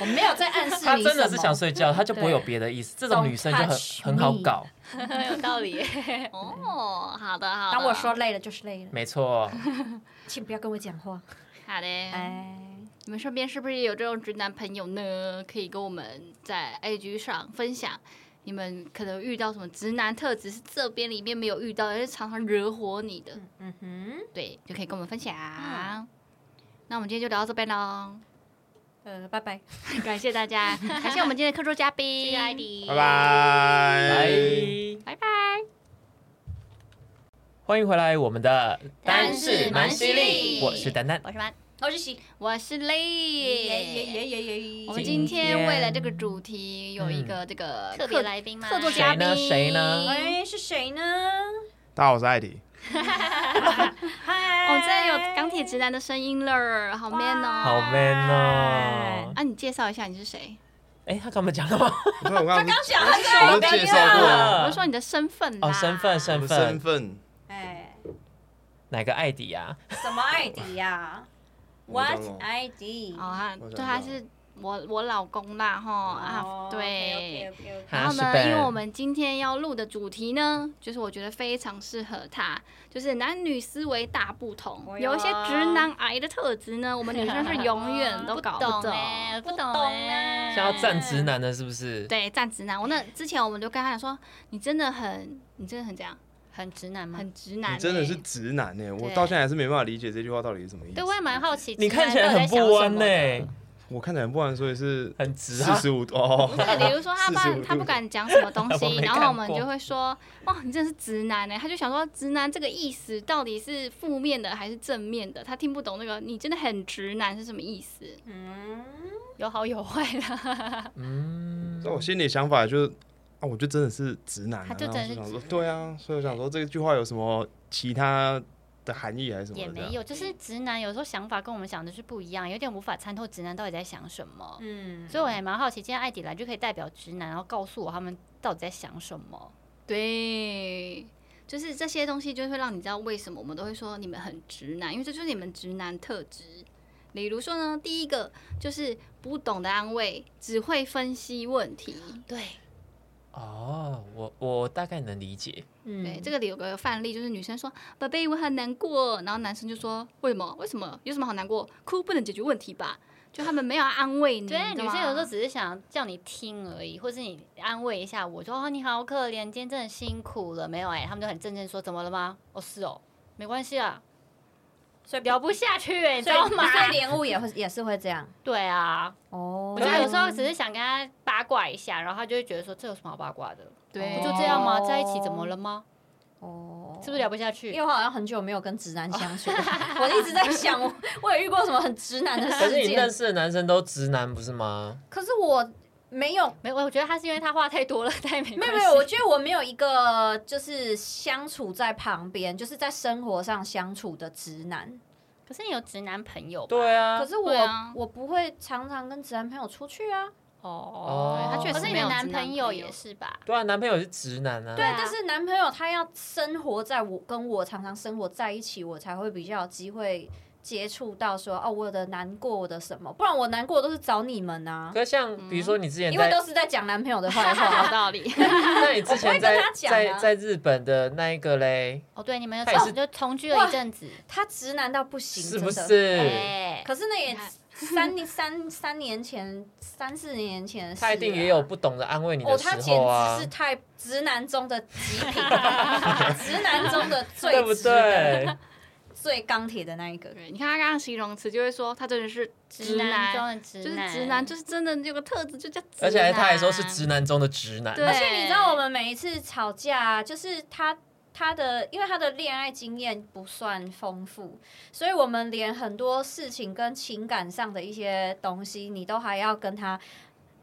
Speaker 7: 我没有在暗示你
Speaker 3: 他真的
Speaker 7: 什
Speaker 3: 是
Speaker 7: 么
Speaker 3: 想睡觉，他就不会有
Speaker 7: 对
Speaker 3: 别的意思。这种女生就
Speaker 7: Don't
Speaker 3: 很
Speaker 7: touch
Speaker 3: 很好
Speaker 7: me
Speaker 3: 搞，
Speaker 5: 很有道理。
Speaker 4: 哦，好的好的。
Speaker 7: 当我说累了就是累了，
Speaker 3: 没错。
Speaker 7: 请不要跟我讲话。
Speaker 4: 好
Speaker 5: 嗯
Speaker 4: 嘞，
Speaker 7: 哎，
Speaker 4: 你们身边是不是也有这种直男朋友呢？可以跟我们在 IG 上分享。你们可能遇到什么直男特质是这边里面没有遇到，但是常常惹火你的，
Speaker 7: 嗯哼，
Speaker 4: 对，就可以跟我们分享。
Speaker 5: 嗯
Speaker 4: 那我们今天就聊到这边
Speaker 5: *laughs*
Speaker 4: 喽，
Speaker 7: 呃，拜拜。
Speaker 4: 感谢大家， *laughs* 感谢我们今天的客座嘉宾
Speaker 5: 谢艾迪，
Speaker 6: 拜。拜。
Speaker 3: 拜。
Speaker 4: 拜拜。
Speaker 3: 欢迎回来，我们的
Speaker 5: 但是蛮犀利
Speaker 3: 我是丹丹。
Speaker 5: 我是曼，
Speaker 7: 我是喜，
Speaker 4: 我是 Lay。
Speaker 7: 耶耶
Speaker 4: 我们今天为了这个主题有一个这个
Speaker 5: 特别来宾吗？
Speaker 4: 客座嘉宾
Speaker 3: 谁呢谁呢
Speaker 7: 哎，是谁呢？
Speaker 6: 大家好，我是艾迪。
Speaker 7: 嗨，
Speaker 4: 哦，真的有钢铁直男的声音了，好 man 哦！
Speaker 3: 好 man 哦！
Speaker 4: 啊，你介绍一下你是谁？
Speaker 3: 哎，他刚刚讲了吗？
Speaker 6: 我刚刚
Speaker 7: 刚想很久，
Speaker 6: 我都介绍过了
Speaker 4: 我是说你的身份啦。
Speaker 3: 啊哦，身份
Speaker 6: 我
Speaker 3: 身
Speaker 6: 的身
Speaker 3: 份，
Speaker 6: 份，
Speaker 7: 哎，
Speaker 3: 哪个艾迪啊？
Speaker 7: 什么 ID 呀？What
Speaker 6: 我
Speaker 7: ID？
Speaker 4: 哦，他
Speaker 6: 我想
Speaker 4: 对，他是我我老公啦，吼
Speaker 7: 哦
Speaker 4: 啊，对。
Speaker 7: ，OK，OK，OK，OK，
Speaker 5: 啊
Speaker 4: 然后
Speaker 3: 哈
Speaker 4: 呢，
Speaker 3: 士
Speaker 4: 因为
Speaker 3: 本
Speaker 4: 我们今天要录的主题呢，就是我觉得非常适合他，就是男女思维大不同，
Speaker 7: 哎呦
Speaker 4: 有一些直男癌的特质呢，我们女生是永远都搞
Speaker 5: *laughs* 不懂
Speaker 4: 懂。
Speaker 5: 哎，不懂
Speaker 7: 懂
Speaker 5: 哎
Speaker 7: 哎，
Speaker 3: 想要站直男的，是不是？
Speaker 4: 对，站直男。我那之前我们就跟他讲说，你真的很，你真的很怎样，
Speaker 5: 很直男吗？嗯
Speaker 4: 很直男、
Speaker 6: 你
Speaker 4: 欸。
Speaker 6: 真的是直男欸呢、我
Speaker 5: 对
Speaker 6: 到现在还是没办法理解这句话到底是什么意思
Speaker 5: 对，。我也蛮好奇，
Speaker 3: 你看起来很不弯呢、
Speaker 6: 我看起来不管说也是
Speaker 3: 很直
Speaker 6: 四
Speaker 3: 啊。
Speaker 6: 十五
Speaker 5: *laughs*
Speaker 6: 哦， *laughs*
Speaker 4: 对，比如说他
Speaker 6: 45
Speaker 4: 不
Speaker 6: 度
Speaker 4: 他不敢讲什么东
Speaker 3: *laughs* 我没
Speaker 4: 西，
Speaker 3: 看
Speaker 4: 然后我们
Speaker 3: 过
Speaker 4: 就会说，哇，你真的是直男欸呢、他就想说，直男这个意思到底是负面的还是正面的？他听不懂那个，你真的很直男是什么意思？
Speaker 7: 嗯，
Speaker 4: 有好有坏啦。
Speaker 3: 嗯，
Speaker 6: 那我心里想法就是。啊，我就真的是直男、啊，
Speaker 5: 他就
Speaker 6: 然后
Speaker 5: 真的是
Speaker 6: 想说
Speaker 5: 直男
Speaker 6: 对啊，所以我想说这句话有什么其他的含义还是什么的？
Speaker 5: 也没有，就是直男有时候想法跟我们想的是不一样，有点无法参透直男到底在想什么。
Speaker 7: 嗯，
Speaker 5: 所以我还蛮好奇，今天艾迪来就可以代表直男，然后告诉我他们到底在想什么。
Speaker 4: 对，就是这些东西就会让你知道为什么我们都会说你们很直男，因为这就是你们直男特质。比如说呢，第一个就是不懂得安慰，只会分析问题。
Speaker 5: 对，
Speaker 3: 哦，我我大概能理
Speaker 7: *laughs*
Speaker 3: 解。
Speaker 7: 嗯
Speaker 4: 对，这个里有个范例，就是女生说：“宝贝，我很难过。”然后男生就说：“为什么？为什么？有什么好难过？哭不能解决问题吧？”就他们没有要安慰你。
Speaker 5: 对，
Speaker 4: 你
Speaker 5: 女
Speaker 4: 知道
Speaker 5: 生有时候
Speaker 4: 吗
Speaker 5: 只是想叫你听而已，或是你安慰一下我，说哦你好可怜，今天真的辛苦了，没有哎、他们就很正正说怎么了吗？哦是哦，没关系啊，
Speaker 7: 所以
Speaker 5: 聊不下去哎、你知
Speaker 7: 所
Speaker 5: 道
Speaker 7: 以
Speaker 5: 吗？
Speaker 7: 所以莲雾也会也是会这样
Speaker 5: 对啊，
Speaker 7: 哦
Speaker 5: *laughs* 我觉得有时候只是想跟他八卦一下，然后他就会觉得说这有什么好八卦的，
Speaker 4: 对，
Speaker 5: 不就
Speaker 4: *laughs*
Speaker 5: 这样吗？在一起怎么了吗？
Speaker 7: 哦
Speaker 5: 是不是聊不下去
Speaker 7: 因为？我好像很久没有跟直男相
Speaker 5: *laughs*
Speaker 7: 处，我一直在想，我我有遇过什么很直男的
Speaker 3: 可
Speaker 7: 事
Speaker 3: 是你认
Speaker 7: 情，
Speaker 3: 识的男生都直男不是吗？
Speaker 7: 可是我没有，
Speaker 5: 没有，我觉得他是因为他话太多了， *laughs* 他也没
Speaker 7: 没
Speaker 5: 关
Speaker 7: 有
Speaker 5: 系
Speaker 7: 没有，我觉得我没有一个就是相处在旁边，就是在生活上相处的直男。
Speaker 5: 可是你有直男朋友吧？
Speaker 3: 对啊，
Speaker 7: 可是我、
Speaker 4: 对啊
Speaker 7: 我不会常常跟直男朋友出去啊，
Speaker 5: 哦，
Speaker 3: 对他确
Speaker 5: 可
Speaker 3: 实
Speaker 5: 是你
Speaker 4: 没
Speaker 5: 的
Speaker 4: 有
Speaker 5: 男
Speaker 4: 直男
Speaker 5: 朋友
Speaker 4: 朋友
Speaker 5: 也是吧？
Speaker 3: 对啊，男朋友也是直男啊。
Speaker 7: 对
Speaker 5: 啊
Speaker 7: 但是男朋友他要生活在我跟我常常生活在一起，我才会比较有机会接触到说哦，我的难过，我的什么，不然我难过都是找你们啊，
Speaker 3: 可是像比如说你之前
Speaker 7: 因为
Speaker 3: 在，
Speaker 7: 都是在讲男朋友的坏
Speaker 4: 有
Speaker 7: 话。
Speaker 4: 道理。
Speaker 3: *laughs* 那你之
Speaker 7: 我不
Speaker 3: 前
Speaker 7: 会跟
Speaker 3: 在
Speaker 7: 他讲啊
Speaker 3: 在在日本的那一个嘞，
Speaker 5: 哦，对，你们有
Speaker 3: 他也是
Speaker 5: 同就同居了一阵子，
Speaker 7: 他直男到不行，
Speaker 3: 是不
Speaker 7: 真的？
Speaker 3: 是？
Speaker 5: 哎，
Speaker 7: 可是那也
Speaker 4: 你看
Speaker 7: 三年三三年前、三四年前的事、啊，
Speaker 3: 他一定也有不懂得安慰你
Speaker 7: 哦，
Speaker 3: 的时
Speaker 7: 他简
Speaker 3: 候啊
Speaker 7: 直是，太直男中的极品，直男中的最
Speaker 3: 对不
Speaker 7: 直啊的
Speaker 3: 对？
Speaker 7: 最钢铁的那一个。
Speaker 4: 对，你看他刚刚形容词就会说他真的是
Speaker 5: 直男中的直
Speaker 4: 就是
Speaker 5: 男，
Speaker 4: 直男，就是真的有个特质就叫直男。
Speaker 3: 而且还他还说是直男中的直男，
Speaker 4: 对，
Speaker 7: 而且你知道我们每一次吵架、啊，就是他他的，因为他的恋爱经验不算丰富，所以我们连很多事情跟情感上的一些东西，你都还要跟他。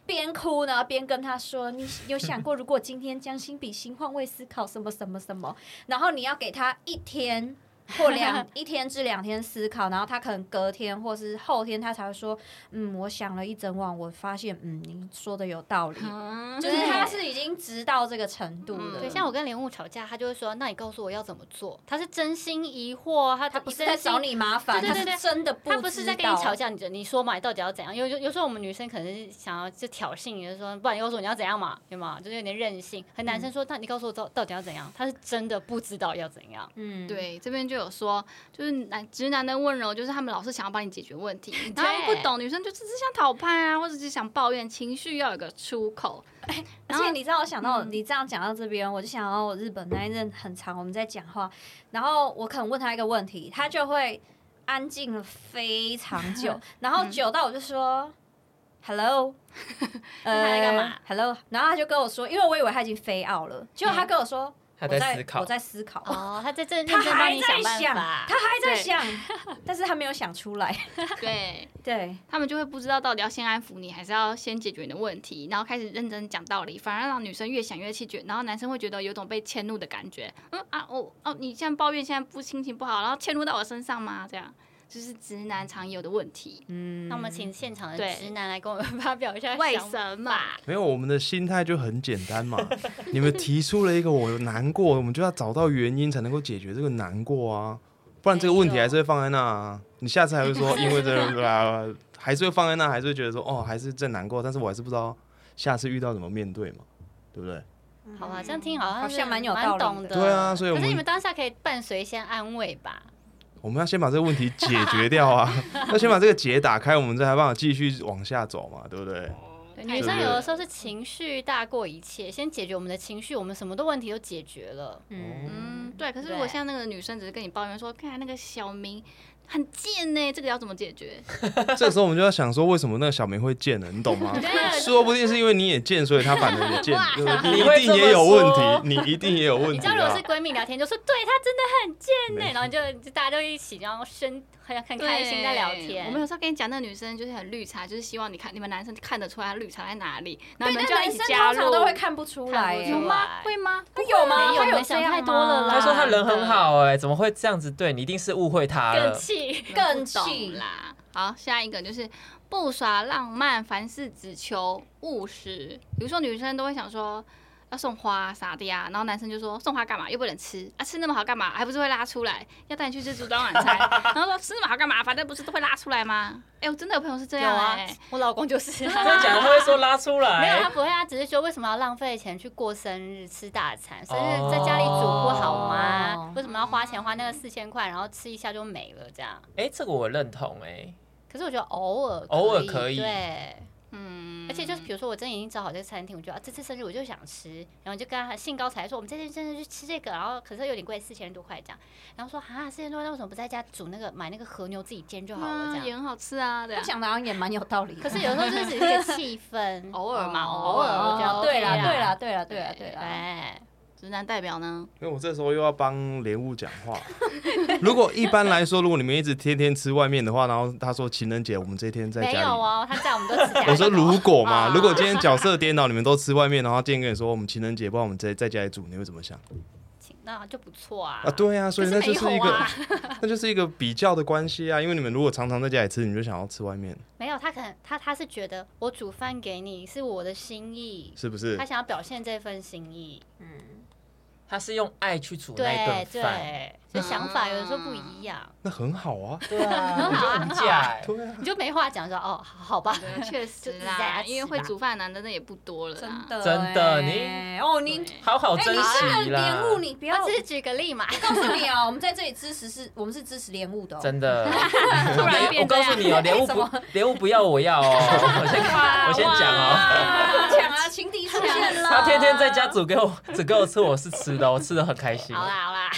Speaker 7: 边哭呢，边跟他说：“你有想过，如果今天将心比心，换位思考，什么什么什么？”然后你要给他一天或两一天至两天思考，然后他可能隔天或是后天，他才会说：“嗯，我想了一整晚，我发现，嗯，你说的有道理。”
Speaker 4: 嗯
Speaker 7: 就是他是已经直到这个程度了。
Speaker 4: 嗯
Speaker 5: 对，像我跟莲雾吵架，他就会说：“那你告诉我要怎么做？”他是真心疑惑，他
Speaker 7: 他不是在找，你麻烦，
Speaker 5: 对对对
Speaker 7: 他是真的不
Speaker 5: 他不是在跟你
Speaker 7: 知道
Speaker 5: 吵。架，你就你说嘛，你到底要怎样？有有有时候我们女生可能是想要就挑衅，就是说，不然你告诉我你要怎样嘛，对吗？就是有点任性。和男生说：“那你告诉我到到底要怎样？”他是真的不知道要怎样。
Speaker 7: 嗯，
Speaker 4: 对，这边就有说，就是男直男的温柔，就是他们老是想要帮你解决问题，然后不懂女生就只是想讨拍啊，或者是想抱怨，情绪要有个出口。
Speaker 7: 而
Speaker 4: 然后
Speaker 7: 且你知道，我想到、
Speaker 4: 嗯
Speaker 7: 你这样讲到这边，我就想到我日本那一任很长，我们在讲话，然后我可能问他一个问题，他就会安静了非常 *laughs* 久，然后久到我就说。Hello，呃
Speaker 5: 他在干嘛
Speaker 7: ？Hello，然后他就跟我说，因为我以为他已经飞奥了，结果他跟我说，
Speaker 3: 他
Speaker 7: 我
Speaker 3: 在思考
Speaker 7: 我。在思考，
Speaker 5: 哦，他在这认
Speaker 7: 他
Speaker 5: 真帮
Speaker 7: 还
Speaker 5: 你
Speaker 7: 在
Speaker 5: 办
Speaker 7: 想，
Speaker 5: 法。
Speaker 7: 他还在想，但是他没有想出来。
Speaker 4: 对
Speaker 7: 对，
Speaker 4: 他们就会不知道到底要先安抚你，还是要先解决你的问题，然后开始认真讲道理，反而让女生越想越气绝，然后男生会觉得有种被迁怒的感觉。嗯啊，哦哦，你现在抱怨现在不心情不好，然后迁怒到我身上吗？这样就是直男常有的问题。
Speaker 7: 嗯
Speaker 5: 那我们请现场的
Speaker 4: 对
Speaker 5: 直男来跟我们发 *laughs* 表一下
Speaker 4: 为
Speaker 5: 想法
Speaker 4: 什么？
Speaker 6: 没有，我们的心态就很简单嘛。你们提出了一个我有难过，我们就要找到原因才能够解决这个难过啊，不然这个问题还是会放在那、啊。你下次还会说，因为这个 *laughs* 啦，还是会放在那，还是会觉得说，哦，还是在难过，但是我还是不知道下次遇到怎么面对嘛，对不对？
Speaker 5: 好啊吧，这样听好像
Speaker 7: 好像
Speaker 5: 是
Speaker 7: 蛮有
Speaker 5: 蛮
Speaker 7: 道理
Speaker 5: 懂
Speaker 7: 的
Speaker 5: 的。
Speaker 6: 对啊所以我
Speaker 5: 可是
Speaker 6: 们
Speaker 5: 你们当下可以伴随一些安慰吧。
Speaker 6: 我们要先把这个问题解决掉啊，要先把这个结打开，我们才有办法继续往下走嘛，对不对？
Speaker 5: 对女生有的时候是情绪大过一切，先解决我们的情绪，我们什么的问题都解决了。
Speaker 7: 嗯
Speaker 3: 哦
Speaker 4: 嗯，对。可是如果
Speaker 5: 对
Speaker 4: 像那个女生只是跟你抱怨说，看那个小明很贱呢、这个要怎么解决？
Speaker 6: 这时候我们就要想说，为什么那个小明会贱呢？你懂吗？
Speaker 5: *laughs* 对
Speaker 6: 说不定是因为你也贱，所以他反而也贱，就是你
Speaker 3: 你会
Speaker 6: 一定
Speaker 3: 这么
Speaker 6: 也有
Speaker 3: 说
Speaker 6: 问题，你一定也有问
Speaker 5: 你知
Speaker 6: 题
Speaker 5: 道，如果
Speaker 6: 啊
Speaker 5: 是！闺蜜聊天，就说对她真的很贱呢、
Speaker 6: 没
Speaker 5: 然后就就大家都一起，然后生很很开心在聊天。
Speaker 4: 我们有时候跟你讲，那女生就是很绿茶，就是希望你看你们男生看得出来绿茶在哪里，然后
Speaker 7: 对，
Speaker 4: 你们
Speaker 7: 但
Speaker 4: 就要
Speaker 7: 男
Speaker 4: 一起
Speaker 7: 生
Speaker 4: 加
Speaker 7: 通
Speaker 4: 入。
Speaker 7: 常都会看不出来
Speaker 5: 看不
Speaker 7: 欸，
Speaker 5: 出
Speaker 4: 有
Speaker 5: 来
Speaker 4: 吗？会吗？
Speaker 7: 他有吗？
Speaker 5: 没有
Speaker 7: 他有
Speaker 5: 你想
Speaker 7: 这样
Speaker 5: 太多了啦
Speaker 7: 吗
Speaker 3: 他说他人很好哎、怎么会这样子对你？一定是误会他
Speaker 5: 更
Speaker 3: 了。
Speaker 5: 气，
Speaker 7: 更
Speaker 4: 不懂
Speaker 7: 气
Speaker 4: 啦。好，下一个就是不耍浪漫，凡事只求务实。比如说女生都会想说要送花啥的呀，然后男生就说送花干嘛？又不能吃啊，吃那么好干嘛？还不是会拉出来？要带你去吃烛光晚餐，然后说吃那么好干嘛？反正不是都会拉出来吗？哎、我真的有朋友是这
Speaker 5: 有
Speaker 4: 样
Speaker 5: 啊
Speaker 4: 哎、，
Speaker 5: 我老公就是。
Speaker 3: 真的假的？他会说拉出
Speaker 5: 没有，
Speaker 3: 来
Speaker 5: 他？不会，他只是说为什么要浪费钱去过生日吃大餐？生日在家里煮不好吗？
Speaker 7: 哦
Speaker 5: 为什么要花钱花那个四千块，然后吃一下就没了这样？
Speaker 3: 哎、这个我认同哎、
Speaker 5: 可是我觉得偶尔
Speaker 3: 偶尔可以
Speaker 5: 对。
Speaker 4: 嗯，
Speaker 5: 而且就是比如说，我真的已经找好这个餐厅，我觉得、啊、这次生日我就想吃，然后就跟他兴高采烈说，我们这次生日去吃这个，然后可是有点贵，四千多块这样。然后说啊，四千多块，那为什么不在家煮那个买那个和牛自己煎就好了
Speaker 4: 啊
Speaker 5: 这
Speaker 4: 也
Speaker 5: 样？
Speaker 4: 很好吃啊，对
Speaker 7: 他
Speaker 4: 啊。
Speaker 7: 讲的好像也蛮有道理的。
Speaker 5: 可是有时候就是只是一个气氛，
Speaker 4: *laughs* 偶尔嘛
Speaker 5: 哦
Speaker 4: 偶尔
Speaker 5: 我觉得
Speaker 7: 哦对
Speaker 5: OK
Speaker 7: 啦，
Speaker 4: 啊
Speaker 5: 啦，
Speaker 7: 对啦，对啦，对啦，对啦。
Speaker 5: 对，
Speaker 4: 直男代表呢？
Speaker 6: 因为我这时候又要帮莲雾讲话。 *laughs* 如果一般来说，如果你们一直天天吃外面的话，然后他说情人节我们这天在
Speaker 5: 没
Speaker 6: 家
Speaker 5: 有
Speaker 6: 里。
Speaker 5: 哦，他在我们都吃家
Speaker 6: *laughs*
Speaker 5: 里。
Speaker 6: 我说如果嘛，
Speaker 5: 哦
Speaker 6: 如果今天角色颠倒，你们都吃外面，然后今天跟你说我们情人节，不然我们在在家里煮，你会怎么想
Speaker 5: 那就不错啊。
Speaker 6: 啊？对啊，所以那就
Speaker 4: 可
Speaker 6: 是一
Speaker 4: 没有
Speaker 6: 个 *laughs*
Speaker 4: 啊，
Speaker 6: 那就是一个比较的关系啊。因为你们如果常常在家里吃，你就想要吃外面，
Speaker 5: *laughs* 没有，他可能他他是觉得我煮饭给你是我的心意，
Speaker 6: 是不是
Speaker 5: 他？想要表现这份心意。
Speaker 3: 他是用爱去煮那一
Speaker 5: 对
Speaker 3: 顿饭，
Speaker 5: 对，就想法有的时候不一样，
Speaker 6: 那很好啊，
Speaker 3: *laughs* 对啊，你就无价哎、
Speaker 6: 对啊。
Speaker 5: 你就没话讲说哦，好好吧， *laughs*
Speaker 4: *laughs* 确实
Speaker 5: 就自在
Speaker 4: 啦，
Speaker 5: 啊
Speaker 4: 因为会煮饭的男的真的也不多了啦，
Speaker 7: 真的
Speaker 3: 真的
Speaker 7: 欸哦，你
Speaker 4: 对
Speaker 3: 好欸好
Speaker 7: 哎，
Speaker 3: 珍
Speaker 7: 你这
Speaker 3: 惜
Speaker 7: 个
Speaker 3: 啦
Speaker 7: 莲雾，，你不要
Speaker 5: 我只是举个
Speaker 6: *laughs*
Speaker 5: 例嘛。
Speaker 7: 告诉你哦，我们在这里支持是，我们是支持莲雾的哦。
Speaker 3: 真的。 *laughs*
Speaker 4: 突然
Speaker 3: 我
Speaker 4: 变这
Speaker 3: 告
Speaker 4: 样
Speaker 3: 诉你哦，莲雾不莲雾不要，我要哦。我先我先讲哦，
Speaker 7: 啊，抢啊，情敌出现了。
Speaker 3: 他天天在家煮给我煮给我吃，我是吃的，我吃的很开
Speaker 6: 嗯
Speaker 3: 心。
Speaker 5: 好啦好啦，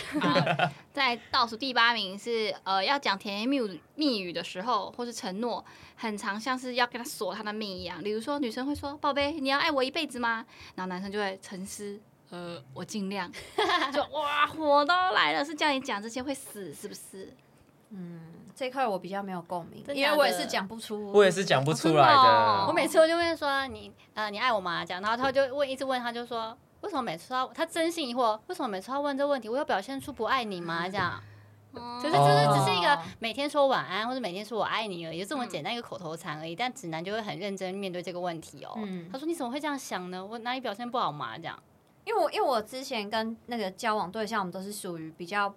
Speaker 4: 好在倒数第八名是呃，要讲甜言蜜语蜜语的时候，或是承诺，很常像是要跟他锁他的命一样。比如说，女生会说：“宝贝，你要爱我一辈子吗？”然后男生就会沉思：“呃，我尽量。” *laughs* 就哇，火都来了，是叫你讲这些会死是不是？
Speaker 7: 这块我比较没有共鸣，
Speaker 5: 真的
Speaker 7: 因为
Speaker 5: 假
Speaker 7: 我也
Speaker 5: 的
Speaker 7: 是讲不出。
Speaker 3: 我也是讲不出来
Speaker 4: 哦真的哦
Speaker 5: 我
Speaker 3: 的。
Speaker 5: 每次我就问说你呃你爱我吗？这样，然后他就问一直问，他就说为什么每次他他真心疑惑，为什么每次要问这问题？我有表现出不爱你吗？这样，
Speaker 4: 哦：“
Speaker 5: 就是就是
Speaker 3: 哦
Speaker 5: 只是一个每天说晚安或者每天说我爱你而已，就这么简单一个口头禅而已。但指南就会很认真面对这个问题哦。
Speaker 7: 嗯
Speaker 5: 他说你怎么会这样想呢？我哪里表现不好嘛？这样，
Speaker 7: 因为我因为我之前跟那个交往对象，我们都是属于比较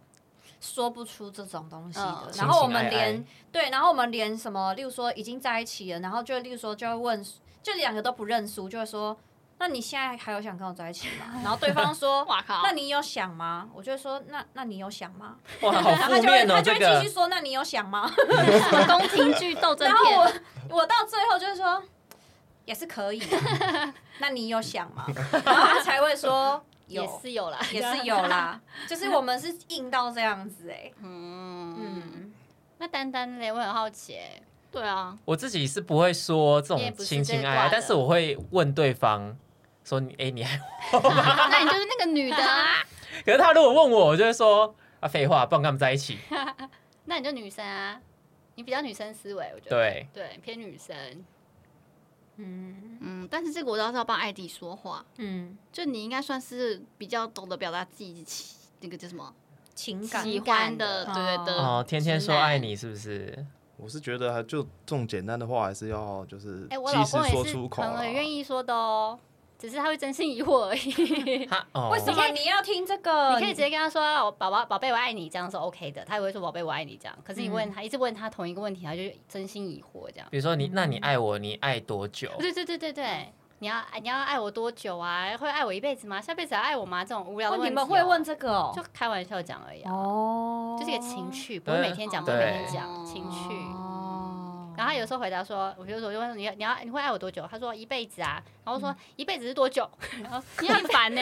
Speaker 7: 说不出这种东西的
Speaker 5: 嗯，
Speaker 7: 然后我
Speaker 3: 情
Speaker 7: 们
Speaker 3: 情爱爱
Speaker 7: 连对，然后我们连什么，例如说已经在一起了，然后就例如说就会问，就两个都不认输，就会说。那你现在还有想跟我在一起吗？然后对方说
Speaker 5: *laughs*
Speaker 4: 哇靠
Speaker 7: 那你有想吗？”我就会说：“那那你有想
Speaker 3: *laughs*
Speaker 7: 吗
Speaker 3: 哇，？”好
Speaker 7: 然后他
Speaker 3: 负
Speaker 7: 就会
Speaker 3: 面
Speaker 7: 他
Speaker 3: 哦，
Speaker 7: 就
Speaker 3: 这
Speaker 7: 会继
Speaker 3: 个
Speaker 7: 续说：“那你有想吗？”
Speaker 4: 什么宫廷剧斗争
Speaker 7: 然后
Speaker 4: 片？
Speaker 7: 我我到最后就是说，也是可以啊。
Speaker 5: *laughs*
Speaker 7: 那你有想吗？然后他才会说有
Speaker 5: 也，是啊有啦，
Speaker 7: 也是有啦。就是我们是硬到这样子哎、
Speaker 4: 嗯，
Speaker 7: 嗯，
Speaker 5: 那丹丹嘞，我很好奇哎、
Speaker 4: 对啊，
Speaker 3: 我自己是不会说这
Speaker 5: 你也
Speaker 3: 种
Speaker 5: 不是
Speaker 3: 亲亲
Speaker 5: 这
Speaker 3: 爱
Speaker 5: 挂
Speaker 3: 爱
Speaker 5: 的，
Speaker 3: 但是我会问对方说你 *laughs* 哎你还，
Speaker 4: 那你就是那个女的 *laughs* 啊，
Speaker 3: 可是他如果问我，我就会说啊废话，不然跟他们在一
Speaker 5: *laughs*
Speaker 3: 起。
Speaker 5: 那你就女生啊，你比较女生思维，我觉得
Speaker 3: 对，
Speaker 5: 对偏女生。
Speaker 7: 嗯
Speaker 4: 嗯，但是这个我倒是要帮艾迪说话，
Speaker 7: 嗯，
Speaker 4: 就你应该算是比较懂得表达自己喜那个叫什么
Speaker 7: 情感
Speaker 4: 喜欢的，
Speaker 7: 情
Speaker 4: 对对
Speaker 7: 感的
Speaker 5: 嗯
Speaker 4: 对。
Speaker 3: 哦，天天说
Speaker 4: 直男
Speaker 3: 爱你是不是？
Speaker 6: 我是觉得，就这种简单的话，还是要就是
Speaker 5: 哎、我
Speaker 6: 及
Speaker 5: 老
Speaker 6: 时
Speaker 5: 公
Speaker 6: 说
Speaker 5: 也是
Speaker 6: 出口
Speaker 5: 很
Speaker 6: 啊。
Speaker 5: 很愿意说的哦，只是他会真心疑惑而已。 *laughs*
Speaker 3: 他哦，
Speaker 7: 为什么你要听这个？
Speaker 5: 你可以直接跟他说啊“我宝宝，宝贝，我爱你”，这样是 OK 的，他也会说“宝贝，我爱你”这样。可是你问
Speaker 7: 嗯
Speaker 5: 他，一直问他同一个问题，他就真心疑惑这样。
Speaker 3: 比如说你，那你爱我，你爱多久？
Speaker 5: 对对对对对，你要你要爱我多久啊？会爱我一辈子吗？下辈子还爱我吗？这种无聊的
Speaker 7: 哦，
Speaker 5: 问题、
Speaker 7: 你们会问，这个哦？
Speaker 5: 就开玩笑讲而已啊，
Speaker 7: 哦
Speaker 5: 就是一个情。趣，不会
Speaker 3: 对
Speaker 5: 每天讲，不
Speaker 3: 对
Speaker 5: 会每天讲情趣。
Speaker 7: 哦
Speaker 5: 然后他有时候回答说，我就说，我就问说你你要你会爱我多久？他说一辈子啊。然后我说一辈子是多久？ *laughs* 然后
Speaker 4: 你很烦呢、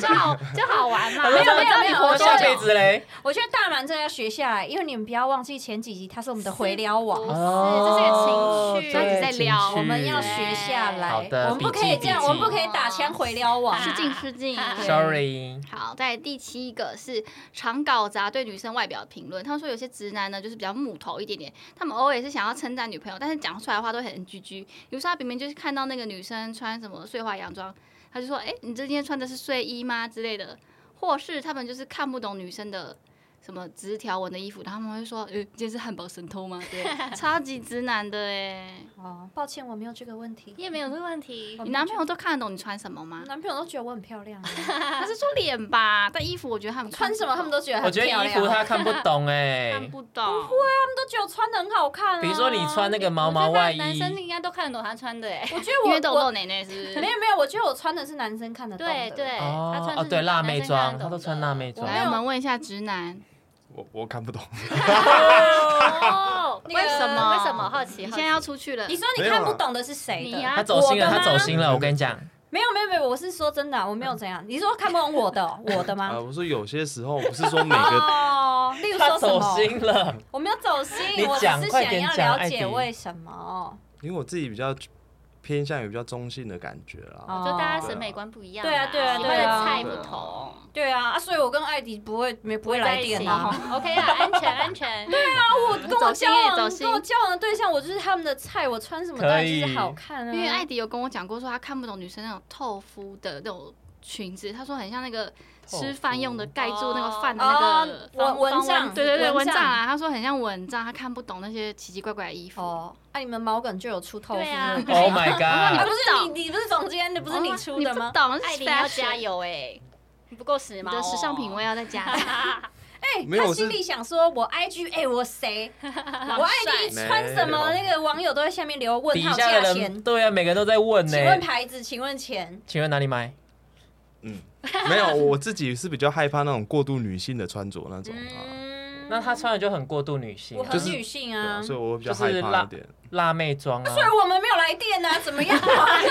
Speaker 5: 就好就好玩嘛。
Speaker 7: 没有
Speaker 5: 然后
Speaker 7: 没有没有
Speaker 5: 我
Speaker 7: 我说
Speaker 5: 知道你活多
Speaker 3: 下
Speaker 5: 久
Speaker 3: 辈子嘞，
Speaker 7: 我觉得大蛮真的要学下来，因为你们不要忘记前几集它是我们的回撩
Speaker 5: 不
Speaker 7: 网，
Speaker 5: 是
Speaker 7: 哦
Speaker 5: 这是个情
Speaker 7: 对
Speaker 5: 绪，
Speaker 7: 他只
Speaker 4: 在聊
Speaker 3: 情绪
Speaker 7: 我们要学下来，
Speaker 3: 好的
Speaker 7: 我们不可以这
Speaker 3: 笔记笔
Speaker 7: 样，
Speaker 3: 记
Speaker 7: 我们不可以打枪回撩啊网。
Speaker 4: 失敬失 *laughs* 敬。
Speaker 5: 对
Speaker 3: *laughs* Sorry，
Speaker 4: 好，在第七个是常搞砸对女生外表的评论。他们说有些直男呢，就是比较木头一点点，他们偶尔也是想要称赞女朋友，但是讲出来的话都很 GG。比如说他明明就是看到那个女生穿什么碎花洋装，他就说：“哎、你这今天穿的是睡衣吗？”之类的，或是他们就是看不懂女生的。什么直条纹的衣服，他们会说，呃，今天是汉堡神偷吗？对，超级直男的哎，
Speaker 7: 哦，抱歉，我没有这个问题。
Speaker 5: 你也没有这个问题
Speaker 7: 我。
Speaker 4: 你男朋友都看得懂你穿什么吗？
Speaker 7: 男朋友都觉得我很漂亮啊，
Speaker 4: 他是说脸吧，但衣服我觉得他们
Speaker 7: *laughs* 穿什么他们
Speaker 4: 都
Speaker 7: 都觉得
Speaker 3: 我
Speaker 7: 很
Speaker 3: 觉
Speaker 7: 漂
Speaker 3: 得
Speaker 7: 亮。
Speaker 3: 衣服他看不懂哎、
Speaker 4: 看不懂。不会
Speaker 7: 他们都觉得我穿的很好看啊。
Speaker 3: 比如说你穿那个毛毛
Speaker 5: 我觉得
Speaker 3: 外衣，
Speaker 5: 男生应该都看得懂他穿的哎。
Speaker 7: 我觉
Speaker 4: *laughs* 因为
Speaker 7: 得
Speaker 4: 都
Speaker 7: 我
Speaker 4: 有露
Speaker 7: 我
Speaker 4: 奶奶是不是？
Speaker 7: 没有没有，我觉得我穿的是男生看
Speaker 5: *laughs*
Speaker 7: 得懂的。
Speaker 5: 对对，
Speaker 3: 哦
Speaker 5: 他穿
Speaker 3: 哦
Speaker 5: 是
Speaker 3: 对辣
Speaker 5: 男
Speaker 3: 妹
Speaker 5: 生
Speaker 3: 装
Speaker 5: 看得
Speaker 3: 他都
Speaker 5: 懂
Speaker 3: 穿
Speaker 5: 的
Speaker 3: 辣妹装
Speaker 7: 我没
Speaker 4: 来，
Speaker 5: 啊
Speaker 7: 有
Speaker 4: 我们问一下直男，
Speaker 6: 我我看不懂，
Speaker 5: 哦，
Speaker 7: 那个
Speaker 5: 为什么？为什么？好奇，
Speaker 4: 你
Speaker 5: 好
Speaker 4: 现在
Speaker 5: 奇
Speaker 4: 要出去了
Speaker 7: 你，说你看不懂的是谁的？
Speaker 5: 你呀
Speaker 3: 他走心了，
Speaker 7: 我的
Speaker 3: 他
Speaker 7: 吗
Speaker 3: 走心了，我跟你
Speaker 5: *laughs*
Speaker 3: 讲，
Speaker 7: 没有没有没有，我是说真的啊，我没有怎样。你说看不懂
Speaker 3: *laughs*
Speaker 7: 我的哦，我的
Speaker 6: 啊，
Speaker 7: 吗？
Speaker 6: 我说有些时候不是说每
Speaker 5: *laughs*
Speaker 6: 个
Speaker 7: 哦，例如
Speaker 3: 他
Speaker 7: 说什
Speaker 3: 走
Speaker 7: 么？
Speaker 3: 心了，
Speaker 7: 我没有走心
Speaker 3: 你，
Speaker 7: 我只
Speaker 3: 讲
Speaker 7: 是
Speaker 3: 快
Speaker 7: 想
Speaker 3: 点
Speaker 7: 要
Speaker 3: 讲
Speaker 7: 了
Speaker 3: 艾
Speaker 7: 解
Speaker 3: 迪
Speaker 7: 为什么。
Speaker 6: 因为我自己比较偏向于比较中性的感觉啦。
Speaker 5: 就大
Speaker 7: 哦
Speaker 3: 哦
Speaker 5: 家
Speaker 6: 是
Speaker 5: 审美观不一样嘛，
Speaker 7: 对啊对啊
Speaker 5: 喜欢
Speaker 7: 对啊
Speaker 5: 的菜不同，
Speaker 7: 对啊啊，所以我跟艾迪不会没不会来
Speaker 5: 在一 *laughs*
Speaker 7: 电
Speaker 5: 起
Speaker 7: 啊。
Speaker 5: OK 啊，安全安全。对啊，
Speaker 7: 我跟我
Speaker 4: 走心
Speaker 7: 交
Speaker 4: 耶走
Speaker 7: 往
Speaker 4: 心
Speaker 7: 跟我交往的对象，我就是他们的菜，我穿什么
Speaker 3: 可
Speaker 7: 当然就是
Speaker 3: 以
Speaker 7: 好看啊。
Speaker 4: 因为艾迪有跟我讲过，说他看不懂女生那种透肤的那种裙子，他说很像那个
Speaker 3: 透
Speaker 4: 吃饭用的
Speaker 3: 肤
Speaker 4: 盖住那个饭的那
Speaker 7: 哦
Speaker 4: 个，
Speaker 7: 蚊蚊帐，
Speaker 4: 对对对，蚊
Speaker 7: 蚊
Speaker 4: 帐啊，他说很像蚊帐，他看不懂那些奇奇怪怪的衣服。
Speaker 7: 哦，啊，你们毛梗就有出透肤
Speaker 5: 对啊
Speaker 7: 的。
Speaker 3: Oh my
Speaker 7: 啊，
Speaker 3: god！
Speaker 7: 不是
Speaker 6: 哦
Speaker 4: 懂
Speaker 7: *laughs* 你，你不是总监，你不是你出的
Speaker 4: 你
Speaker 7: 吗
Speaker 4: 不？懂，那
Speaker 5: 哦艾
Speaker 4: 是
Speaker 5: 琳要
Speaker 4: fashion
Speaker 5: 加，油哎，你不够时髦
Speaker 4: 你
Speaker 5: 哦，
Speaker 4: 的时尚品味要再
Speaker 5: *laughs*
Speaker 4: 加强。
Speaker 7: 哎，
Speaker 6: 没有
Speaker 7: 他
Speaker 6: 我是
Speaker 7: 心里想说，我 IG 哎，
Speaker 4: *laughs*
Speaker 7: 我谁？我
Speaker 4: 我
Speaker 7: IG
Speaker 6: 没
Speaker 7: 穿什么？
Speaker 6: 有
Speaker 7: 那个网友都在下面留问
Speaker 3: 底
Speaker 7: 号
Speaker 3: 下
Speaker 7: 价
Speaker 3: 的
Speaker 7: 钱
Speaker 3: 人，对啊，每个人都在问呢、
Speaker 7: 请问牌子，请问钱。
Speaker 3: 请问哪里买？
Speaker 6: 嗯，没有，我自己是比较害怕那种过度女性的穿着那种啊，
Speaker 7: 嗯，
Speaker 3: 那她穿的就很过度女性、
Speaker 7: 我
Speaker 3: 啊，
Speaker 7: 很女性
Speaker 6: 对
Speaker 7: 啊
Speaker 6: 啊，，
Speaker 5: 嗯
Speaker 6: 所以我会比较
Speaker 3: 就是
Speaker 6: 害怕
Speaker 3: 辣
Speaker 6: 一点。
Speaker 3: 辣妹装啊
Speaker 7: 所。以我们没有来电啊，怎么样啊？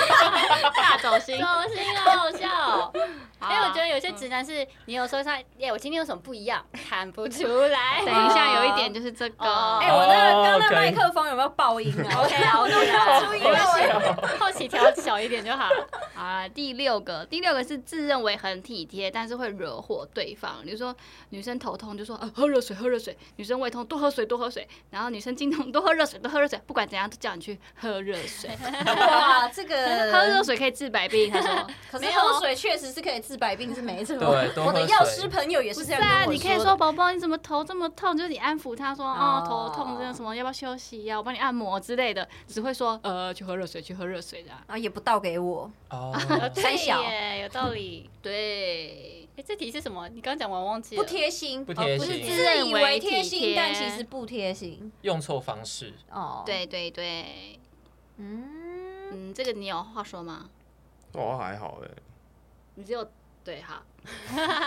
Speaker 4: 大走心
Speaker 5: 走心了，好 *laughs* 笑。因哎为我觉得有些
Speaker 4: 嗯
Speaker 5: 直男是，你有时候他，哎耶，我今天有什么不一样，看不出 *laughs* 来。
Speaker 4: 等一下有一点就是这
Speaker 5: 哦
Speaker 4: 个，
Speaker 7: 哎，我那个刚刚那
Speaker 3: 哦可以
Speaker 7: 麦克风有没有爆音
Speaker 3: *laughs*
Speaker 7: 啊？
Speaker 5: OK *laughs* 啊，OK 啊，
Speaker 7: 注意
Speaker 5: 后后期调小一点就 *laughs* 好。
Speaker 4: 啊，第六个，第六个是自认为很体贴，但是会惹火对方。比如说，女生头痛就说啊喝热水，喝热水；女生胃痛多喝水，多喝水；然后女生经痛多喝热水，多喝热水。不管怎样都叫你去喝热水，
Speaker 5: *laughs*
Speaker 7: 哇，这 *laughs*
Speaker 4: 喝热
Speaker 7: 个，
Speaker 4: 水可以治百病。他
Speaker 5: *laughs*
Speaker 4: 说
Speaker 7: 可
Speaker 4: 没
Speaker 7: 是
Speaker 4: 有
Speaker 7: 喝水确实是可以治百病，是没错。
Speaker 3: 对多喝
Speaker 7: 我的药师朋友也
Speaker 4: 不
Speaker 7: 是
Speaker 4: 是
Speaker 7: 这样跟
Speaker 4: 啊，
Speaker 7: 我
Speaker 4: 你可以
Speaker 7: 的
Speaker 4: 说宝宝你怎么头这么痛，就是你安抚他说哦
Speaker 7: 哦
Speaker 4: 头痛真的什么，要不要休息啊呀、我帮你按摩之类的，只会说呃去喝热水，去喝热水的啊、
Speaker 7: 啊，也不倒给我，
Speaker 3: 哦，
Speaker 7: *laughs* 三小
Speaker 5: 对耶，有道 *laughs* 理。
Speaker 4: 对，
Speaker 5: 哎，这题是什么？你刚讲完忘记了。
Speaker 7: 不贴心，
Speaker 3: 不贴
Speaker 7: 哦
Speaker 3: 心
Speaker 7: 是自以为
Speaker 4: 自
Speaker 7: 贴
Speaker 4: 认为体贴
Speaker 7: 心，但其实不贴心。
Speaker 3: 用错方式，
Speaker 7: 哦，，
Speaker 4: 对对对，
Speaker 7: 嗯，
Speaker 4: 嗯，这个你有话说吗？
Speaker 6: 哦，还好哎，
Speaker 4: 你只有对哈，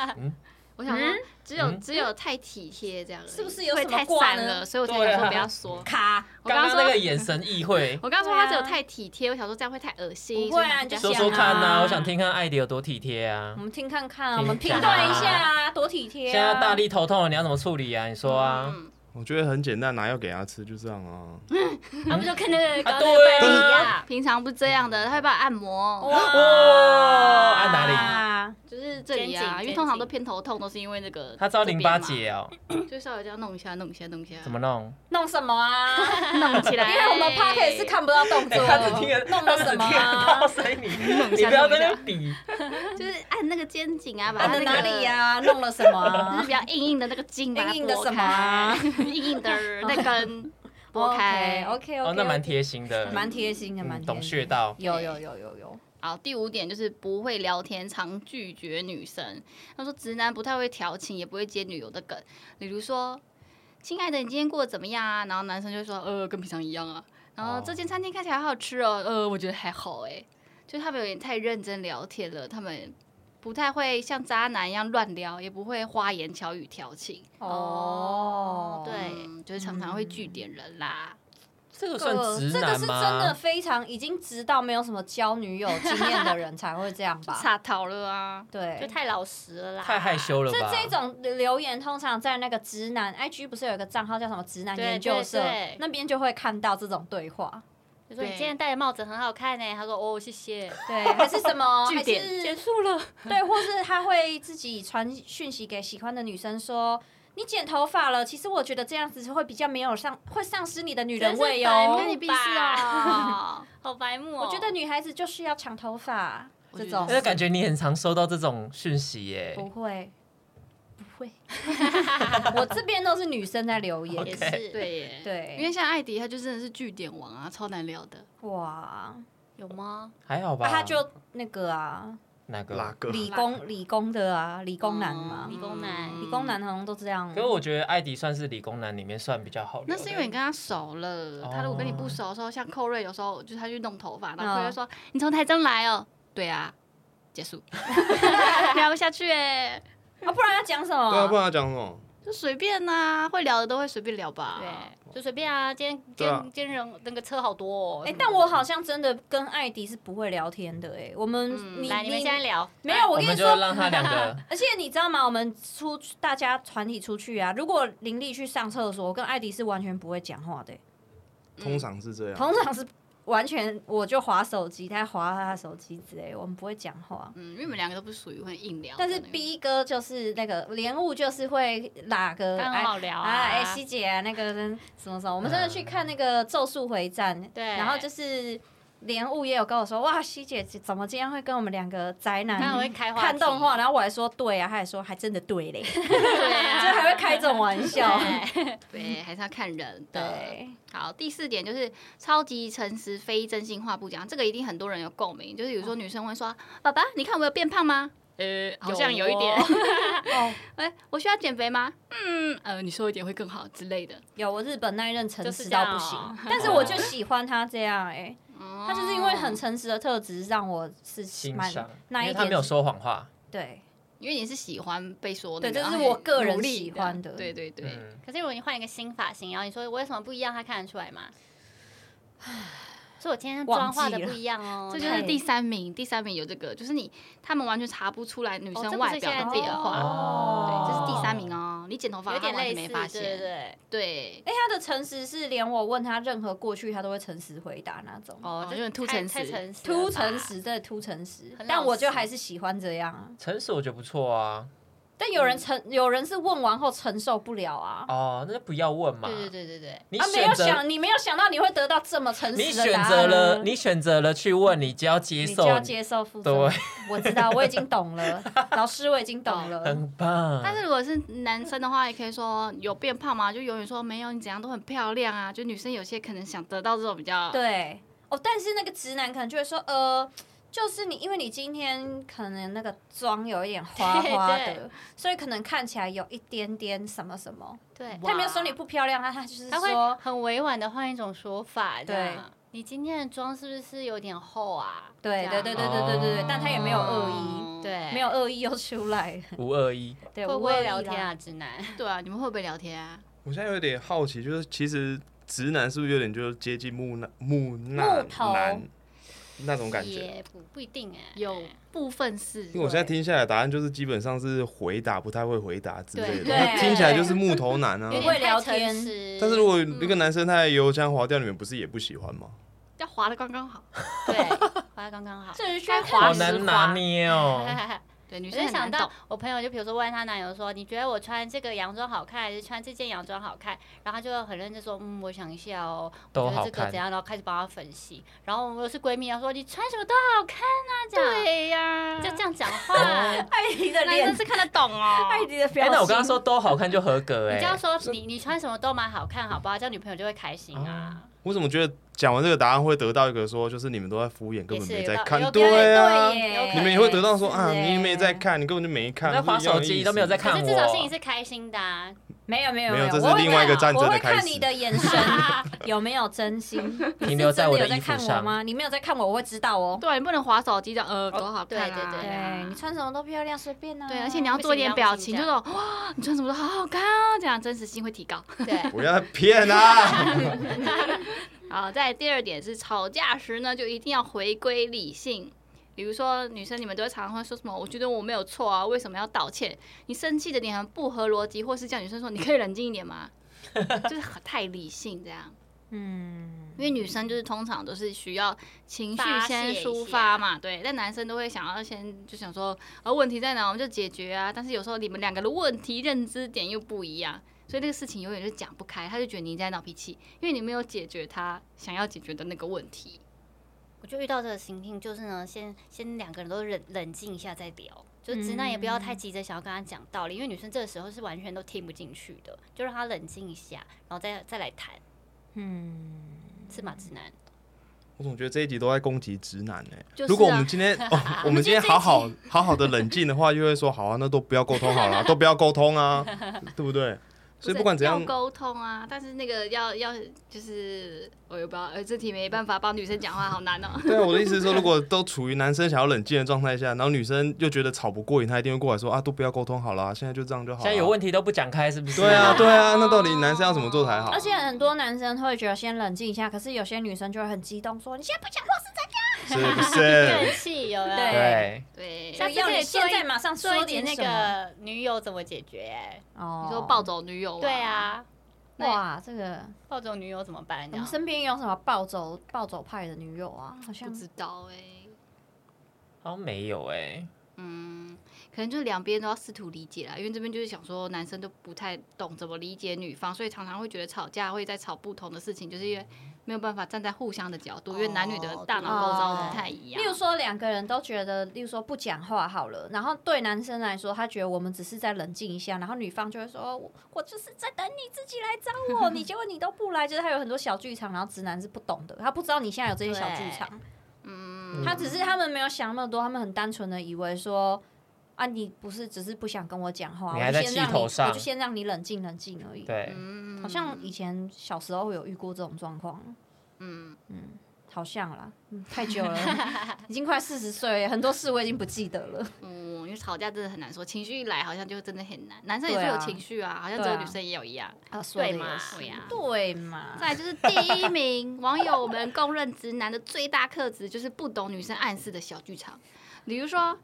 Speaker 3: *laughs* 嗯
Speaker 4: *laughs* 我想说
Speaker 7: 嗯
Speaker 4: 只有
Speaker 3: 嗯
Speaker 4: 只有太体贴这样而已，
Speaker 7: 是不是有
Speaker 4: 会
Speaker 7: 什么
Speaker 4: 太
Speaker 7: 挂
Speaker 4: 散
Speaker 7: 呢
Speaker 4: 了？所以我才
Speaker 3: 对
Speaker 4: 想说
Speaker 3: 啊
Speaker 4: 不
Speaker 3: *laughs*
Speaker 4: 要说。
Speaker 7: 卡，
Speaker 4: 我
Speaker 3: 刚
Speaker 4: 刚
Speaker 3: 刚那个
Speaker 4: 说，
Speaker 3: 眼神意
Speaker 7: *laughs*
Speaker 3: 会，
Speaker 4: 我刚说他只有
Speaker 7: 对啊
Speaker 4: 太体贴，我想说这样会太恶心。
Speaker 7: 不会
Speaker 4: 所以
Speaker 7: 啊你就
Speaker 4: 我才
Speaker 3: 说
Speaker 7: 想
Speaker 3: 说看呐、
Speaker 7: 啊
Speaker 3: 我想听看艾迪有多体贴啊
Speaker 7: 我。们听看看啊，我
Speaker 3: 听
Speaker 7: 们评
Speaker 3: 看
Speaker 7: 断一
Speaker 3: 啊
Speaker 7: 下啊，多体贴啊。
Speaker 3: 现在大力头痛了，你要怎么处理啊？你说啊，
Speaker 4: 嗯
Speaker 6: 我觉得很简单，拿药给他吃就这样啊。
Speaker 5: 嗯他不就跟那个刚
Speaker 3: 啊
Speaker 5: 刚那个
Speaker 3: 对
Speaker 5: 一
Speaker 3: 啊
Speaker 5: 样？
Speaker 4: 平常不是这样的，他会帮我按摩，
Speaker 7: 哇，
Speaker 3: 按哪里？
Speaker 7: 啊
Speaker 4: 就是这里
Speaker 5: 肩
Speaker 4: 啊，
Speaker 5: 颈
Speaker 4: 因为通常都偏头痛，都是因为那个
Speaker 3: 他招
Speaker 4: 这
Speaker 3: 淋
Speaker 4: 边
Speaker 3: 巴
Speaker 4: 嘛，
Speaker 3: 结哦，
Speaker 4: 就稍微这样弄一下，弄一下，弄一下，
Speaker 3: 怎么弄？
Speaker 7: 弄什么啊？
Speaker 4: 弄起来？
Speaker 7: *laughs* 因为我们 p o c k e t 是看不到动作，
Speaker 3: 他只听得，
Speaker 7: 弄
Speaker 3: *laughs* 他
Speaker 7: 了
Speaker 3: 们只
Speaker 7: *laughs* 什么
Speaker 3: 听得
Speaker 7: 啊
Speaker 3: 到？声音，你
Speaker 4: 下
Speaker 3: 不要
Speaker 4: 弄一
Speaker 3: 在
Speaker 4: 下
Speaker 3: 那边比。哦
Speaker 4: 就是按那个肩颈啊，把
Speaker 7: 按
Speaker 4: 它
Speaker 7: 的
Speaker 4: 那
Speaker 7: 哪
Speaker 4: 个
Speaker 7: 里？呀？弄了什 *laughs* 么
Speaker 4: 就是
Speaker 7: 啊
Speaker 4: 比？较硬硬的那个筋，把它
Speaker 7: 硬硬的
Speaker 4: 拨
Speaker 7: 什么啊
Speaker 4: 开硬硬的那根拨开。
Speaker 7: OK
Speaker 3: 哦
Speaker 7: OK，，
Speaker 3: 那蛮贴心的，
Speaker 7: 蛮贴心的，
Speaker 3: 嗯
Speaker 7: 蛮贴心的
Speaker 3: 懂穴。道。
Speaker 7: 有有有有有，
Speaker 4: 好，第五点就是不会聊天，常拒绝女生。他说直男不太会调情，也不会接女友的梗，比如说“亲爱的，你今天过得怎么样啊？”然后男生就会说：“呃，跟平常一样啊。”然后
Speaker 3: 哦
Speaker 4: 这间餐厅看起来好好吃哦，呃，我觉得还好哎、就他们有点太认真聊天了，他们不太会像渣男一样乱聊，也不会花言巧语调情。
Speaker 5: 哦
Speaker 7: 哦，
Speaker 5: 对
Speaker 4: 嗯，就是常常会据点人啦。
Speaker 3: 这个算
Speaker 7: 个
Speaker 3: 直
Speaker 7: 这个
Speaker 3: 男
Speaker 7: 是真
Speaker 3: 吗？
Speaker 7: 的非常已经直到没有什么交女友经验的人才会这 *laughs* 样吧？
Speaker 4: 差逃了啊！
Speaker 5: 就
Speaker 7: 对，
Speaker 5: 太老实了啦，
Speaker 3: 太害羞了
Speaker 7: 这
Speaker 3: 吧？
Speaker 7: 这种留言通常在那个直男 IG 不是有一个账号叫什么直男
Speaker 5: 对
Speaker 7: 研究
Speaker 5: 对
Speaker 7: 社
Speaker 5: 对
Speaker 7: 那边就会看到这种对话，
Speaker 5: 就说你
Speaker 4: 对
Speaker 5: 今天戴的帽子很好看呢、他说哦谢谢，
Speaker 7: 对，还是什
Speaker 5: *laughs* 哦
Speaker 7: 么
Speaker 4: 据
Speaker 7: 还
Speaker 4: 点
Speaker 7: 是
Speaker 5: 束了，
Speaker 7: 对，或是他会自己传讯息给喜欢的女生说。你剪头发了，其实我觉得这样子会比较没有丧，会丧失你的女人味
Speaker 5: 真
Speaker 7: 哦
Speaker 5: 是白
Speaker 4: 那。
Speaker 5: 目
Speaker 4: 你必须
Speaker 5: *laughs*
Speaker 4: 啊！
Speaker 5: 好白目、哦。
Speaker 7: 我觉得女孩子就是要长头发，这种
Speaker 3: 因为哎感觉你很常收到这种讯息耶。
Speaker 7: 不会，不会。我这边都是女生在留言
Speaker 5: 也
Speaker 3: OK
Speaker 5: 是，
Speaker 4: 对耶，
Speaker 7: 对，
Speaker 4: 因为像艾迪，他就真的是据点王啊，超难聊的。
Speaker 7: 哇，
Speaker 5: 有吗？
Speaker 3: 还好吧？
Speaker 7: 啊他就那个啊，
Speaker 3: 哪个？
Speaker 6: 哪个？
Speaker 7: 理工理工的啊，理工男嘛，
Speaker 5: 哦理工男
Speaker 7: 理工男好像都这样
Speaker 3: 可。是我觉得艾迪算是理工男里面算比较好聊的。
Speaker 4: 那是因为你跟他熟了，他如果跟你不熟的时候，像寇瑞有时候就是他去弄头发，然后寇瑞就说：“你从台中来哦。”对啊，结 *laughs* 束，聊不下去哎，
Speaker 7: 啊，不然要讲什么？
Speaker 6: 对啊，不然要讲什么？
Speaker 4: 就随便呐，会聊的都会随便聊吧。
Speaker 5: 对，就随便啊，今天今
Speaker 6: 对啊
Speaker 5: 天今天人那个车好多哦。
Speaker 7: 哎、但我好像真的跟艾迪是不会聊天的哎、我们、
Speaker 4: 嗯
Speaker 7: 你
Speaker 5: 来你们现在
Speaker 7: *laughs*
Speaker 5: 聊，
Speaker 7: 没有，我
Speaker 3: 我
Speaker 7: 跟
Speaker 3: 们
Speaker 7: 你
Speaker 3: 就
Speaker 7: 说，
Speaker 3: 让他两个
Speaker 7: *laughs* 而且你知道吗？我们出大家团体出去啊，如果林立去上厕所，我跟艾迪是完全不会讲话的欸、
Speaker 5: 嗯
Speaker 6: 通常是这样。
Speaker 7: 通常是完全我就划手机，他划他的手机之类，我们不会讲话。
Speaker 4: 嗯，因为你们两个都不属于会硬聊的
Speaker 7: 但
Speaker 4: 那
Speaker 7: 是
Speaker 4: 种，
Speaker 7: B 哥就是那个莲雾，就是会哪个
Speaker 5: 他
Speaker 7: 哎
Speaker 5: 很好聊嗯
Speaker 7: 啊，哎、西姐啊，那个人什么什么，我们真的去看那个《咒术回战》
Speaker 5: 对
Speaker 7: 然后就是莲雾也有跟我说，哇，西姐怎么今天会跟我们两个宅
Speaker 5: 他很
Speaker 7: 男
Speaker 5: 会开话题
Speaker 7: 看动画？，然后我还说对啊，他还说还真的对嘞，
Speaker 5: 对
Speaker 7: *laughs*
Speaker 5: 啊，
Speaker 7: 就还会开这种玩笑。
Speaker 5: 对
Speaker 4: 对，还是要看人的。
Speaker 7: 对，
Speaker 4: 好，第四点就是超级诚实，非真心话不讲。这个一定很多人有共鸣，就是有时候女生会说：“爸爸，你看我有变胖吗？”哦呃，好像有一点。
Speaker 7: 哦，
Speaker 4: 哎、我需要减肥吗？嗯，呃，你瘦一点会更好之类的。
Speaker 7: 有我日本那一任诚
Speaker 5: 就
Speaker 7: 实
Speaker 5: 是这
Speaker 7: 到
Speaker 5: 样
Speaker 7: 不
Speaker 5: 哦
Speaker 7: 行，但是我就喜欢他这样哎、
Speaker 4: 他
Speaker 7: 他就是因为
Speaker 5: 哦
Speaker 4: 哦
Speaker 7: 很，诚实的特质，让我是
Speaker 3: 欣
Speaker 7: 蛮
Speaker 3: 赏，因
Speaker 7: 那一
Speaker 3: 为
Speaker 7: 点
Speaker 3: 他没有说谎话。
Speaker 7: 对
Speaker 4: 因为你是喜欢被说那
Speaker 7: 对
Speaker 4: 个，
Speaker 7: 这是
Speaker 4: 然后
Speaker 7: 我个人
Speaker 4: 努力
Speaker 7: 喜欢的
Speaker 4: 对对对，
Speaker 3: 嗯，
Speaker 5: 可是如果你换一个新发型，然后你说我有什么不一样，他看得出来吗？所以我今天妆化的不一样哦，
Speaker 4: 这就是第三名。第三名有这个，就是你他们完全查不出来女生
Speaker 5: 哦这不是
Speaker 4: 外表
Speaker 5: 现
Speaker 4: 的
Speaker 5: 在
Speaker 4: 变化。
Speaker 3: 哦
Speaker 4: 对，这是第三名哦。你剪头发
Speaker 5: 有点
Speaker 4: 他完
Speaker 5: 类
Speaker 4: 全
Speaker 5: 似，
Speaker 4: 没发现。
Speaker 5: 对对对，
Speaker 4: 对
Speaker 7: 哎、他的诚实是连我问他任何过去，他都会诚实回答那种。
Speaker 4: 哦，就是突
Speaker 5: 太
Speaker 4: 诚
Speaker 5: 太
Speaker 4: 实。
Speaker 5: 诚实了吧，
Speaker 7: 突诚实，真的突诚实
Speaker 5: 很，老
Speaker 7: 但我就还是喜欢这样
Speaker 4: 嗯
Speaker 7: 啊。
Speaker 3: 诚实我觉得不错啊。
Speaker 7: 但有人承，有人是问完后承受不了啊。
Speaker 3: 哦，那就不要问嘛。
Speaker 5: 对对对对对，
Speaker 3: 你
Speaker 7: 啊，没有
Speaker 3: 选择，
Speaker 7: 想，你没有想到你会得到这么诚
Speaker 3: 你
Speaker 7: 实的答
Speaker 3: 选
Speaker 7: 案。
Speaker 3: 择了，你选择了去问，你就要接
Speaker 7: 你
Speaker 3: 受
Speaker 7: 就，要接受负责
Speaker 3: *laughs* 对。
Speaker 7: 我知道，我已经懂了，老师，我已经懂了。
Speaker 3: *laughs* 很棒。
Speaker 4: 但是如果是男生的话，也可以说有变胖吗？就永远说没有，你怎样都很漂亮啊。就女生有些可能想得到这种比较，
Speaker 7: 对，哦，但是那个直男可能就会说，呃，就是你，因为你今天可能那个妆有一点花花
Speaker 5: 对
Speaker 7: 的，所以可能看起来有一点点什么什么。
Speaker 5: 对，
Speaker 4: 哇
Speaker 7: 他没有说你不漂亮啊，他就是
Speaker 5: 他会
Speaker 7: 说，
Speaker 5: 很委婉的换一种说法，这
Speaker 7: 对
Speaker 5: 样你今天的妆是不是有点厚啊？
Speaker 7: 对
Speaker 5: 这
Speaker 7: 对对对
Speaker 5: 样
Speaker 7: 对对对对
Speaker 3: 哦，
Speaker 7: 但他也没有恶意，
Speaker 5: 对，
Speaker 7: 没有恶意又出来，
Speaker 3: 五二一，
Speaker 7: 对，
Speaker 5: 哦会不
Speaker 7: 无恶
Speaker 5: 会
Speaker 7: 意
Speaker 5: 聊
Speaker 7: 啦
Speaker 5: 天？啊，直男？
Speaker 4: 对啊，你们会不会聊天啊？
Speaker 6: 我现在有点好奇，就是其实直男是不是有点就是接近木讷木讷
Speaker 7: 木头
Speaker 6: 男那种感觉？
Speaker 5: 也不不一定哎，
Speaker 4: 有部分是
Speaker 6: 因为我现在听下来，答案就是基本上是回答不太会回答之类的，
Speaker 5: 对
Speaker 6: 那听起来就是木头男啊
Speaker 7: 有。点
Speaker 5: 会聊
Speaker 7: 太诚
Speaker 5: 天，
Speaker 6: 但是如果一个男生太油腔滑调，你们不是也不喜欢吗？
Speaker 4: 要滑的刚刚 *laughs* 好。
Speaker 5: 对，滑得
Speaker 4: *laughs*
Speaker 5: 刚刚好。
Speaker 7: 这是
Speaker 4: 该
Speaker 3: 好
Speaker 4: 滑时
Speaker 3: 难拿捏
Speaker 5: *laughs*
Speaker 3: 哦。
Speaker 4: 对，女
Speaker 5: 我
Speaker 4: 生
Speaker 5: 就
Speaker 4: 很
Speaker 5: 想
Speaker 4: 难
Speaker 5: 到
Speaker 4: 懂。
Speaker 5: 我朋友，就比如说问她男友说：“你觉得我穿这个洋装好看，还是穿这件洋装好看？”然后她就很认真说：“嗯，我想一下哦，
Speaker 3: 都
Speaker 5: 我觉得
Speaker 3: 好
Speaker 5: 这个
Speaker 3: 看
Speaker 5: 怎样？”然后开始帮她分析。然后我们又是闺蜜，她啊说：“你穿什么都好看啊，这样
Speaker 4: 对呀，
Speaker 5: 就这样讲话。
Speaker 6: 哦
Speaker 7: 艾迪的
Speaker 4: *laughs* 男生
Speaker 7: 脸
Speaker 4: 是，看得懂哦。
Speaker 7: 艾迪的表
Speaker 3: 哎，
Speaker 7: 情。
Speaker 3: 那我
Speaker 6: 啊
Speaker 3: 刚刚说都好看就合格
Speaker 5: 你
Speaker 3: 哎
Speaker 5: 这。样说，你你穿什么都蛮好看，好不好？这样女朋友就会开心啊。
Speaker 6: 我怎么觉得讲完这个答案会得到一个说，就是你们都在敷衍，根本没在看
Speaker 5: 也。是有道
Speaker 6: 对啊，
Speaker 7: 对耶，
Speaker 6: 你们也会得到说啊，
Speaker 7: 是耶
Speaker 6: 你也没在看，你根本就没看，
Speaker 3: 你在
Speaker 6: 不是
Speaker 3: 滑
Speaker 6: 一样的
Speaker 3: 手机
Speaker 6: 意思
Speaker 3: 都没有在看
Speaker 5: 可是至
Speaker 3: 我
Speaker 5: 少心里是开心的啊。
Speaker 7: 没有没有
Speaker 6: 没有，
Speaker 7: 有，
Speaker 6: 这
Speaker 7: 我
Speaker 6: 是
Speaker 7: 会
Speaker 6: 另外一个
Speaker 7: 看啊
Speaker 6: 战
Speaker 7: 我
Speaker 6: 争
Speaker 7: 会
Speaker 6: 的开
Speaker 7: 看
Speaker 6: 始
Speaker 7: 你。的眼神 *laughs* 有没有
Speaker 4: *laughs*
Speaker 7: 真心，你
Speaker 3: 停
Speaker 7: 是
Speaker 3: 留在
Speaker 7: 真
Speaker 3: 我
Speaker 7: 的
Speaker 3: 的
Speaker 7: 有在
Speaker 3: 衣服
Speaker 7: 看我
Speaker 3: 上
Speaker 7: 吗？你没有在看我，我会知道哦。
Speaker 4: 对啊，你不能滑手机这样，呃，多嗯好看啊！
Speaker 5: 对对
Speaker 7: 对你穿什么都漂亮，随便啊。
Speaker 4: 对，而且你要做一点表情，就是哇，你穿什么
Speaker 6: *laughs*
Speaker 4: 都好好看啊，这样真实性会提高。
Speaker 5: 对，
Speaker 6: 不要再骗啊！
Speaker 4: *laughs* 好，再来第二点是吵架时呢，就一定要回归理性。比如说，女生你们都会常常会说什么？我觉得我没有错啊，为什么要道歉？你生气的点很不合逻辑，或是叫女生说你可以冷静一点吗？ *laughs* 就是很太理性这样。
Speaker 7: 嗯，
Speaker 4: 因为女生就是通常都是需要情绪
Speaker 5: 发泄
Speaker 4: 先
Speaker 5: 一
Speaker 4: 抒
Speaker 5: 下
Speaker 4: 发嘛，对，但男生都会想要先就想说，啊，问题在哪，我们就解决啊。但是有时候你们两个的问题认知点又不一样，所以这个事情永远就讲不开，他就觉得你在闹脾气，因为你没有解决他想要解决的那个问题。
Speaker 5: 我就遇到这个情境，就是呢，先先两个人都冷冷静一下再聊。就直男也不要太急着想要跟他讲道理，因为女生这个时候是完全都听不进去的，就让他冷静一下，然后再再来谈，
Speaker 7: 嗯，
Speaker 5: 是吗？直男，
Speaker 6: 我总觉得这一集都在攻击直男哎、
Speaker 4: 就是啊
Speaker 6: 如果我们今天、哦，我们今天好好好好的冷静的话，就会说好啊，那都不要沟通好了，都不要沟通啊，对不对？所以
Speaker 4: 是
Speaker 6: 不管怎样
Speaker 4: 要，沟通啊，但是那个要要就是我也不知道，呃，这题没办法帮女生讲话，好难哦。 *laughs*
Speaker 6: 对啊，我的意思是说，如果都处于男生想要冷静的状态下，然后女生又觉得吵不过瘾，她一定会过来说啊，都不要沟通好了啊、现在就这样就好了。
Speaker 3: 现在有问题都不讲开，是不是？
Speaker 6: 对啊，对啊，那到底男生要怎么做才好
Speaker 7: 而？且很多男生会觉得先冷静一下，可是有些女生就会很激动说：“你现在不讲话是
Speaker 6: 是不是？
Speaker 5: *laughs* 怨气有没有？
Speaker 7: 对
Speaker 3: 对，
Speaker 4: 对，
Speaker 5: 下次
Speaker 7: 要
Speaker 5: 可以
Speaker 7: 你
Speaker 5: 做
Speaker 7: 现在
Speaker 5: 一
Speaker 7: 马上
Speaker 5: 说
Speaker 7: 说
Speaker 5: 一集
Speaker 7: 点
Speaker 5: 那
Speaker 7: 什么
Speaker 5: 个女友怎么解决、欸？
Speaker 7: 哦
Speaker 4: 你说暴走女友、
Speaker 5: 对，啊，
Speaker 4: 那
Speaker 7: 哇，这个
Speaker 5: 暴走女友怎么办？
Speaker 7: 我
Speaker 5: 你
Speaker 7: 们
Speaker 5: 知道吗
Speaker 7: 身边有什么暴走暴走派的女友啊？好
Speaker 4: 不
Speaker 7: 像
Speaker 4: 知道哎、
Speaker 3: 好像没有哎、
Speaker 4: 嗯，可能就是两边都要试图理解啦，因为这边就是想说男生都不太懂怎么理解女方，所以常常会觉得吵架会在吵不同的事情，就是因为没有办法站在互相的角度，因为男女
Speaker 7: 哦
Speaker 4: 的大脑构造不太一样。
Speaker 7: 例如哦说，两个人都觉得，例如说不讲话好了，然后对男生来说，他觉得我们只是在冷静一下，然后女方就会说，我我就是在等你自己来找 *laughs* 我，你结果你都不来，就是他有很多小剧场，然后直男是不懂的，他不知道你现在有这些小剧场，
Speaker 4: 嗯，
Speaker 7: 他只是他们没有想那么多，他们很单纯的以为说。啊，你不是只是不想跟我讲话，
Speaker 3: 你
Speaker 7: 我
Speaker 3: 还
Speaker 7: 就
Speaker 3: 在
Speaker 7: 先让
Speaker 3: 气
Speaker 7: 你，
Speaker 3: 头
Speaker 7: 我
Speaker 3: 上
Speaker 7: 就先让你冷静冷静而已。
Speaker 3: 对，
Speaker 4: 嗯
Speaker 7: 好像以前小时候有遇过这种状况，
Speaker 4: 嗯，
Speaker 7: 好像啦，嗯，太久了，已经快四十岁了，很多事我已经不记得了。
Speaker 4: 嗯，因为吵架真的很难说，情绪一来好像就真的很难。男生也是
Speaker 7: 对啊
Speaker 4: 有情绪啊，好像只有女生也有一样。
Speaker 7: 啊，说的
Speaker 5: 对嘛
Speaker 7: 也是
Speaker 4: 对呀
Speaker 7: 对嘛，
Speaker 4: 再来就是第一名，网友们公认直男的最大特质就是不懂女生暗示的小剧场，比如说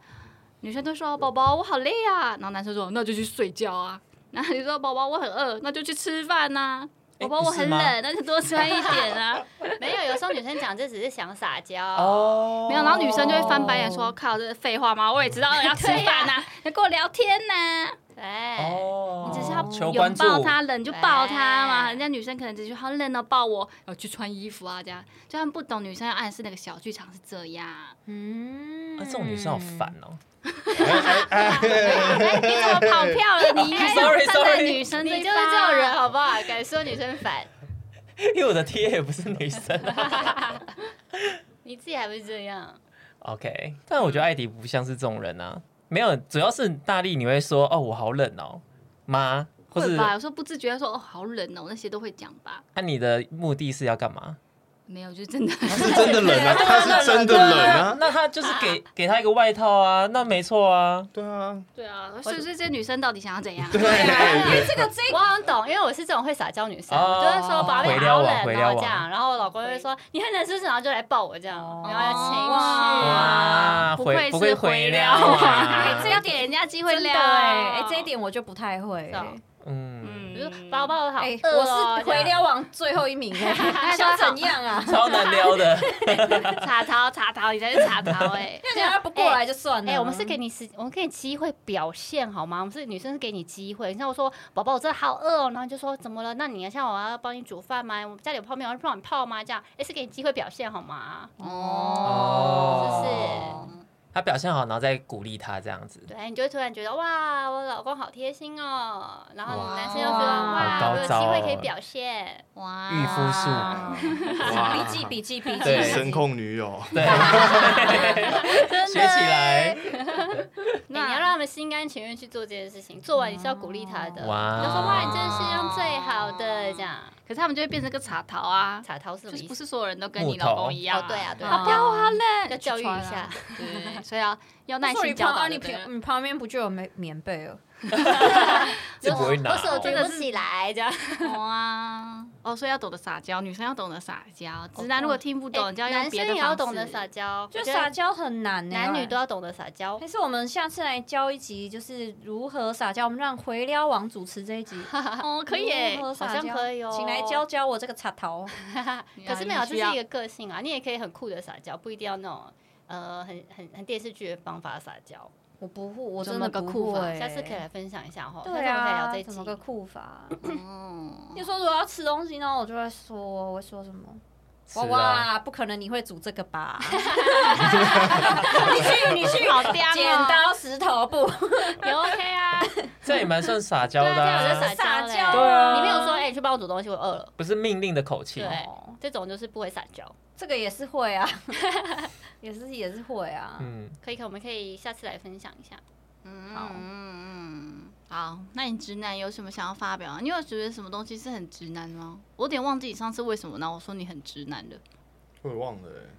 Speaker 4: 女生都说“宝宝，我好累啊”，然后男生说“那就去睡觉啊”，然后你说“宝宝，我很饿”，那就去吃饭呐、宝宝，我
Speaker 3: 不是
Speaker 4: 很
Speaker 3: 吗
Speaker 4: 冷，那就多穿一点啊。
Speaker 5: 没有，有时候女生讲这只是想撒娇，
Speaker 3: 哦
Speaker 4: 没有，然后女生就会翻白眼说：“靠，这是废话吗？我也知道要吃饭
Speaker 3: 啊
Speaker 4: 呐、要跟我聊天呐、
Speaker 5: 对，
Speaker 3: 哦，
Speaker 4: 你哎只是要
Speaker 3: 求关
Speaker 4: 拥
Speaker 3: 注，
Speaker 4: 抱他，冷就抱他嘛。
Speaker 5: 对
Speaker 4: 人家女生可能只是好冷哦，抱我，要去穿衣服啊，这样。就他们不懂女生要暗示那个小剧场是这样。
Speaker 7: 嗯
Speaker 3: 啊这种女生好烦哦。
Speaker 4: 哎， *laughs* 你怎么跑票了？你应
Speaker 3: *laughs*
Speaker 4: 该
Speaker 3: Sorry,
Speaker 4: 站在
Speaker 3: sorry
Speaker 4: 女生
Speaker 5: 你
Speaker 4: 这
Speaker 5: 就
Speaker 4: 一
Speaker 5: 是
Speaker 4: 方
Speaker 5: 这种人好不好？敢说女生烦，
Speaker 3: 因为我的 T A 也不是女生、啊
Speaker 4: *laughs*
Speaker 5: 你自己还不是这样？
Speaker 3: OK，但我觉得艾迪不像是这种人啊。没有，主要是大力你会说哦，我好冷哦，妈，或
Speaker 4: 会
Speaker 3: 是
Speaker 4: 吧？有时候不自觉地说哦，好冷哦，那些都会讲吧。
Speaker 3: 那、你的目的是要干嘛？
Speaker 4: 没有，就
Speaker 3: *laughs*
Speaker 4: 真的。
Speaker 6: 他是真的冷啊，他是真的冷啊，
Speaker 3: 那他就是
Speaker 4: *laughs*
Speaker 3: 给给他一个外套啊，那没错啊。
Speaker 6: 对啊，
Speaker 4: 对啊，所以所以这些女生到底想要怎样？
Speaker 6: 对，
Speaker 7: 这个这
Speaker 5: 我好像懂，因为我是这种会撒娇女生，
Speaker 3: 哦
Speaker 5: 我就会说宝贝
Speaker 3: 回撩
Speaker 5: 好
Speaker 3: 我
Speaker 5: 冷
Speaker 3: 回
Speaker 5: 哦，
Speaker 3: 撩
Speaker 5: 然
Speaker 3: 我
Speaker 5: 后这样，然后我老公就会说你很冷是不是？然后就来抱我这样，然后要情绪啊，
Speaker 3: 哇，
Speaker 4: 不
Speaker 3: 回
Speaker 4: 愧
Speaker 3: 不
Speaker 4: 是
Speaker 3: 会
Speaker 4: 回
Speaker 3: 回
Speaker 4: 撩
Speaker 3: 撩
Speaker 4: 啊 *laughs*
Speaker 3: 啊！
Speaker 5: 哎
Speaker 4: 要给人家机会
Speaker 7: 真的
Speaker 4: 撩
Speaker 7: 哎，哎，这一点我就不太会
Speaker 5: 哦是。哦
Speaker 3: 嗯，
Speaker 5: 我就说宝宝我好
Speaker 7: 哎，
Speaker 5: 饿哦，
Speaker 7: 我是回撩王最后一名，
Speaker 5: *laughs*
Speaker 7: 哎想怎样啊？
Speaker 3: 超难撩
Speaker 4: *laughs*
Speaker 3: 的。
Speaker 4: 茶桃茶桃，你才是茶桃
Speaker 7: *laughs*
Speaker 4: 哎。
Speaker 7: 那人家不过来就算
Speaker 5: 这
Speaker 7: 了。
Speaker 5: 样。哎，我们是给你时，我们给你机会表现好吗？我们是女生是给你机会。你像我说，宝宝，我真的好饿哦，然后你就说怎么了？那你像我要帮你煮饭吗？我们家里有泡面，我要帮你泡吗？这样，哎，是给你机会表现好吗？
Speaker 3: 哦，
Speaker 5: 是
Speaker 3: 他表现好，然后再鼓励他这样子
Speaker 5: 不。是？对，你就会突然觉得哇，我老公好贴心哦，然后
Speaker 3: 哇
Speaker 5: 男生又觉得
Speaker 7: 哇
Speaker 5: 哇，
Speaker 3: 好
Speaker 5: 我
Speaker 3: 高
Speaker 5: 有机
Speaker 3: 招哦
Speaker 5: 会可以表现。哎
Speaker 4: 哇
Speaker 3: 御夫术
Speaker 4: *laughs*
Speaker 6: 哇
Speaker 7: 笔记笔记笔
Speaker 3: 对
Speaker 7: 记，
Speaker 6: 声控女友，
Speaker 5: *laughs* 欸
Speaker 3: 对，学起来。
Speaker 5: 哎你要让他们心甘情愿去做这件事情，做完你是要鼓励他的。
Speaker 3: 哇
Speaker 5: 就说哇，你真的是用最好的这样。
Speaker 4: 可是他们就会变成个茶桃啊，
Speaker 5: 茶桃是什
Speaker 4: 就
Speaker 5: 么
Speaker 4: 是
Speaker 5: 意
Speaker 4: 不
Speaker 5: 思？
Speaker 4: 是所有人都跟
Speaker 3: 木
Speaker 4: 你老
Speaker 3: 头
Speaker 4: 公一样、
Speaker 5: 哦对啊对啊
Speaker 4: 好不要花嘞，
Speaker 5: 要教育一
Speaker 4: 去穿
Speaker 5: 下
Speaker 4: 啊。对，所以要要耐
Speaker 7: 那时候
Speaker 4: 心
Speaker 7: 你
Speaker 4: 教
Speaker 7: 旁
Speaker 4: 导
Speaker 7: 啊，
Speaker 4: 就
Speaker 7: 你
Speaker 4: 对了
Speaker 7: 旁你旁边不就有棉棉被了？
Speaker 3: *laughs* 这不会拿
Speaker 5: *laughs* 我手
Speaker 3: 哦。
Speaker 5: 举不起来，
Speaker 4: *laughs*
Speaker 5: 这样。
Speaker 4: 哇，哦，所以要懂得撒娇，女生要懂得撒娇。直
Speaker 7: 哦
Speaker 4: 男如果听不
Speaker 7: 哎
Speaker 4: 懂，就要
Speaker 5: 哎男
Speaker 4: 用别
Speaker 5: 生
Speaker 4: 的
Speaker 5: 也
Speaker 4: 方式。
Speaker 5: 要懂得撒娇，
Speaker 7: 就
Speaker 5: 我觉得
Speaker 7: 撒娇很难呢、哎
Speaker 5: 男女都要懂得撒娇
Speaker 7: 还。是我们下次来教一集，就是如何撒娇。我们让回撩王主持这一
Speaker 5: *laughs*
Speaker 7: 集，
Speaker 4: 哦，可以耶
Speaker 7: 如。何撒娇
Speaker 5: 好像可以哦
Speaker 7: 请来教教我这个插头。啊
Speaker 5: 可是没有，
Speaker 4: 你
Speaker 5: 这
Speaker 4: 需要
Speaker 5: 是一个个性啊，你也可以很酷的撒娇，不一定要那种呃很很很电视剧的方法撒娇。
Speaker 7: 我不会，我
Speaker 4: 怎
Speaker 7: 真
Speaker 4: 么
Speaker 7: 的
Speaker 4: 个
Speaker 7: 不
Speaker 4: 酷法
Speaker 7: 会。
Speaker 5: 下次可以来分享一下哈，
Speaker 7: 对
Speaker 5: 下
Speaker 7: 啊，
Speaker 5: 次我们可以聊这
Speaker 7: 怎
Speaker 5: 一
Speaker 7: 么
Speaker 5: 集
Speaker 7: 个。酷法？
Speaker 4: 嗯
Speaker 7: 你说如果要吃东西呢，我就会说，我会说什么？
Speaker 3: 吃
Speaker 7: 哇
Speaker 3: 啊
Speaker 7: 哇，不可能你会煮这个
Speaker 3: *laughs*
Speaker 7: 吧？
Speaker 4: 你去，你去，好嗲哦
Speaker 7: 剪刀石头布，
Speaker 5: 也 OK
Speaker 6: *laughs*
Speaker 5: 啊，
Speaker 3: 这样也蛮算撒娇
Speaker 5: 对啊，
Speaker 3: 的、
Speaker 5: 这样我
Speaker 3: 啊
Speaker 5: 就，撒
Speaker 7: 撒娇
Speaker 5: 娇
Speaker 7: 对
Speaker 5: 了。
Speaker 7: 啊
Speaker 5: 你没有说哎，你去帮我煮东西，我饿了。
Speaker 3: 不是命令的口气。
Speaker 5: 对
Speaker 7: 哦，
Speaker 5: 这种就是不会撒娇。
Speaker 7: 这个也是会啊， *laughs* 也是也是会啊。
Speaker 3: 嗯，
Speaker 5: 可以，可以我们可以下次来分享一下。
Speaker 4: 嗯
Speaker 7: 好
Speaker 4: 嗯，好，那你直男有什么想要发表啊？你有觉得什么东西是很直男吗？我有点忘记你上次为什么呢？我说你很直男的，
Speaker 6: 我也忘了欸，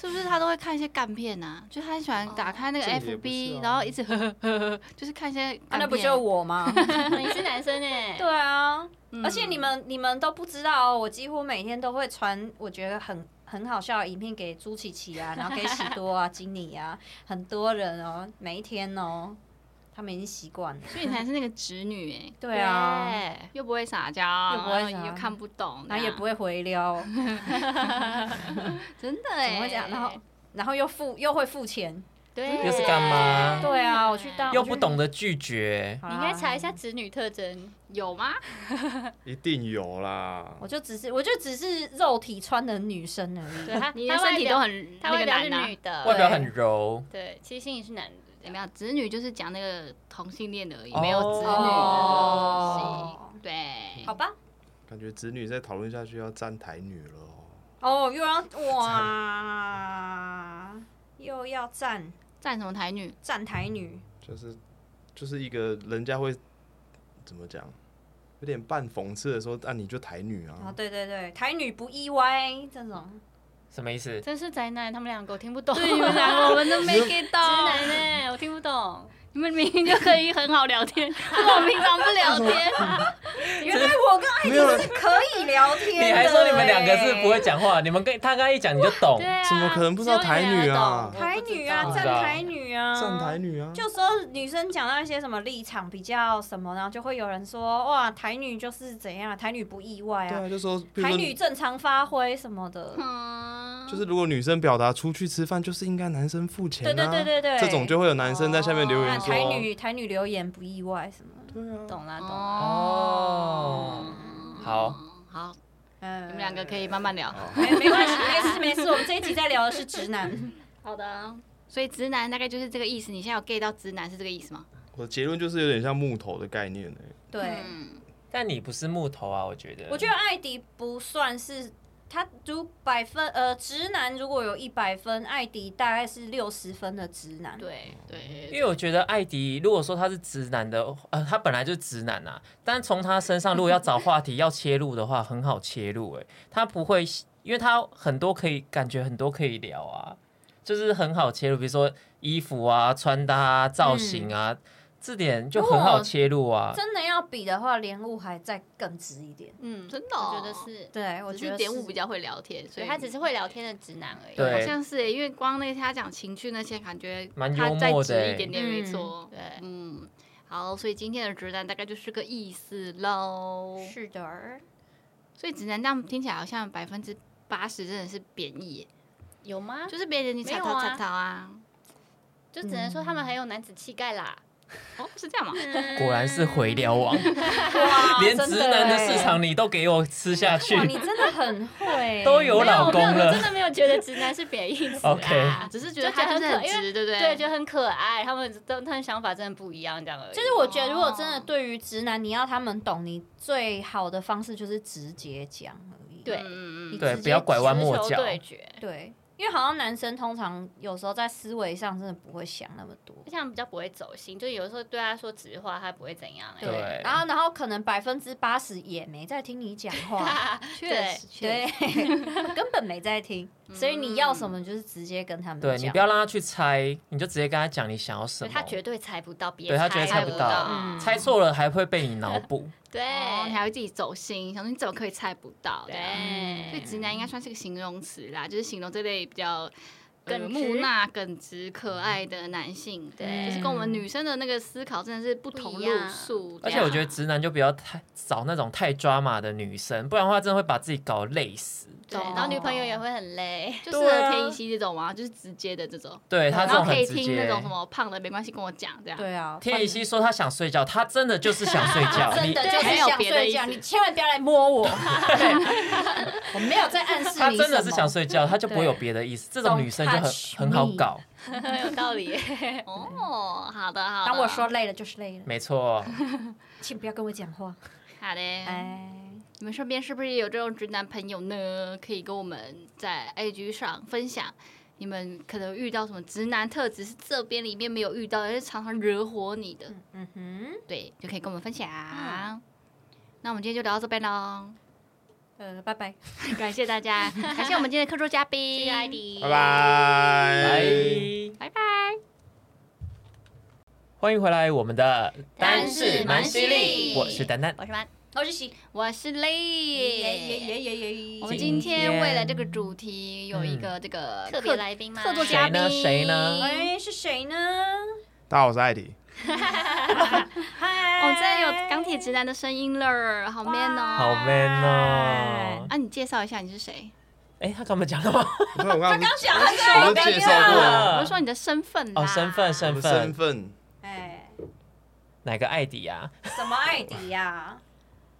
Speaker 4: 是不是他都会看一些干片啊？就他很喜欢
Speaker 7: 哦
Speaker 4: 打开那个
Speaker 6: 这也不
Speaker 4: FB，、
Speaker 6: 是啊
Speaker 4: 然后一直呵呵呵呵，就是看一些干片、
Speaker 7: 啊那不就是 *laughs* 我吗？
Speaker 5: 你是男生哎，
Speaker 7: 对啊，
Speaker 4: 嗯
Speaker 7: 而且你们你们都不知道哦，我几乎每天都会传我觉得很很好笑的影片给朱琪琪啊，然后给喜多啊、经理啊，很多人哦，每一天哦，他们已经习惯了。
Speaker 4: 所以你才是那个直女哎、
Speaker 7: 对啊，
Speaker 4: 对又不会撒娇，
Speaker 7: 又不会撒
Speaker 4: 然后又看不懂，
Speaker 7: 然后也不
Speaker 4: 会
Speaker 7: 会回撩，怎
Speaker 4: 真的哎、
Speaker 7: 么会这样？然后然后又付又会付钱，
Speaker 5: 对，
Speaker 3: 又是干妈
Speaker 7: 对啊，我去当
Speaker 3: 又不懂得拒绝，
Speaker 7: 好
Speaker 5: 你
Speaker 7: 啦
Speaker 5: 应该查一下子女特征。
Speaker 4: 有吗？
Speaker 6: 一定有啦。
Speaker 7: 我就只是我就只是肉体穿的女生而
Speaker 4: *laughs*
Speaker 7: 已。
Speaker 5: *laughs* 对，他
Speaker 4: 你的身体都，很
Speaker 5: 他
Speaker 4: 那
Speaker 5: 外
Speaker 4: 个
Speaker 5: 表是
Speaker 4: 男啊
Speaker 5: 女。的，
Speaker 3: 外表很柔，
Speaker 5: 对，其实心里是男的。
Speaker 4: 怎么样？直女就是讲那个同性恋而已，
Speaker 3: 哦
Speaker 4: 没有直女的东
Speaker 7: 哦
Speaker 4: 西。对，
Speaker 7: 好吧，
Speaker 6: 感觉子女再讨论下去要站台女了哦。
Speaker 7: 哦，又要哇，又要站
Speaker 4: 站什么台女？ *laughs*
Speaker 7: 站台女，
Speaker 6: 就是就是一个人家会怎么讲，有点半讽刺的说，啊你就台女
Speaker 7: 哦
Speaker 6: 啊，，
Speaker 7: 对对对，台女不意外这种，
Speaker 3: 什么意思？
Speaker 5: 真是宅男，他们两个我听不懂。
Speaker 4: 对，你
Speaker 5: *laughs*
Speaker 4: 们两个我们都没 get
Speaker 5: 直
Speaker 4: 到。
Speaker 5: 男哎、我听不
Speaker 6: 哦
Speaker 5: 懂。
Speaker 4: 你们明明就可以很好聊 *laughs* 天，为什么平常不聊 *laughs* 天？
Speaker 7: 原来我跟艾
Speaker 6: 没有啊
Speaker 7: 迪是可以聊天的欸，
Speaker 3: 你还说 *laughs* 你们两个是不会讲话，你们跟他刚一讲你就懂
Speaker 5: 欸对，啊，
Speaker 6: 怎么可能不知道台女啊
Speaker 5: 只有你们两个懂
Speaker 7: 台女啊，
Speaker 5: 我不
Speaker 7: 站
Speaker 5: 知道
Speaker 7: 台女啊，
Speaker 6: 站台。女啊，
Speaker 7: 就说女生讲到一些什么立场比较什么，然后就会有人说哇，台女就是怎样，台女不意外
Speaker 6: 对
Speaker 7: 啊，
Speaker 6: 啊，就说比如
Speaker 7: 台
Speaker 6: 说
Speaker 7: 女正常发挥什么的。
Speaker 4: 嗯，
Speaker 6: 就是如果女生表达出去吃饭就是应该男生付钱、啊，
Speaker 7: 对对对对对，
Speaker 6: 这种就会有男生在下面留
Speaker 7: 那
Speaker 6: 言说，
Speaker 7: 啊台女台女留言不意外什么的。
Speaker 6: 对啊，
Speaker 5: 懂啦，懂啦。
Speaker 4: 哦，
Speaker 3: 好
Speaker 4: 好，
Speaker 7: 嗯，
Speaker 4: 你们两个可以慢慢聊。
Speaker 6: 哦
Speaker 7: 没没关系，没事没事，我们这一集在聊的是直男。
Speaker 5: 好的，
Speaker 4: 所以直男大概就是这个意思。你现在有 get 到直男是这个意思吗？
Speaker 6: 我的结论就是有点像木头的概念哎、
Speaker 7: 对，
Speaker 4: 嗯，
Speaker 3: 但你不是木头啊，我觉得。
Speaker 7: 我觉得艾迪不算是他，如百分呃直男如果有一百分，艾迪大概是六十分的直男。
Speaker 5: 对，
Speaker 3: 因
Speaker 4: 对，
Speaker 3: 为我觉得艾迪，如果说他是直男的，呃，他本来就是直男啊。但从他身上，如果要找话题要切入的话，很好切入、欸。他不会，因为他很多可以感觉很多可以聊啊，就是很好切入，比如说衣服啊、穿搭啊、造型啊，这点就很好切入啊。
Speaker 7: 真的要比的话，莲雾还再更直一点。
Speaker 5: 嗯，
Speaker 4: 真的哦
Speaker 5: 我觉得是，
Speaker 7: 对，我
Speaker 4: 只
Speaker 7: 觉得
Speaker 4: 是点五比，较会聊天，所
Speaker 5: 所
Speaker 4: 以
Speaker 5: 以他只是会聊天的直男而已。
Speaker 3: 对
Speaker 4: 好像是耶，因为光那个他讲情趣那些，感觉
Speaker 3: 蛮
Speaker 4: 他
Speaker 3: 幽
Speaker 4: 再
Speaker 3: 默
Speaker 4: 直
Speaker 3: 的耶
Speaker 4: 一点点，没错。
Speaker 5: 对，
Speaker 4: 嗯，好，所以今天的直男大概就是个意思喽。
Speaker 7: 是的儿。
Speaker 4: 所以直男这样听起来好像百分之八十真的是贬义耶，
Speaker 5: 有吗？
Speaker 4: 就是别人你
Speaker 5: 没
Speaker 4: 草
Speaker 5: 有
Speaker 4: 草
Speaker 5: 啊
Speaker 4: 草草啊，
Speaker 5: 就只能说他们很有男子气概啦。
Speaker 4: 哦，是这样吗？
Speaker 5: 嗯
Speaker 3: 果然是回撩王，*laughs*
Speaker 7: 哇
Speaker 3: 连直男的
Speaker 7: 真
Speaker 3: 市
Speaker 7: 欸
Speaker 3: 场你都给我吃下去
Speaker 7: 哇，。你真的很会，
Speaker 3: 都有
Speaker 5: 没有，
Speaker 3: 老
Speaker 5: 我没
Speaker 3: 公
Speaker 5: 有，我
Speaker 3: 了
Speaker 5: 真的没有觉得直男是贬义词
Speaker 3: OK
Speaker 5: *laughs* 啊。
Speaker 4: 只是觉得他就是很
Speaker 5: 就觉得很可
Speaker 4: 直，对不哦对？
Speaker 5: 对，觉得很可爱，他们都他们想法真的不一样，这样而已。
Speaker 7: 就是我觉得，如果真的对于直男，你要他们懂，你最好的方式就是直接讲而已。
Speaker 5: 对
Speaker 4: 嗯嗯嗯
Speaker 7: 你
Speaker 3: 对，
Speaker 7: 直
Speaker 3: 不要
Speaker 7: 接
Speaker 3: 拐弯
Speaker 5: 直
Speaker 3: 抹
Speaker 5: 球
Speaker 3: 角。
Speaker 5: 对决，
Speaker 7: 对，因为好像男生通常有时候在思维上真的不会想那么多。
Speaker 5: 就像比较不会走心，就有时候对他说直话，他不会怎样、欸。
Speaker 3: 对
Speaker 7: 然后然后可能百分之八
Speaker 5: *laughs*
Speaker 7: 十也没在听你讲话，
Speaker 5: 对
Speaker 4: 确实，确实
Speaker 7: *laughs* 对，根本没在听。所以你要什么就是直接跟他们讲。
Speaker 3: 对你不要让他去猜，你就直接跟他讲你想要什么。
Speaker 5: 他绝对猜不到，别
Speaker 3: 对他绝对猜
Speaker 5: 不
Speaker 3: 不
Speaker 5: 到
Speaker 3: 到，
Speaker 5: 嗯
Speaker 3: 猜错了还会被你脑补。
Speaker 5: 对
Speaker 4: 哦，你还会自己走心，想说你怎么可以猜不到？这样
Speaker 5: 对，
Speaker 4: 所以直男应该算是个形容词啦，就是形容这类比较。呃
Speaker 5: 耿直
Speaker 4: 木讷、耿直、可爱的男性，
Speaker 5: 对
Speaker 4: 就是跟我们女生的那个思考真的是不同
Speaker 5: 不一
Speaker 4: 路
Speaker 5: 样
Speaker 4: 数。
Speaker 3: 而且我觉得直男就不要太找那种太抓马的女生，不然的话真的会把自己搞累死。
Speaker 5: 对，然后女
Speaker 4: 哦
Speaker 5: 朋友也会很累。
Speaker 4: 就适
Speaker 3: 对
Speaker 4: 合
Speaker 3: 啊
Speaker 4: 田以希这种嘛，就是直接的这种，
Speaker 3: 对他这
Speaker 4: 然
Speaker 3: 种
Speaker 4: 后可
Speaker 3: 很
Speaker 4: 以
Speaker 3: 直
Speaker 4: 听那
Speaker 3: 接。
Speaker 4: 种什么胖的没关系跟我讲这样。
Speaker 7: 对啊，
Speaker 3: 天以希说她想睡觉，她真的就是想睡
Speaker 4: *laughs*
Speaker 3: 觉。
Speaker 7: 真
Speaker 3: 你
Speaker 7: 的就是
Speaker 4: 没有
Speaker 7: 想
Speaker 4: 别的
Speaker 7: 睡
Speaker 4: 意
Speaker 7: 觉，
Speaker 4: 思
Speaker 7: 你千万不要来摸我。对，我没有在
Speaker 3: *laughs*
Speaker 7: 暗示你
Speaker 3: 她真的是
Speaker 7: 什么
Speaker 3: 想睡觉，她就不会有
Speaker 7: 对
Speaker 3: 别的意思。这种
Speaker 7: Don't
Speaker 3: 女生就很
Speaker 7: touch
Speaker 3: 很好
Speaker 7: me
Speaker 3: 搞，
Speaker 4: 有道
Speaker 5: *laughs*
Speaker 4: 理。哦，好的好的。
Speaker 7: 当我说累了就是累了，
Speaker 3: 没
Speaker 4: *laughs*
Speaker 3: 错。
Speaker 7: 请不要跟我讲话。
Speaker 4: 好嘞，
Speaker 7: 哎，
Speaker 4: 你们身边是不是也有这种直男朋友呢？可以跟我们在 IG 上分享。你们可能遇到什么直男特质是这边里面没有遇到，而是常常惹火你的，
Speaker 7: 嗯哼，
Speaker 4: 对，就可以跟我们分享。那我们今天就聊到这边喽，
Speaker 7: 呃，拜拜。
Speaker 4: 感谢大家，感谢我们今天的客座嘉宾，
Speaker 5: 谢艾迪，
Speaker 6: 拜
Speaker 3: 哎
Speaker 6: 拜。
Speaker 3: 拜。
Speaker 4: 拜拜。
Speaker 3: 欢迎回来，我们的
Speaker 5: 单是蛮犀利
Speaker 3: 我是丹丹。
Speaker 5: 我是班，
Speaker 7: 我是喜，
Speaker 4: 我是
Speaker 7: 耶
Speaker 4: Lay，
Speaker 7: 耶耶耶耶。
Speaker 4: 我
Speaker 7: 我
Speaker 4: 们
Speaker 7: 们
Speaker 3: 今
Speaker 4: 今天
Speaker 3: 天
Speaker 4: 为了这个主题有一个这个
Speaker 5: 特别来宾吗？
Speaker 4: 客座嘉宾
Speaker 3: 谁呢
Speaker 7: 哎是谁呢？
Speaker 6: 大家好，我是艾
Speaker 7: *laughs*
Speaker 6: 迪。
Speaker 7: 嗨，
Speaker 4: 哦，真的有钢铁直男的声音了，好 man 哦！
Speaker 3: 好 man 哦！
Speaker 4: 啊，你介绍一下你是谁？
Speaker 3: 哎，他跟我们讲了
Speaker 4: *laughs*
Speaker 3: 吗？
Speaker 6: 我刚刚
Speaker 7: 刚想的是
Speaker 6: 我都介绍过了，
Speaker 4: 我是说你的身份啦。
Speaker 3: 呃哦，身份
Speaker 6: 我
Speaker 3: 身
Speaker 6: 的
Speaker 3: 份，
Speaker 6: 身份。
Speaker 7: 哎，
Speaker 3: 哪个艾迪啊？
Speaker 7: 什么 ID 呀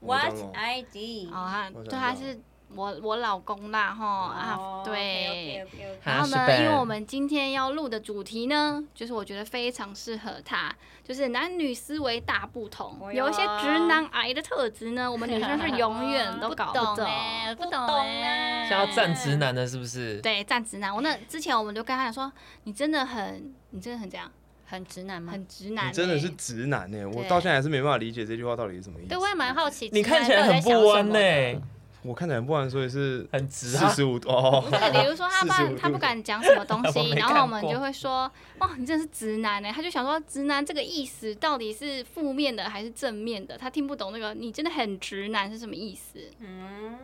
Speaker 7: ？What
Speaker 6: 我
Speaker 7: ID？
Speaker 4: 哦，他
Speaker 6: 我想
Speaker 4: 对，他是我我老公啦，吼啊，对。
Speaker 7: 哦，OK，OK，OK，OK。
Speaker 4: 然后
Speaker 3: 哈
Speaker 4: 呢，
Speaker 3: 哦啊是
Speaker 4: 因为
Speaker 3: Ben
Speaker 4: 我们今天要录的主题呢，就是我觉得非常适合他，就是男女思维大不同，
Speaker 3: 哦
Speaker 7: 哎呦
Speaker 4: 有一些直男癌的特
Speaker 3: *laughs*
Speaker 4: 质呢，我们女生是永远都搞
Speaker 5: 懂
Speaker 3: 哦
Speaker 4: 懂。
Speaker 5: 哎，不懂
Speaker 7: 不懂
Speaker 5: 哎，
Speaker 7: 哎
Speaker 3: 现在要站直男的，是不是？
Speaker 4: 对，站直男。我那之前我们就跟他讲说，你真的很，你真的很这样，
Speaker 5: 很直
Speaker 3: 嗯
Speaker 5: 男吗？
Speaker 4: 很直男欸、
Speaker 6: 你真的是直男呢，我
Speaker 5: 对
Speaker 6: 到现在还是没办法理解这句话到底是什么意思
Speaker 5: 对，。我也蛮好奇，
Speaker 3: 你看起来很不欸弯呢，
Speaker 6: 我看起来不然所以是
Speaker 3: 很直
Speaker 6: 四
Speaker 3: 啊。
Speaker 6: 十五度哦，
Speaker 3: *laughs*
Speaker 4: 对，比如说他不
Speaker 6: 45
Speaker 4: 然
Speaker 6: 度
Speaker 4: 他不敢讲什么东
Speaker 3: 我没
Speaker 4: 西，
Speaker 3: 看
Speaker 4: 然后我们
Speaker 3: 过
Speaker 4: 就会说，哇，你真的是直男欸呢、他就想说，直男这个意思到底是负面的还是正面的？他听不懂那个，你真的很直男是什么意思？
Speaker 7: 嗯，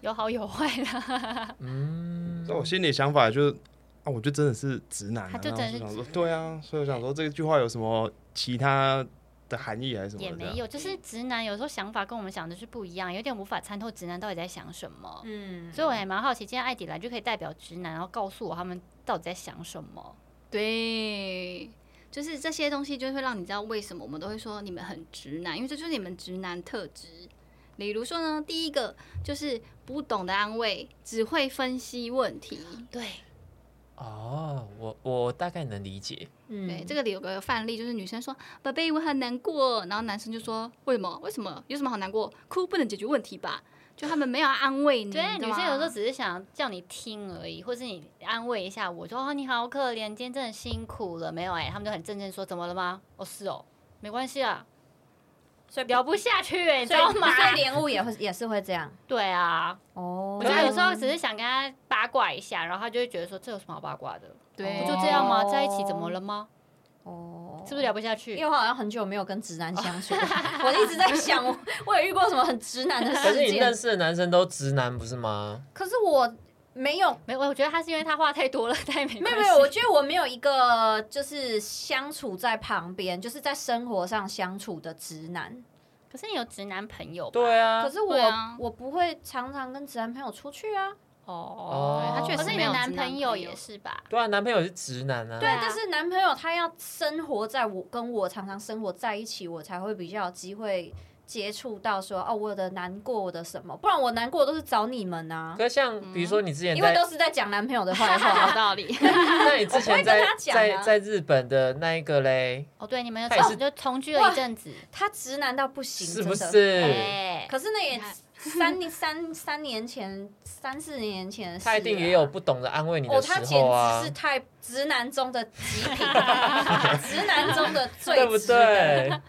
Speaker 4: 有好有坏啦。
Speaker 3: 嗯，
Speaker 6: 在我心里想法就是啊，我就真的是直男啊。
Speaker 5: 他就
Speaker 6: 然后
Speaker 5: 真的是
Speaker 6: 想说，对啊，所以我想说这句话有什么其他的含义还是什么的？
Speaker 5: 也没有，就是直男有时候想法跟我们想的是不一样，有点无法参透直男到底在想什么。
Speaker 7: 嗯，
Speaker 5: 所以我也蛮好奇，今天艾迪来就可以代表直男，然后告诉我他们到底在想什么。
Speaker 4: 对，就是这些东西就会让你知道为什么我们都会说你们很直男，因为这就是你们直男特质。比如说呢，第一个就是不懂得安慰，只会分析问题。
Speaker 5: 对，
Speaker 3: 哦，我我大概能理
Speaker 7: *laughs*
Speaker 3: 解。
Speaker 4: 对，
Speaker 7: 嗯，
Speaker 4: 这个里有个范例，就是女生说“宝贝，我很难过”，然后男生就说“为什么？为什么？有什么好难过？哭不能解决问题吧？”就他们没有要安慰你，
Speaker 5: 对，
Speaker 4: 你
Speaker 5: 女
Speaker 4: 知道
Speaker 5: 生有时候
Speaker 4: 吗
Speaker 5: 只是想叫你听而已，或是你安慰一下我说哦你好可怜，今天真的辛苦了，没有哎、他们就很认真说怎么了吗？哦是哦，没关系啊，
Speaker 7: 所以
Speaker 5: 聊不下去哎、你知
Speaker 7: 所
Speaker 5: 道
Speaker 7: 以
Speaker 5: 吗？
Speaker 7: 所以莲雾也会 *laughs* 也是会这样
Speaker 5: 对啊，
Speaker 7: 哦
Speaker 5: 我觉得有时候只是想跟他八卦一下，然后他就会觉得说这有什么好八卦的，
Speaker 4: 对，
Speaker 5: 不
Speaker 7: 我
Speaker 5: 就这样吗？在一起怎么了吗？
Speaker 7: 哦
Speaker 5: 是不是聊不下去
Speaker 7: 因为？我好像很久没有跟直男相
Speaker 5: *laughs*
Speaker 7: 处，我一直在想，我 *laughs* 我有遇过什么很直男的
Speaker 3: 可是
Speaker 7: 事
Speaker 3: 你
Speaker 7: 件
Speaker 3: 认，识的男生都直男不是吗？
Speaker 7: 可是我没有，
Speaker 5: 没有，我觉得他是因为他话太多了，太没
Speaker 7: 没
Speaker 5: 关
Speaker 7: 有
Speaker 5: 系
Speaker 7: 没有，我觉得我没有一个就是相处在旁边，就是在生活上相处的直男。
Speaker 5: 可是你有直男朋友吧，
Speaker 3: 对啊
Speaker 7: 哦可，是我、
Speaker 4: 对啊
Speaker 7: 我不会常常跟直男朋友出去啊，
Speaker 5: 哦，
Speaker 4: 对他确
Speaker 5: 可
Speaker 4: 实
Speaker 5: 是你
Speaker 4: 没
Speaker 5: 的
Speaker 4: 有
Speaker 5: 男
Speaker 4: 直男
Speaker 5: 朋友
Speaker 4: 朋友
Speaker 5: 也是吧？
Speaker 3: 对啊，男朋友是直男啊。
Speaker 7: 对，
Speaker 5: 啊
Speaker 7: 但是男朋友他要生活在我跟我常常生活在一起，我才会比较有机会接触到说哦，我的难过，我的什么，不然我难过都是找你们啊，
Speaker 3: 可是像比如说你之前
Speaker 7: 因
Speaker 3: 在
Speaker 7: 为都是在讲男朋友的坏
Speaker 4: 有
Speaker 3: *laughs*
Speaker 7: 话。啊
Speaker 4: 道理。
Speaker 3: 那你之前在
Speaker 7: 我不会跟他讲啊
Speaker 3: 在在日本的那一个嘞，
Speaker 5: *laughs* 哦，对，你们有
Speaker 3: 他也
Speaker 5: 同
Speaker 3: 是
Speaker 5: 就同居了一阵子，
Speaker 7: 他直男到不行，
Speaker 3: 是不
Speaker 7: 真的？
Speaker 3: 是？
Speaker 5: 哎，
Speaker 7: 可是那
Speaker 3: *laughs*
Speaker 7: 也
Speaker 4: 你看
Speaker 7: 三年三三年前、三四年前的事、啊，
Speaker 3: 他一定也有不懂得安慰你的
Speaker 7: 哦，
Speaker 3: 时
Speaker 7: 他简
Speaker 3: 候啊
Speaker 7: 直是，太
Speaker 3: *laughs*
Speaker 7: 直男中的极品，直男中的最
Speaker 3: 对不
Speaker 7: 直的
Speaker 3: 对？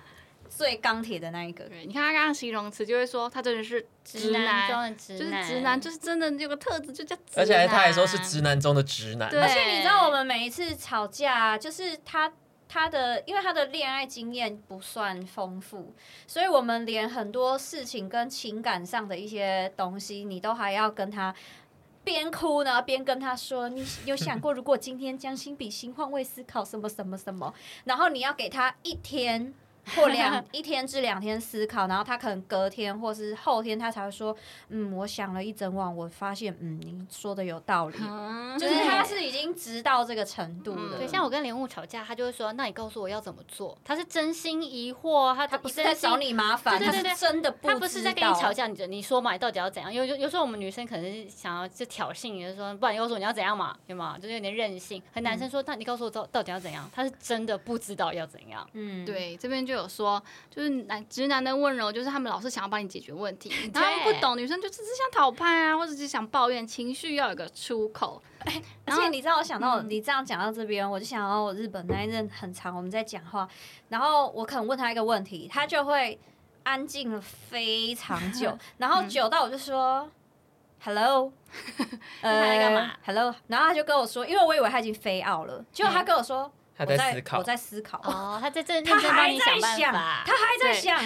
Speaker 7: 最钢铁的那一个。
Speaker 4: 对，你看他刚刚形容词就会说他真的是
Speaker 5: 直男中的直
Speaker 4: 就是
Speaker 5: 男，
Speaker 4: 直男，就是真的有个特质就叫直男。
Speaker 3: 而且他还说是直男中的直男，
Speaker 4: 对
Speaker 7: 而且你知道，我们每一次吵架啊、就是他他的，因为他的恋爱经验不算丰富，所以我们连很多事情跟情感上的一些东西，你都还要跟他。边哭呢，边跟他说：“你有想过，如果今天将心比心，换位思考，什么什么什么？”然后你要给他一天或两一天至两天思考，然后他可能隔天或是后天，他才会说：“嗯，我想了一整晚，我发现，嗯，你说的有道理。”
Speaker 4: 嗯
Speaker 7: 就是他是已经直到这个程度了。
Speaker 5: 嗯对，像我跟莲雾吵架，他就会说：“那你告诉我要怎么做？”他是真心疑惑，他
Speaker 7: 他不是在找，你麻烦，
Speaker 5: 对对对
Speaker 7: 他是真的不知道
Speaker 5: 他不是在跟你吵。架，你就你说嘛，你到底要怎样？有有有时候我们女生可能是想要就挑衅，就是说，不然你告诉我你要怎样嘛，对吗？就是有点任性。和男生说：“那你告诉我到到底要怎样？”他是真的不知道要怎样。
Speaker 7: 嗯，
Speaker 4: 对，这边就有说，就是男直男的温柔，就是他们老是想要帮你解决问
Speaker 5: *laughs*
Speaker 4: 题，然后不懂女生就只是想讨拍啊，或者只想抱怨，情绪要有个出口。
Speaker 7: 而且你知道，我想
Speaker 5: 嗯
Speaker 7: 到你这样讲到这边，我就想到我日本那一任很长，我们在讲话，然后我可能问他一个问题，他就会安静了非常
Speaker 5: *laughs*
Speaker 7: 久，然后
Speaker 5: 嗯
Speaker 7: 久到我就说。Hello，呃，
Speaker 5: 在干嘛
Speaker 7: ？Hello，然后他就跟我说，因为我以为他已经飞奥了，结果他跟我说，
Speaker 3: 他
Speaker 7: 我
Speaker 3: 在思考
Speaker 7: 我。在思考，
Speaker 5: 嗯哦，他在这认
Speaker 7: 他
Speaker 5: 真帮
Speaker 7: 还
Speaker 5: 你
Speaker 7: 在
Speaker 5: 办
Speaker 7: 想，
Speaker 5: 法
Speaker 7: 他。还在想，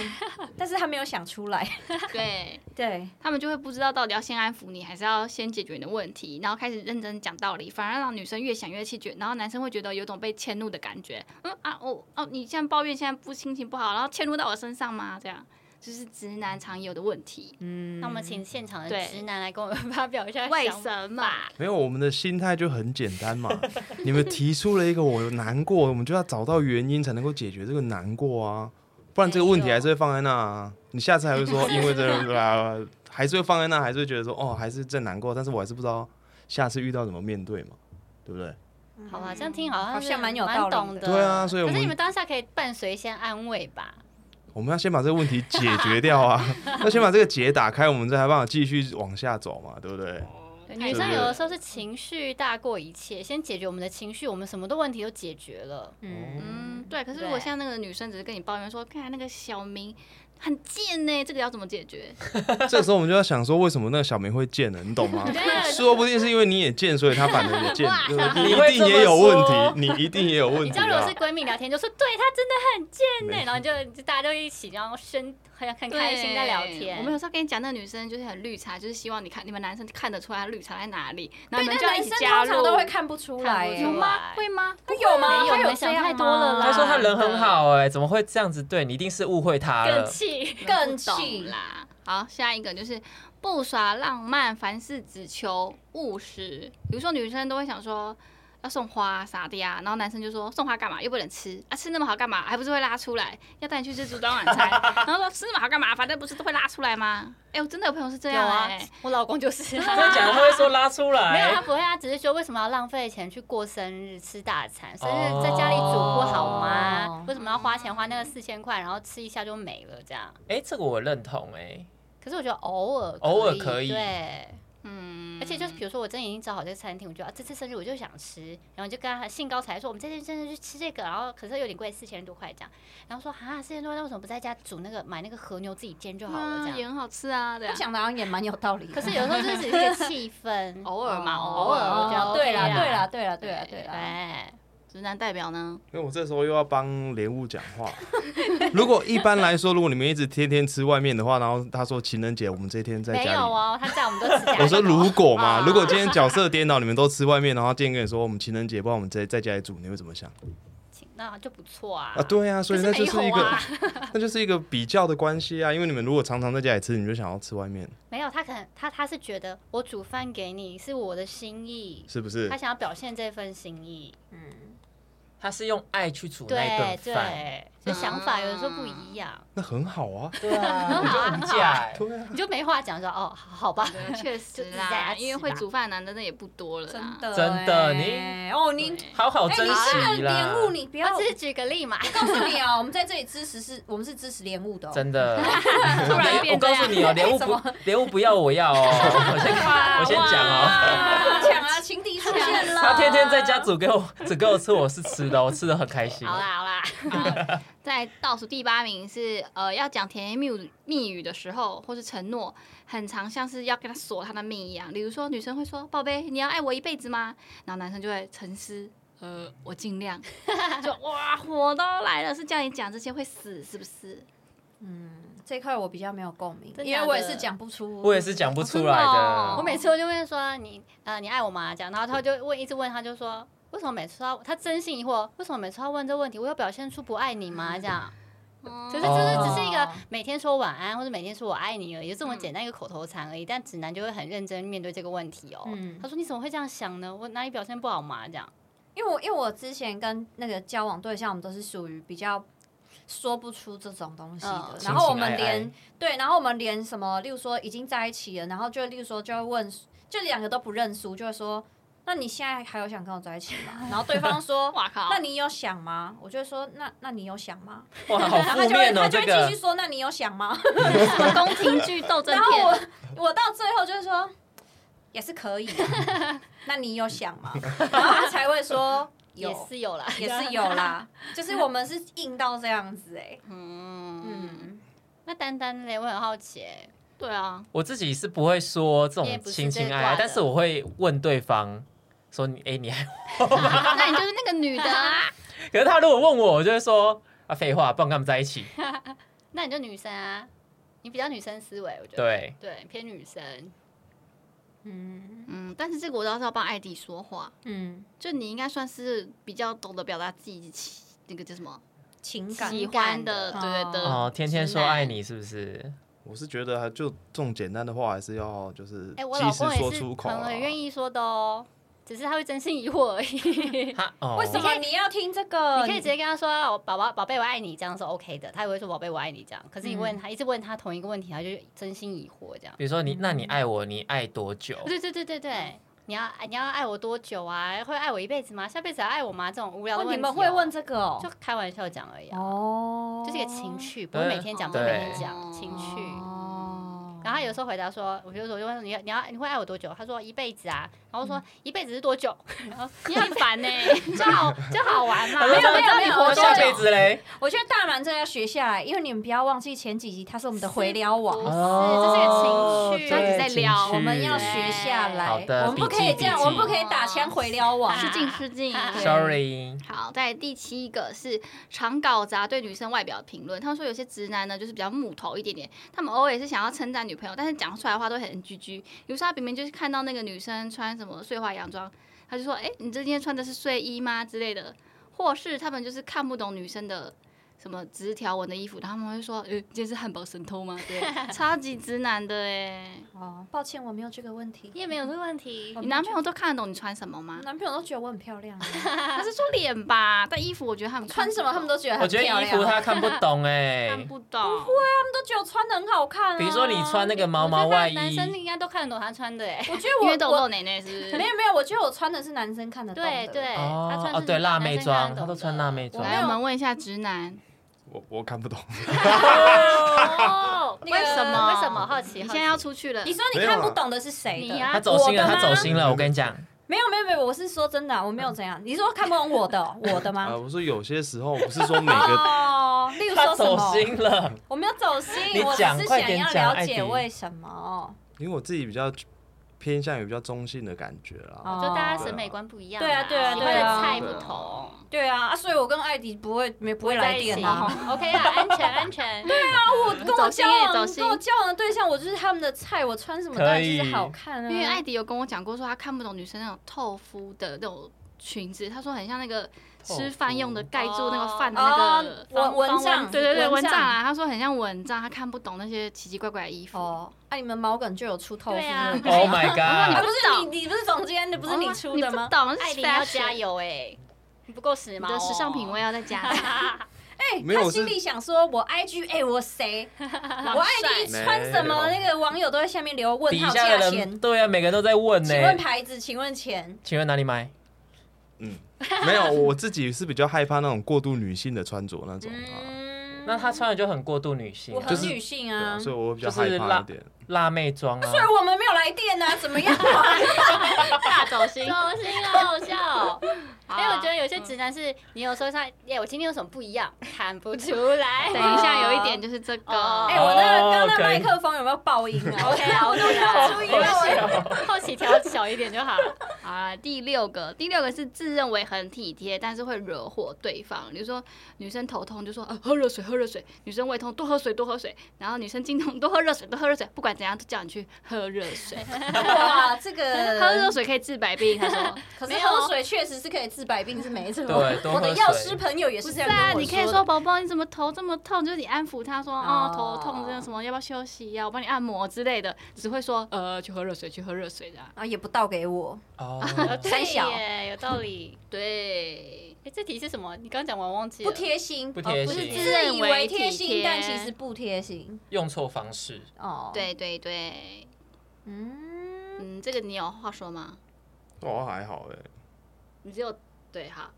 Speaker 7: 但是他没有想出来。
Speaker 4: 对
Speaker 7: 对，
Speaker 4: 他们就会不知道到底要先安抚你，还是要先解决你的问题，然后开始认真讲道理，反而让女生越想越气绝，然后男生会觉得有种被迁怒的感觉。嗯啊，哦哦，你现在抱怨现在不心情不好，然后迁怒到我身上吗？这样就是直男常有的问题。
Speaker 7: 嗯
Speaker 5: 那我们请现场的
Speaker 4: 对
Speaker 5: 直男来跟我们 *laughs* 发表一下
Speaker 4: 为
Speaker 5: 想法。
Speaker 4: 什么？
Speaker 6: 没有，我们的心态就很简单嘛。你们提出了一个我有难过，我们就要找到原因才能够解决这个难过啊，不然这个问题还是会放在那啊。你下次还会说，因为这个啦，还是会放在那，还是会觉得说，哦，还是在难过，但是我还是不知道下次遇到怎么面对嘛，对不对？
Speaker 5: 好吧，这样听好像
Speaker 7: 好像
Speaker 5: 是
Speaker 7: 蛮有道理
Speaker 5: 懂
Speaker 7: 的
Speaker 5: 的。
Speaker 6: 对啊所以我
Speaker 5: 可是你
Speaker 6: 们
Speaker 5: 们当下可以伴随先安慰吧。
Speaker 6: 我们要先把这个问题解决掉啊， *laughs* 要先把这个结打开，我们才有办法继续往下走嘛，对不对？
Speaker 5: 对女生有的时候是情绪大过一切，先解决我们的情绪，我们什么的问题都解决了。
Speaker 3: 哦
Speaker 4: 嗯，对。可是如果
Speaker 5: 对
Speaker 4: 像那个女生只是跟你抱怨说，看那个小明很贱呢、这个要怎么解决？
Speaker 6: 这个时候我们就要想说，为什么那个小明会贱呢？你懂吗？
Speaker 5: *laughs* 对啊
Speaker 6: 说不定是因为你也贱，所以他反而也贱，对不对？
Speaker 3: 你
Speaker 6: 你
Speaker 3: 会
Speaker 6: 一定也有
Speaker 3: 这么
Speaker 6: 问题，你一定也有问
Speaker 5: 你
Speaker 6: 题
Speaker 5: 知道，如果
Speaker 6: 啊
Speaker 5: 是！闺蜜聊天，就说对她真的很贱
Speaker 6: 没
Speaker 5: 呢、
Speaker 6: 错
Speaker 5: 然后就就大家都一起，然后生很很开心在聊
Speaker 4: 对
Speaker 5: 天。
Speaker 4: 我们有时候跟你讲，那个女生就是很绿茶，就是希望你看你们男生看得出来她绿茶在哪里，然后
Speaker 7: 对，
Speaker 4: 你们
Speaker 7: 但
Speaker 4: 就要一
Speaker 7: 男
Speaker 4: 起
Speaker 7: 生
Speaker 4: 加
Speaker 7: 通
Speaker 4: 入。
Speaker 7: 常都会看不出来
Speaker 5: 看不
Speaker 7: 耶，
Speaker 5: 出
Speaker 4: 有
Speaker 5: 来
Speaker 4: 吗？会吗？
Speaker 7: 他有吗？
Speaker 5: 没有
Speaker 7: 他
Speaker 5: 你们
Speaker 7: 这
Speaker 5: 想
Speaker 7: 样
Speaker 5: 太
Speaker 7: 吗
Speaker 5: 多了啦
Speaker 3: 他说他人很好哎、怎么会这样子对你？一定是误会他
Speaker 5: 更
Speaker 3: 了。 *laughs*
Speaker 5: 气，
Speaker 7: 更
Speaker 4: 不懂
Speaker 7: 气
Speaker 4: 啦。好，下一个就是不耍浪漫，凡事只求务实。比如说女生都会想说要送花啥的呀，然后男生就说送花干嘛？又不能吃啊，吃那么好干嘛？还不是会拉出来？要带你去吃烛光晚 *laughs* 餐，然后说吃那么好干嘛？反正不是都会拉出来吗？哎、我真的有朋友是这
Speaker 5: 有
Speaker 4: 样
Speaker 5: 啊
Speaker 4: 哎、，
Speaker 5: 我老公就是、
Speaker 3: 真的假的？他会说拉出
Speaker 5: 没有，
Speaker 3: 来
Speaker 5: 他？不会，他只是说为什么要浪费钱去过生日吃大餐？生日在家里煮不好吗？
Speaker 7: 哦
Speaker 5: 为什么要花钱花那个四千块，然后吃一下就没了这样？
Speaker 3: 哎、这个我认同哎、
Speaker 5: 可是我觉得偶尔
Speaker 3: 偶尔可以
Speaker 5: 对，
Speaker 4: 嗯，
Speaker 5: 而且就是比如说我真的已经找好这个餐兴，我觉得啊这次生日我就想吃，然后就跟他兴高采烈说我们这次生日去吃这个，然后可是有点贵，四千多块这样，然后说啊四千多，那为什么不在家煮那个买那个和牛自己煎就好了这
Speaker 4: 嗯
Speaker 5: 样？
Speaker 4: 也很好吃啊，对
Speaker 7: 他
Speaker 4: 啊。
Speaker 7: 讲的好像也蛮有道理的。
Speaker 5: 可是有时候这只是一个气氛，
Speaker 4: 偶尔嘛
Speaker 5: 哦
Speaker 4: 偶
Speaker 5: 偶
Speaker 4: 尔
Speaker 5: 尔我觉得
Speaker 7: 哦，对啦，
Speaker 5: OK 啊
Speaker 7: 对啦，，对啦，对啦，
Speaker 4: 对
Speaker 7: 对啦。
Speaker 5: 对。哎
Speaker 4: 直男代表呢？
Speaker 6: 因为我这时候又要帮莲雾讲话。如果一般来说，如果你们一直天天吃外面的话，然后他说情人节我们这天在
Speaker 5: 没
Speaker 6: 家
Speaker 5: 有
Speaker 6: 里。
Speaker 5: 哦，他在我们都吃假
Speaker 6: 我说如果嘛，
Speaker 5: 啊
Speaker 6: 如果今天角色颠倒，你们都吃外面，然后今天跟你说我们情人节，不然我们在在家里煮，你会怎么想
Speaker 5: 情，那就不错啊。
Speaker 6: 啊？对啊，所以
Speaker 5: 可
Speaker 6: 那
Speaker 5: 是没
Speaker 6: 就是一
Speaker 5: 有
Speaker 6: 个
Speaker 5: 啊 *laughs*
Speaker 6: 那就是一个比较的关系啊。因为你们如果常常在家里吃，你就想要吃外面，
Speaker 5: 没有，他可能他他是觉得我煮饭给你是我的心意，
Speaker 6: 是不是
Speaker 5: 他？想要表现这份心意。
Speaker 3: 他是用爱去煮那一
Speaker 5: 对
Speaker 3: 顿饭，
Speaker 5: 对，所以想法有的时候不一样，
Speaker 6: 那很好啊，
Speaker 3: 对啊，我觉得无价哎、
Speaker 6: 对啊。
Speaker 5: 你就没话讲说哦，好好吧。
Speaker 4: 确 *laughs* 实
Speaker 5: 就自己在家
Speaker 4: 啦，
Speaker 5: 吃
Speaker 4: 因为会
Speaker 5: 吧
Speaker 4: 煮饭的男真的也不多了啦。
Speaker 7: 的
Speaker 3: 真的
Speaker 7: 欸哦，你
Speaker 4: 对
Speaker 3: 好好
Speaker 7: 哎，
Speaker 3: 珍
Speaker 7: 你是
Speaker 3: 惜啦
Speaker 7: 莲雾，，你不
Speaker 5: *laughs* 我
Speaker 7: 要
Speaker 5: 只是举个例嘛，
Speaker 7: 告诉你哦，我们在这里支持是，我们是支持莲雾的哦。
Speaker 3: 真的。
Speaker 4: 突然
Speaker 3: 我
Speaker 4: 变这
Speaker 3: 告
Speaker 4: 样
Speaker 3: 诉你哦，莲雾
Speaker 7: 怎
Speaker 3: 不
Speaker 7: 么
Speaker 3: 莲雾不要，我要哦。我先我先讲哦，
Speaker 7: 啊，抢啊，情敌出现了。
Speaker 3: 他天天在家煮给我煮给我吃，我是吃的，我吃的很开心。
Speaker 5: 好啦好啦，
Speaker 4: 在倒数第八名是呃，要讲甜言蜜语蜜语的时候，或是承诺，很常像是要跟他索他的命一样。比如说，女生会说：“宝贝，你要爱我一辈子吗？”然后男生就会沉思：“呃，我尽量。” *laughs* 就哇，火都来了，是叫你讲这些会死是不是？
Speaker 7: 这块我比较没有共鸣，
Speaker 5: 真
Speaker 7: 因为
Speaker 5: 假
Speaker 7: 我也
Speaker 5: 的
Speaker 7: 是讲不出，
Speaker 3: 我也是讲不出来
Speaker 4: 真的哦
Speaker 3: 的。
Speaker 5: 我每次我就问说你呃你爱我吗？这样，然后他就问一直问，他就说为什么每次都要他真心疑惑，为什么每次都要问这问题？我有表现出不爱你吗？这样，可是这是只是一个
Speaker 7: 哦
Speaker 5: 每天说晚安或者每天说我爱你而已，就这么简单一个口头禅而已。但指南就会很认真面对这个问题哦。
Speaker 7: 嗯
Speaker 5: 他说你怎么会这样想呢？我哪里表现不好嘛？这样，
Speaker 7: 因为我因为我之前跟那个交往对象，我们都是属于比较说不出这种东西的
Speaker 5: 嗯，
Speaker 7: 然后我
Speaker 3: 情
Speaker 7: 们
Speaker 3: 情爱爱
Speaker 7: 连对，然后我们连什么，例如说已经在一起了，然后就例如说就会问，就两个都不认输，就会说，那你现在还有想跟我在一起吗？然后对方
Speaker 5: *laughs*
Speaker 7: 说。
Speaker 4: 哇靠！
Speaker 7: 那你有想吗？我就会说，那那你有想吗？
Speaker 3: 哇，好
Speaker 7: 然后
Speaker 3: 负
Speaker 7: 他就会
Speaker 3: 面
Speaker 7: 他
Speaker 3: 哦，这
Speaker 7: 就会继
Speaker 3: 个
Speaker 7: 续说，那你有想
Speaker 5: *laughs*
Speaker 7: 吗？
Speaker 4: 什么宫廷剧斗争
Speaker 7: *laughs* 然后
Speaker 4: 片？
Speaker 7: 我我到最后就是说，也是可以的。
Speaker 5: *laughs*
Speaker 7: 那你有想吗？ *laughs* 然后他才会说有，
Speaker 5: 也是有啦，
Speaker 7: *laughs* 也是有
Speaker 4: *laughs*
Speaker 7: 啦，就是我们是硬到这样子哎、
Speaker 4: 嗯，
Speaker 7: 嗯，
Speaker 5: 那丹丹嘞，我很好奇欸，
Speaker 4: 对啊，
Speaker 3: 我自己是不会说这
Speaker 5: 也
Speaker 3: 种
Speaker 5: 不是
Speaker 3: 情情
Speaker 5: 这
Speaker 3: 爱
Speaker 5: 挂
Speaker 3: 爱
Speaker 5: 的，
Speaker 3: 但是我会问对方说你：“哎、 *laughs* 你还……
Speaker 4: 那你就是那个女的啊，
Speaker 3: 可是他如果问我，我就会说啊，废话，不然跟他们在一起。
Speaker 5: 那你就女生啊，你比较女生思维，我觉得
Speaker 3: 对，
Speaker 5: 对偏女生，
Speaker 7: 嗯
Speaker 4: 嗯，但是这个我倒是要帮艾迪说话，
Speaker 7: 嗯，
Speaker 4: 就你应该算是比较懂得表达自己喜那个叫什么
Speaker 7: 情感
Speaker 4: 喜欢的，
Speaker 7: 情感的
Speaker 4: 对对对，
Speaker 3: 哦，天天
Speaker 4: 直
Speaker 3: 说
Speaker 4: 男
Speaker 3: 爱，你是不是？
Speaker 6: 我是觉得还就这种简单的话，还是要就是
Speaker 5: 哎、我
Speaker 6: 及
Speaker 5: 老
Speaker 6: 时
Speaker 5: 公也
Speaker 6: 说
Speaker 5: 是
Speaker 6: 出口啊
Speaker 5: 很
Speaker 6: 啦
Speaker 5: 很愿意说的哦，只是他会真心疑惑
Speaker 4: *laughs*
Speaker 5: 而已。
Speaker 3: 他哦，
Speaker 7: 为什么你要听这个？
Speaker 5: 你可
Speaker 4: 嗯
Speaker 5: 以直接跟他说：“我宝宝，宝贝，我爱你。”这样是 OK 的，他也会说：“宝贝，我爱你。”这样，可是你
Speaker 4: 嗯
Speaker 5: 问他，一直问他同一个问题，他就真心疑惑这样。
Speaker 3: 比如说你，那你爱我，你爱多久？
Speaker 5: 对对对对对，你要哎你要爱我多久啊？会爱我一辈子吗？下辈子还爱我吗？这种无聊的
Speaker 7: 哦，
Speaker 5: 问题、
Speaker 7: 你们会问，这个哦
Speaker 5: 就，开玩笑讲而已、啊，
Speaker 7: 哦
Speaker 5: 就是一个情趣，不
Speaker 3: 对
Speaker 5: 会每天讲，不会每天讲
Speaker 4: 对
Speaker 5: 情趣。
Speaker 7: 哦
Speaker 5: 然后他有时候回答说，我就说我就问他你要你要你会爱我多久？他说一辈子啊，然后我说、
Speaker 7: 嗯
Speaker 5: 一辈子是
Speaker 7: *laughs*
Speaker 5: 多久？然后
Speaker 4: 你很烦呢，
Speaker 5: 就好就好玩嘛，
Speaker 3: 他说
Speaker 5: 没有
Speaker 3: 这
Speaker 5: 没有
Speaker 7: 样
Speaker 5: 没
Speaker 7: 没
Speaker 5: 有
Speaker 7: 有，
Speaker 3: 那
Speaker 7: 我
Speaker 5: 我
Speaker 7: 就
Speaker 3: 下辈子嘞？
Speaker 7: 我觉得大蛮真的要学下来，因为你们不要忘记前几集它是我们的回撩
Speaker 4: 不
Speaker 7: 网
Speaker 4: 是，
Speaker 3: 哦
Speaker 5: 这是个情绪
Speaker 3: 对
Speaker 4: 这样子在聊
Speaker 3: 情绪
Speaker 7: 我们要学下
Speaker 3: 好
Speaker 7: 来，
Speaker 3: 的
Speaker 7: 我们不可以
Speaker 3: 笔记
Speaker 7: 这样，
Speaker 3: 笔记
Speaker 7: 我们不可以打枪回撩网。
Speaker 4: 失敬失敬。
Speaker 5: 对
Speaker 3: Sorry，
Speaker 4: 好，在第七个是常搞砸对女生外表的评论。他说有些直男呢，就是比较木头一点点，他们偶尔也是想要称赞女朋友，但是讲出来的话都很 GG。比如说他明明就是看到那个女生穿什么碎花洋装，他就说：“哎、你这今天穿的是睡衣吗？”之类的，或是他们就是看不懂女生的。什么直条纹的衣服，然后他们会说，呃，今天是汉堡神偷吗？对，超级直男的哎，
Speaker 7: 哦，抱歉，我没有这个问题。
Speaker 5: 你也没有这个问题
Speaker 7: *laughs* 我。
Speaker 4: 你男朋友都看得懂你穿什么
Speaker 7: *laughs*
Speaker 4: 吗？
Speaker 7: 男朋友都觉得我很漂亮啊，
Speaker 4: *laughs* 他是说脸吧，但衣服我觉得他们看
Speaker 7: 穿
Speaker 4: 不
Speaker 7: 什么他
Speaker 4: 懂
Speaker 7: 们都觉得
Speaker 3: 我
Speaker 7: 很
Speaker 3: 觉
Speaker 7: 漂
Speaker 3: 得
Speaker 7: 亮。
Speaker 3: 衣服他看不懂哎、
Speaker 4: 看不懂，不
Speaker 7: 他们都觉得我穿的很好看啊。
Speaker 3: 比如说你穿那个
Speaker 7: 哦
Speaker 3: 毛毛
Speaker 5: 我觉得
Speaker 3: 外衣，
Speaker 5: 男生应该都看得懂他穿的哎。
Speaker 7: 我觉
Speaker 4: *laughs* 因为
Speaker 7: 得
Speaker 4: 都
Speaker 7: 我
Speaker 4: 有露
Speaker 7: 我
Speaker 4: 奶奶是不是？
Speaker 7: 没有没有，我觉得我穿的是男生看得懂的。
Speaker 5: 对
Speaker 4: *laughs*
Speaker 5: 对，欸他
Speaker 3: 哦
Speaker 5: 穿
Speaker 3: 哦，
Speaker 5: 是
Speaker 3: 对，辣
Speaker 5: 男
Speaker 3: 妹
Speaker 5: 生看
Speaker 3: 装，
Speaker 5: 得懂
Speaker 3: 他都
Speaker 5: 的
Speaker 3: 穿辣妹装。
Speaker 4: 来，我们问一下直男，
Speaker 6: 我我看不懂，
Speaker 5: 哦，
Speaker 7: 那个
Speaker 4: 为什么？
Speaker 5: 为什么？？好奇，
Speaker 4: 你
Speaker 5: 好
Speaker 4: 现在
Speaker 5: 奇
Speaker 4: 要出去了，
Speaker 7: 你说你看不懂的是谁的？
Speaker 5: 你
Speaker 4: 啊
Speaker 5: 呀
Speaker 3: 啊他走心了，
Speaker 7: 我的
Speaker 3: 他
Speaker 7: 吗
Speaker 3: 走心了，我跟你讲，
Speaker 7: 没有没有没有，我是说真的啊，我没有怎样。你说看不懂我的哦，我的
Speaker 3: *laughs*
Speaker 6: 啊，
Speaker 7: 吗？
Speaker 6: 我说有些时候不是说每个
Speaker 7: 哦，例如
Speaker 3: 呃他
Speaker 7: 说
Speaker 3: 走
Speaker 7: 什么？
Speaker 3: 心了。
Speaker 7: 我没有走心
Speaker 3: 你，
Speaker 7: 我只
Speaker 3: 讲
Speaker 7: 是
Speaker 3: 快
Speaker 7: 想
Speaker 3: 点
Speaker 7: 要
Speaker 3: 讲
Speaker 7: 了
Speaker 3: 艾迪
Speaker 7: 解为什么。哦
Speaker 6: 因为我自己比较偏向于比较中性的感觉啦。
Speaker 7: 哦
Speaker 5: 就大家审美观不一样嘛，
Speaker 7: 对啊对啊
Speaker 5: 喜
Speaker 7: 对
Speaker 5: 欢的
Speaker 7: 啊
Speaker 5: 菜不同，
Speaker 7: 对啊，啊所以我跟艾迪不会没不
Speaker 5: 不
Speaker 7: 会来
Speaker 5: 电
Speaker 7: 电啊。
Speaker 5: *laughs* OK 啊，安全安全。 *laughs* 对啊，
Speaker 7: 我跟我
Speaker 4: 哦走心
Speaker 7: 交
Speaker 4: 也
Speaker 7: 往
Speaker 4: 走心
Speaker 7: 跟我交往的对象，我就是他们的菜，我穿什么
Speaker 3: 可
Speaker 7: 当然就是
Speaker 3: 以
Speaker 7: 好看啊。
Speaker 4: 因为艾迪有跟我讲过，说他看不懂女生那种透肤的那种裙子，他说很像那个
Speaker 3: 透
Speaker 4: 吃饭用的
Speaker 3: 肤
Speaker 4: 盖住那个饭的那
Speaker 7: 哦
Speaker 4: 个，
Speaker 7: 蚊蚊帐，
Speaker 4: 对对对，蚊
Speaker 7: 蚊
Speaker 4: 帐啊，他说很像蚊帐，他看不懂那些奇奇怪怪的衣服。
Speaker 7: 哦，啊，你们毛梗就有出头
Speaker 5: 对啊
Speaker 7: 是不是
Speaker 3: Oh my
Speaker 7: 啊，
Speaker 4: 你
Speaker 3: god！
Speaker 7: 不是
Speaker 4: 懂
Speaker 7: 你，你不是总监，你不是你出
Speaker 4: 哦你
Speaker 7: 的
Speaker 4: 不
Speaker 7: 吗？
Speaker 4: 懂，
Speaker 5: 哦艾
Speaker 4: 是
Speaker 5: 琳要
Speaker 4: fashion
Speaker 5: 加，油哎，你不够时髦
Speaker 4: 你
Speaker 5: 哦，
Speaker 4: 的时尚品味要再加。
Speaker 7: *laughs* 哎，
Speaker 6: 没有
Speaker 7: 他
Speaker 6: 我
Speaker 7: 心
Speaker 6: 是
Speaker 7: 里想说，我 IG 哎，我谁？我 IG 穿什么？
Speaker 6: 没
Speaker 7: 那个网友都在下面留问
Speaker 3: 底
Speaker 7: 号
Speaker 3: 下
Speaker 7: 价
Speaker 3: 的人
Speaker 7: 钱，
Speaker 3: 对啊，每个人都在问呢
Speaker 7: 请。问牌子，请问钱。
Speaker 3: 请问哪里买？
Speaker 6: 嗯，没有，我自己是比较害怕那种过度女性的穿着那种
Speaker 3: 哦
Speaker 6: 啊，
Speaker 7: 嗯，
Speaker 3: 那他穿的就很过度女性
Speaker 7: 我
Speaker 3: 啊，
Speaker 6: 就
Speaker 7: 很
Speaker 6: 是
Speaker 7: 女性
Speaker 6: 对
Speaker 7: 啊
Speaker 6: 啊，所以我会比较
Speaker 3: 就是
Speaker 6: 害怕
Speaker 3: 辣
Speaker 6: 一点。
Speaker 3: 辣妹装啊。
Speaker 7: 所以我们没有来电啊，怎么样啊？ *laughs*
Speaker 5: *laughs*
Speaker 4: 大走心
Speaker 5: 走心了，好笑。
Speaker 4: 好
Speaker 5: 哎，我觉得有有些直男 *laughs* 是你有时候他，耶，我今天有什么不一样， *laughs* 看不出来。
Speaker 4: 等一下有一
Speaker 5: *laughs*
Speaker 4: 点就是这
Speaker 5: 哦
Speaker 4: 个，
Speaker 7: 哎、我那
Speaker 3: 哦
Speaker 7: 个刚刚那
Speaker 3: 可以
Speaker 7: 麦克风有没有爆音啊？ *laughs*
Speaker 5: OK 啦，OK 啦，
Speaker 7: 我
Speaker 5: 没
Speaker 7: 以为
Speaker 5: 关系哦好奇调小一点就好。
Speaker 4: 啊，第六个，第六个是自认为很体贴，但是会惹火对方。比如说，女生头痛就说啊，喝热水，喝热水；女生胃痛，多喝水，多喝水；然后女生经痛，多喝热水，多喝热水。不管怎样，都叫你去喝热水。
Speaker 7: 哇，这个
Speaker 4: 喝热，水可以治百病，他说。 *laughs*
Speaker 7: 可是
Speaker 4: 没有啊
Speaker 7: 喝水确实是可以治百病，是没错。
Speaker 3: 对多喝
Speaker 7: 我的
Speaker 3: 水
Speaker 7: 药师朋友也
Speaker 4: 不
Speaker 7: 是
Speaker 4: 是
Speaker 7: 这样跟我
Speaker 4: 啊，
Speaker 7: 的
Speaker 4: 你可以说宝宝你怎么头这么痛，就是你安抚他说哦
Speaker 5: 哦
Speaker 4: 头痛真的什么，要不要休息呀、我帮你按摩之类的，只会说呃去喝热水，去喝热水的啊、
Speaker 7: 啊，也不倒给我，
Speaker 3: 哦，
Speaker 7: 三小
Speaker 5: 对耶，有道理。
Speaker 4: *laughs* 对，
Speaker 5: 哎，这题是什么？你刚讲完忘记了。
Speaker 7: 不贴心，
Speaker 3: 不
Speaker 7: 哦
Speaker 3: 贴
Speaker 5: 不是
Speaker 3: 心，
Speaker 5: 自
Speaker 7: 自
Speaker 5: 认
Speaker 7: 以为
Speaker 5: 为
Speaker 7: 贴心，但其实
Speaker 5: 实
Speaker 7: 不贴心
Speaker 3: 用错方式。
Speaker 7: 哦。，
Speaker 4: 对对对，
Speaker 7: 嗯，
Speaker 4: 嗯，这个你有话说吗？
Speaker 6: 哦，还好哎、
Speaker 4: 你只有对好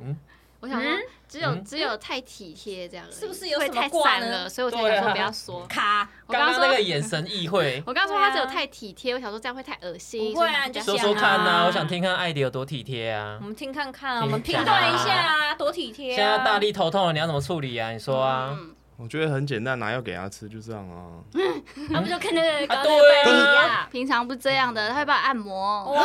Speaker 3: 嗯。
Speaker 4: *laughs* 我想说
Speaker 7: 嗯，
Speaker 4: 只有
Speaker 3: 嗯
Speaker 4: 只有太体贴这样而已，
Speaker 7: 是不是有
Speaker 4: 会
Speaker 7: 什么
Speaker 4: 太
Speaker 7: 挂
Speaker 4: 散
Speaker 7: 呢
Speaker 4: 了？所以我才
Speaker 3: 对啊
Speaker 4: 想说不要
Speaker 3: *laughs*
Speaker 4: 说。
Speaker 7: 卡
Speaker 4: 我
Speaker 3: 刚
Speaker 4: 刚
Speaker 3: 刚那
Speaker 4: 说
Speaker 3: 个，眼神意
Speaker 7: *laughs*
Speaker 3: 会，
Speaker 4: 我刚说他只有
Speaker 7: 对啊
Speaker 4: 太体贴，我想说这样会太恶心。
Speaker 7: 不
Speaker 4: 所
Speaker 7: 会
Speaker 4: 以
Speaker 7: 啊，
Speaker 4: 想
Speaker 7: 你就
Speaker 4: 说
Speaker 3: 说
Speaker 7: 想
Speaker 3: 说看
Speaker 7: 啊
Speaker 3: 呐，我想。听看艾迪有多体贴啊
Speaker 7: 我。们听看看啊，我
Speaker 3: 听
Speaker 7: 们评
Speaker 3: 看
Speaker 7: 断一
Speaker 3: 啊
Speaker 7: 下啊，多体贴啊。
Speaker 3: 现在大力头痛了，你要怎么处理啊？你说啊，
Speaker 4: 嗯
Speaker 6: 我觉得很简单，拿药给他吃，就这样啊。
Speaker 5: 他们就跟那个
Speaker 3: 啊
Speaker 5: 刚
Speaker 3: 对啊
Speaker 5: 那个拜一样。
Speaker 4: *laughs* 平常不这样的，他会帮我按摩。
Speaker 7: 哇，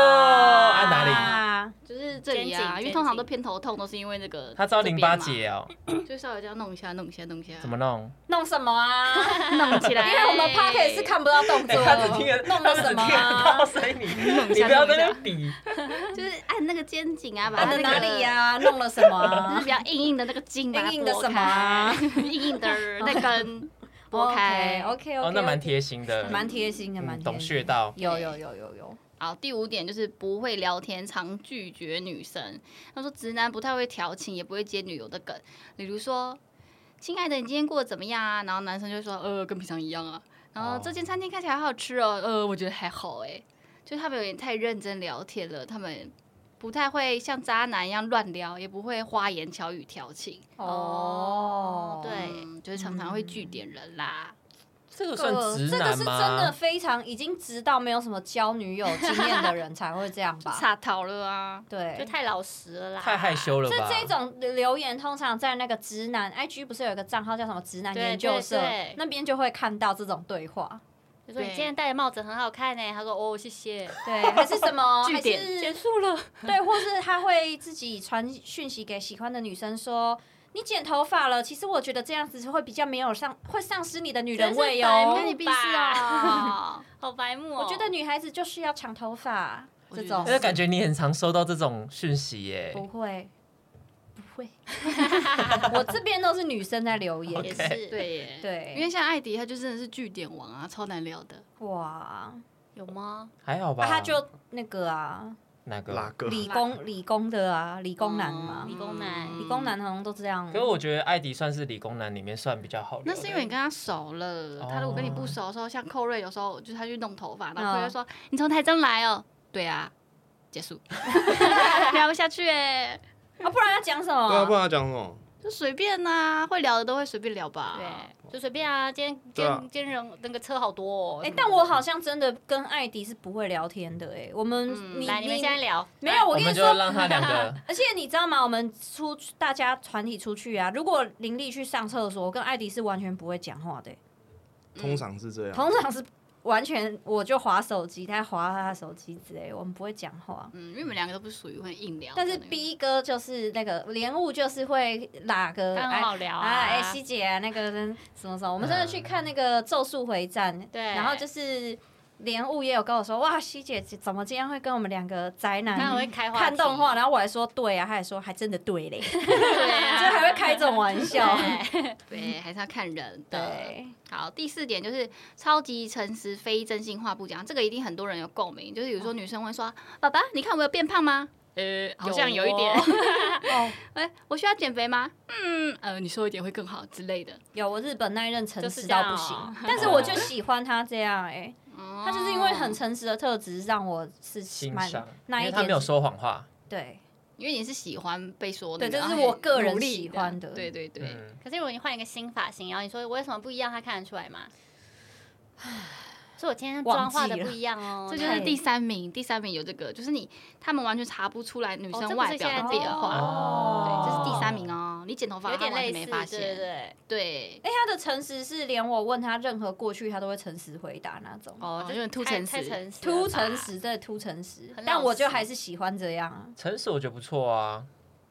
Speaker 3: 按哪
Speaker 7: 里？
Speaker 4: 就是这里
Speaker 5: 肩
Speaker 4: 啊，
Speaker 5: 颈
Speaker 4: 因为通常都偏头痛，都是因为那个
Speaker 3: 他招
Speaker 4: 这
Speaker 3: 淋
Speaker 4: 边
Speaker 3: 巴
Speaker 4: 嘛，
Speaker 3: 结哦，
Speaker 7: 嗯
Speaker 4: 就稍微这样弄一下，弄一下，弄一下，
Speaker 3: 怎么弄？
Speaker 7: 弄什么啊？
Speaker 4: *laughs* 弄起来？
Speaker 7: *laughs* 因为我们 p o c k e t 是看不到动
Speaker 3: 哎
Speaker 7: 作，弄了什么啊？
Speaker 3: 所以你
Speaker 4: 弄一
Speaker 3: 你
Speaker 4: 下
Speaker 3: 不要在
Speaker 4: 弄一
Speaker 3: 那
Speaker 4: 下
Speaker 3: 边比，
Speaker 4: *laughs* 就是按那个肩颈啊，把
Speaker 7: 按
Speaker 4: 它
Speaker 7: 的
Speaker 4: 那
Speaker 7: 哪
Speaker 4: 个
Speaker 7: 里？呀？弄了什么
Speaker 4: 就是 *laughs*
Speaker 7: 啊
Speaker 4: 比？较硬硬的那个筋，把它
Speaker 7: 硬硬的
Speaker 4: 拨
Speaker 7: 什么啊
Speaker 4: 开 *laughs* 硬硬的那根拨开。
Speaker 7: OK
Speaker 3: 哦
Speaker 7: OK，，
Speaker 3: 那蛮贴心的，
Speaker 7: 蛮贴心的，蛮
Speaker 3: 嗯
Speaker 7: 贴
Speaker 3: 懂
Speaker 7: 心
Speaker 3: 穴。道。
Speaker 7: 有有有有有，
Speaker 4: 好，第五点就是不会聊天，常拒绝女生。他说直男不太会调情，也不会接女友的梗，比如说“亲爱的，你今天过得怎么样啊？”然后男生就会说：“呃，跟平常一样啊。”然后
Speaker 3: 哦
Speaker 4: 这间餐厅看起来好好吃哦，呃，我觉得还好哎、就是他们有点太认真聊天了，他们不太会像渣男一样乱聊，也不会花言巧语调情，
Speaker 7: 哦，
Speaker 5: 对
Speaker 4: 嗯就是常常会据
Speaker 7: 嗯
Speaker 4: 点人啦。
Speaker 3: 这个
Speaker 7: 呃这
Speaker 3: 算
Speaker 7: 个
Speaker 3: 直
Speaker 7: 这个
Speaker 3: 男
Speaker 7: 是真的
Speaker 3: 吗？
Speaker 7: 非常已经直到没有什么交女友经验的人才会这样吧？
Speaker 4: 差逃了啊！
Speaker 5: 就
Speaker 7: 对。
Speaker 5: 太老实了啦，
Speaker 3: 太害羞了
Speaker 7: 这
Speaker 3: 吧？
Speaker 7: 这种留言通常在那个直男 IG 不是有一个账号叫什么直男
Speaker 5: 对
Speaker 7: 研究
Speaker 5: 对
Speaker 7: 社
Speaker 5: 对，
Speaker 7: 那边就会看到这种对话，
Speaker 5: 就说你
Speaker 4: 对
Speaker 5: 今天戴的帽子很好看呢，他说哦谢谢，哦
Speaker 7: 对，还是什么，
Speaker 4: 据
Speaker 7: 还
Speaker 4: 点
Speaker 7: 是
Speaker 5: 结束 *laughs* 了，
Speaker 7: 对，或是他会自己传讯息给喜欢的女生说：“你剪头发了，其实我觉得这样子会比较没有丧，会丧失你的女人味哦。
Speaker 5: 真是白
Speaker 4: 那
Speaker 5: 目
Speaker 4: 你必须啊！
Speaker 5: 好白目哦。
Speaker 7: 我觉得女孩子就是要长头发，
Speaker 4: 我
Speaker 7: 这
Speaker 4: 觉得
Speaker 7: 种
Speaker 3: 那感觉你很常收到这种讯息耶。
Speaker 7: 不会，不会。我这边都是女生在留言
Speaker 5: 也
Speaker 3: OK
Speaker 5: 是，
Speaker 4: 对耶，
Speaker 7: 对，
Speaker 4: 因为像艾迪，他就真的是据点王啊，超难聊的。
Speaker 7: 哇，啊
Speaker 5: 有吗？
Speaker 3: 还好吧？
Speaker 7: 啊、他就那个啊，
Speaker 3: 哪个？
Speaker 6: 哪个？
Speaker 7: 理工理工的啊，理工男
Speaker 4: 哦
Speaker 7: 嘛
Speaker 5: 理，工男
Speaker 7: 理工男好像都这样。
Speaker 3: 可是我觉得艾迪算是理工男里面算比较好聊的。
Speaker 4: 那是因为你跟他熟了，他如果跟你
Speaker 7: 哦
Speaker 4: 不熟的时候，像寇瑞有时候就是他去弄头发，然后寇
Speaker 7: 嗯
Speaker 4: 瑞就说：“你从台中来哦。”对啊，结
Speaker 7: *laughs*
Speaker 4: 束，聊不下去哎、
Speaker 7: 啊，不然要讲什么？
Speaker 6: 对啊，不然他讲什么？
Speaker 4: 就随便呐、会聊的都会随便聊吧。
Speaker 5: 对，就随便啊，今天今
Speaker 6: 对啊
Speaker 5: 天今天人那个车好多哦。
Speaker 7: 哎、
Speaker 5: 什么
Speaker 7: 但
Speaker 5: 的
Speaker 7: 我好像真的跟艾迪是不会聊天的哎、我们、
Speaker 4: 嗯
Speaker 7: 你
Speaker 5: 来你们现在聊，
Speaker 7: 没有，我
Speaker 3: 我
Speaker 7: 跟
Speaker 3: 们
Speaker 7: 你
Speaker 3: 就
Speaker 7: 说，
Speaker 3: 让他两
Speaker 7: *laughs*
Speaker 3: 个
Speaker 7: 而且你知道吗？我们出大家团体出去啊，如果林立去上厕所，我跟艾迪是完全不会讲话的欸、
Speaker 6: 通常是这样。
Speaker 7: 通常是完全我就划手机，他划他的手机之类，我们不会讲话。
Speaker 4: 嗯，因为你们两个都不属于会硬聊的
Speaker 7: 但
Speaker 4: 那
Speaker 7: 是
Speaker 4: 种。
Speaker 7: B 哥就是那个莲雾，就是会哪个
Speaker 5: 他很好聊啊
Speaker 7: 啊，哎、希姐啊，那个人什么什么，我们真的去看那个《咒术回战》
Speaker 5: 对
Speaker 7: 然后就是莲雾也有跟我说，哇，希姐怎么今天会跟我们两个宅
Speaker 5: 他很
Speaker 7: 男
Speaker 5: 会开话题
Speaker 7: 看动
Speaker 5: *laughs*
Speaker 7: 画？，然后我还说对啊，他还说还真的对嘞，就
Speaker 4: 对啊，
Speaker 7: 还会开 *laughs* 这种玩笑。
Speaker 4: 对，还是要看人的。
Speaker 7: 对，
Speaker 4: 好，第四点就是超级诚实，非真心话不讲。这个一定很多人有共鸣，就是有时候女生会说：“爸爸，你看我有变胖吗？”呃，哦 *laughs* 好像有一点。 *laughs*
Speaker 7: 哦，
Speaker 4: 哎、我需要减肥吗？嗯，呃，你瘦一点会更好之类的。
Speaker 7: 有我日本那一任诚
Speaker 5: 就是
Speaker 7: 实
Speaker 5: 这
Speaker 7: 到
Speaker 5: 样
Speaker 7: 不
Speaker 5: 哦
Speaker 7: 行，但是我就喜欢他这样哎、
Speaker 4: 他
Speaker 7: 他就是因为很，诚实的特质让我是
Speaker 3: 欣
Speaker 7: 蛮
Speaker 3: 赏，因
Speaker 7: 那一
Speaker 3: 为他
Speaker 7: 点
Speaker 3: 没有
Speaker 7: 是
Speaker 3: 说谎话。
Speaker 7: 对。
Speaker 4: 因为你是喜欢被说那
Speaker 7: 对
Speaker 4: 个，
Speaker 7: 这
Speaker 4: 然
Speaker 7: 是
Speaker 4: 后很
Speaker 7: 我个人
Speaker 4: 努力
Speaker 7: 喜欢的
Speaker 4: 对对对，
Speaker 3: 嗯，
Speaker 5: 可是如果你换一个新发型，然后你说我有什么不一样，他看得出来吗？所以我今天
Speaker 7: 忘
Speaker 5: 妆化的
Speaker 7: 记
Speaker 5: 不
Speaker 7: 了
Speaker 5: 一样哦。
Speaker 4: 这就是第三名，第三名有这个，就是你他们完全查不出来女
Speaker 5: 哦
Speaker 4: 生
Speaker 5: 这不是
Speaker 4: 外表
Speaker 5: 现
Speaker 4: 的
Speaker 5: 在
Speaker 4: 变化，
Speaker 5: 哦
Speaker 4: 对，这是第三名哦。你剪头发
Speaker 5: 有点
Speaker 4: 他完
Speaker 5: 类
Speaker 4: 全
Speaker 5: 似，
Speaker 4: 没发现，
Speaker 5: 对对对。
Speaker 4: 对
Speaker 7: 哎，他的诚实是连我问他任何过去，他都会诚实回答那种。
Speaker 5: 哦
Speaker 4: 有点突
Speaker 5: 太
Speaker 4: 诚
Speaker 5: 太
Speaker 4: 实
Speaker 5: 诚实，
Speaker 7: 突诚。实，真的突诚实
Speaker 5: 很，
Speaker 7: 但
Speaker 5: 老
Speaker 7: 我就
Speaker 5: 实
Speaker 7: 还是喜欢这样啊。
Speaker 3: 诚实我觉得不错啊。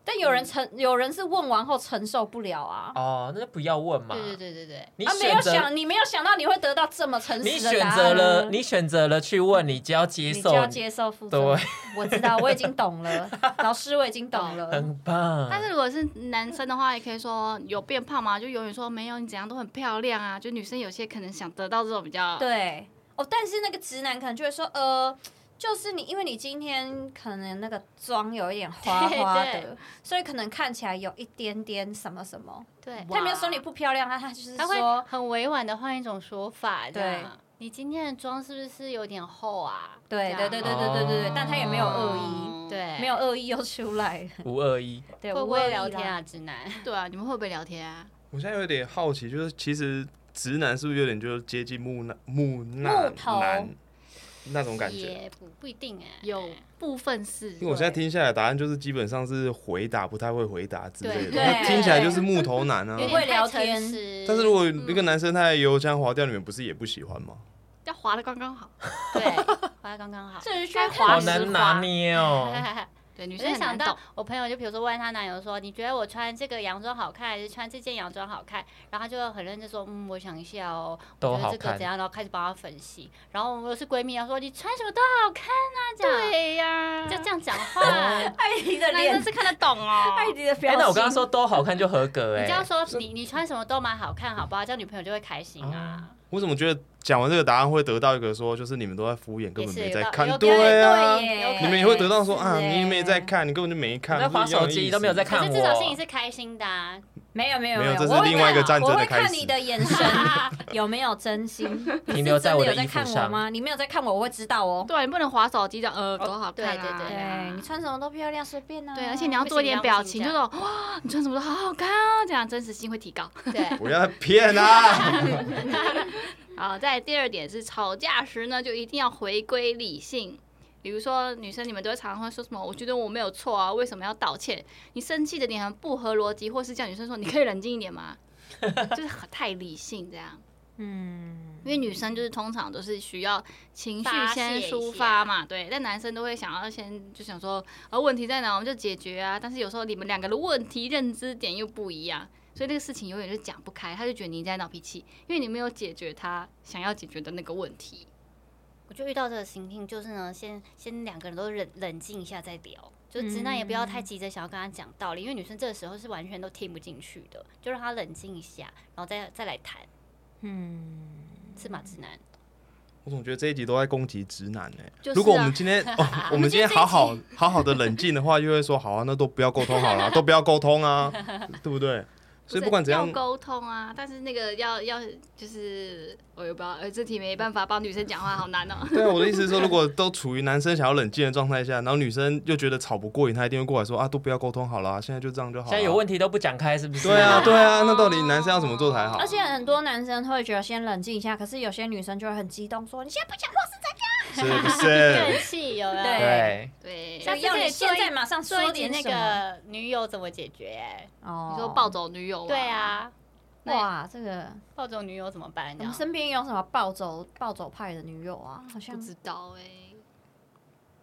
Speaker 7: 但有人承，有人是问完后承受不了啊。
Speaker 3: 哦，那就不要问嘛。
Speaker 5: 对对对对对，
Speaker 3: 你
Speaker 7: 啊，没有
Speaker 3: 选择，
Speaker 7: 想，你没有想到你会得到这么诚
Speaker 3: 你
Speaker 7: 实的答
Speaker 3: 选
Speaker 7: 案。啊
Speaker 3: 择了，你选择了去问，你就要接
Speaker 7: 你
Speaker 3: 受
Speaker 7: 就，要接受负责。
Speaker 3: 对，
Speaker 7: 我知道，我已经懂了，老师我已经懂了。
Speaker 3: 很棒。
Speaker 4: 但是如果是男生的话，也可以说有变胖吗？就永远说没有，你怎样都很漂亮啊。就女生有些可能想得到这种比较，
Speaker 7: 对，哦，但是那个直男可能就会说，呃。就是你，因为你今天可能那个妆有一点花花
Speaker 5: 对
Speaker 7: 的，所以可能看起来有一点点什么什么。
Speaker 5: 对，
Speaker 7: 他没有说你不漂亮啊，他就是
Speaker 5: 他会
Speaker 7: 说，
Speaker 5: 很委婉的换一种说法，这
Speaker 7: 对
Speaker 5: 样。你今天的妆是不是有点厚啊？
Speaker 7: 对
Speaker 5: 这
Speaker 7: 对对对
Speaker 5: 样
Speaker 7: 对对对对
Speaker 3: 哦，
Speaker 7: 但他也没有恶意，
Speaker 4: 嗯
Speaker 5: 对，
Speaker 7: 没有恶意又出来 *laughs* 了。
Speaker 3: 五二一，
Speaker 7: 对，
Speaker 5: 哦会不
Speaker 7: 无恶
Speaker 5: 会
Speaker 7: 意
Speaker 5: 聊
Speaker 7: 啦
Speaker 5: 天啊，直男？
Speaker 4: 对啊，你们会不会聊天啊？
Speaker 6: 我现在有点好奇，就是其实直男是不是有点就是接近木讷木
Speaker 7: 木
Speaker 6: 讷
Speaker 7: 头
Speaker 6: 男那种感觉？
Speaker 5: 也不不一定哎，
Speaker 4: 有部分是，
Speaker 6: 因为我现在听下来的答案就是基本上是回答不太会回答之类的，
Speaker 5: 对
Speaker 6: 那
Speaker 7: 对
Speaker 6: 听起来就是木头男啊
Speaker 5: *laughs* 有。点
Speaker 7: 会聊
Speaker 5: 太诚
Speaker 7: 天
Speaker 5: 实
Speaker 6: 但是如果
Speaker 5: 嗯
Speaker 6: 一个男生他的油腔滑调，你们不是也不喜欢吗？
Speaker 4: 要滑的刚刚好。
Speaker 5: 对，滑的刚刚好。
Speaker 7: 这是需
Speaker 4: 该
Speaker 7: 要
Speaker 4: 滑
Speaker 3: 好
Speaker 4: 石
Speaker 3: 难拿捏 *laughs*
Speaker 7: *laughs*
Speaker 5: *laughs*
Speaker 3: 哦。
Speaker 4: 对，女
Speaker 5: 我
Speaker 4: 生
Speaker 5: 就
Speaker 4: 很
Speaker 5: 想
Speaker 4: 难
Speaker 5: 到
Speaker 4: 懂。
Speaker 5: 我朋友，就比如说问她男友说：“你觉得我穿这个洋装好看，还是穿这件洋装好看？”然后她就很认真说：“嗯，我想一下哦，
Speaker 3: 都
Speaker 5: 我觉
Speaker 3: 好
Speaker 5: 得这个
Speaker 3: 看
Speaker 5: 怎样？”然后开始帮她分析。然后我们又是闺蜜，啊要说：“你穿什么都好看啊！”这样
Speaker 4: 对呀，
Speaker 5: 就这样讲话，
Speaker 7: 艾迪的
Speaker 4: 男生
Speaker 7: 脸，
Speaker 4: 是看得懂 *laughs* 哦。
Speaker 7: 艾迪的
Speaker 3: 哎，
Speaker 7: 表情。
Speaker 3: 那我刚刚说都好看就合格
Speaker 5: 你
Speaker 3: 哎
Speaker 5: 这，样说，你你穿什么都蛮好看，好不好？这样女朋友就会开心啊。
Speaker 6: 我怎么觉得讲完这个答案会得到一个说，就是你们都在敷衍，根本没在看
Speaker 5: 也是。有道
Speaker 6: 对啊，
Speaker 7: 对耶
Speaker 6: 你们也会得到说啊，
Speaker 7: 是耶
Speaker 6: 你也没在看，你根本就没看，
Speaker 3: 你在划
Speaker 6: 不是一样的
Speaker 3: 手机
Speaker 6: 意思
Speaker 3: 都没有在看
Speaker 5: 可是至少
Speaker 3: 我
Speaker 5: 心里是开心的啊。
Speaker 7: 没有没有
Speaker 6: 没有
Speaker 7: 有，
Speaker 6: 这是
Speaker 7: 我会
Speaker 6: 另外一
Speaker 7: 看
Speaker 6: 个
Speaker 7: 啊
Speaker 6: 战争的
Speaker 7: 我会
Speaker 6: 开
Speaker 7: 看
Speaker 6: 始
Speaker 7: 你的眼神 *laughs* 有没有真心，
Speaker 3: 停留在
Speaker 7: 你
Speaker 3: 我
Speaker 7: 是
Speaker 3: 的
Speaker 7: 真的有在
Speaker 3: 衣服
Speaker 7: 看我
Speaker 3: 上。
Speaker 7: 吗？你没有在看我，我会知道哦。
Speaker 4: 对啊，你不能滑手机这样，呃，多好看啊！
Speaker 5: 对对
Speaker 7: 对你穿什么都漂亮，随便啊。
Speaker 4: 对，而且你要做一点表情，就是那种哇，你穿什么都好好看哦，这样真实性会提高。
Speaker 5: 对，
Speaker 6: 不要再骗 *laughs* 啦！
Speaker 4: 好，再来第二点是吵架时呢，就一定要回归理性。比如说，女生你们都会常常会说什么？我觉得我没有错啊，为什么要道歉？你生气的点很不合逻辑，或是叫女生说你可以冷静一点吗？ *laughs* 就是很太理性这样，
Speaker 7: 嗯，
Speaker 4: 因为女生就是通常都是需要情绪
Speaker 5: 发泄
Speaker 4: 先
Speaker 5: 一
Speaker 4: 抒
Speaker 5: 下
Speaker 4: 发嘛，对。但男生都会想要先就想说，呃，问题在哪我们就解决啊。但是有时候你们两个的问题认知点又不一样，所以这个事情永远就讲不开。他就觉得你在闹脾气，因为你没有解决他想要解决的那个问题。
Speaker 5: 我就遇到这个情境，就是呢，先先两个人都冷冷静一下再聊，就直男也不要太急着想要跟他讲道理，因为女生这个时候是完全都听不进去的，就让他冷静一下，然后再再来谈，嗯，是吗？直男，
Speaker 6: 我总觉得这一集都在攻击直男呢、
Speaker 4: 就是啊
Speaker 6: 如果我们今天、哦、我们今天好好好好的冷静的话，就会说好啊，那都不要沟通好了，都不要沟通啊，对不对？所以不管怎样
Speaker 4: 要，沟通啊，但是那个要要就是我也不知道，呃，这题没办法帮女生讲话，好难哦。 *laughs*
Speaker 6: 对啊，我的意思是说，如果都处于男生想要冷静的状态下，然后女生又觉得吵不过瘾，她一定会过来说啊，都不要沟通好了啊、现在就这样就好
Speaker 3: 现
Speaker 6: 了啊。
Speaker 3: 在有问题都不讲开，是不是？
Speaker 6: 对啊，对啊，那到底男生要怎么做才好
Speaker 7: 而？且很多男生会觉得先冷静一下，可是有些女生就会很激动说：“你现在不讲话是
Speaker 6: 是不是？
Speaker 5: *laughs* 怨气有没有？
Speaker 7: 对
Speaker 3: 对，
Speaker 4: 对，
Speaker 5: 下
Speaker 7: 怎
Speaker 5: 次
Speaker 7: 样？
Speaker 5: 可以
Speaker 7: 你现
Speaker 5: 做一
Speaker 7: 在马上
Speaker 5: 做
Speaker 7: 说
Speaker 5: 一点那
Speaker 7: 什么
Speaker 5: 个女友怎么解决、欸？
Speaker 7: 哦，
Speaker 4: 你说暴走女友、
Speaker 5: 对，啊，
Speaker 7: 哇，这个
Speaker 5: 暴走女友怎么
Speaker 7: 我
Speaker 5: 办？这
Speaker 7: 们
Speaker 5: 样
Speaker 7: 身边有什么暴走暴走派的女友啊？好像
Speaker 4: 不知道哎、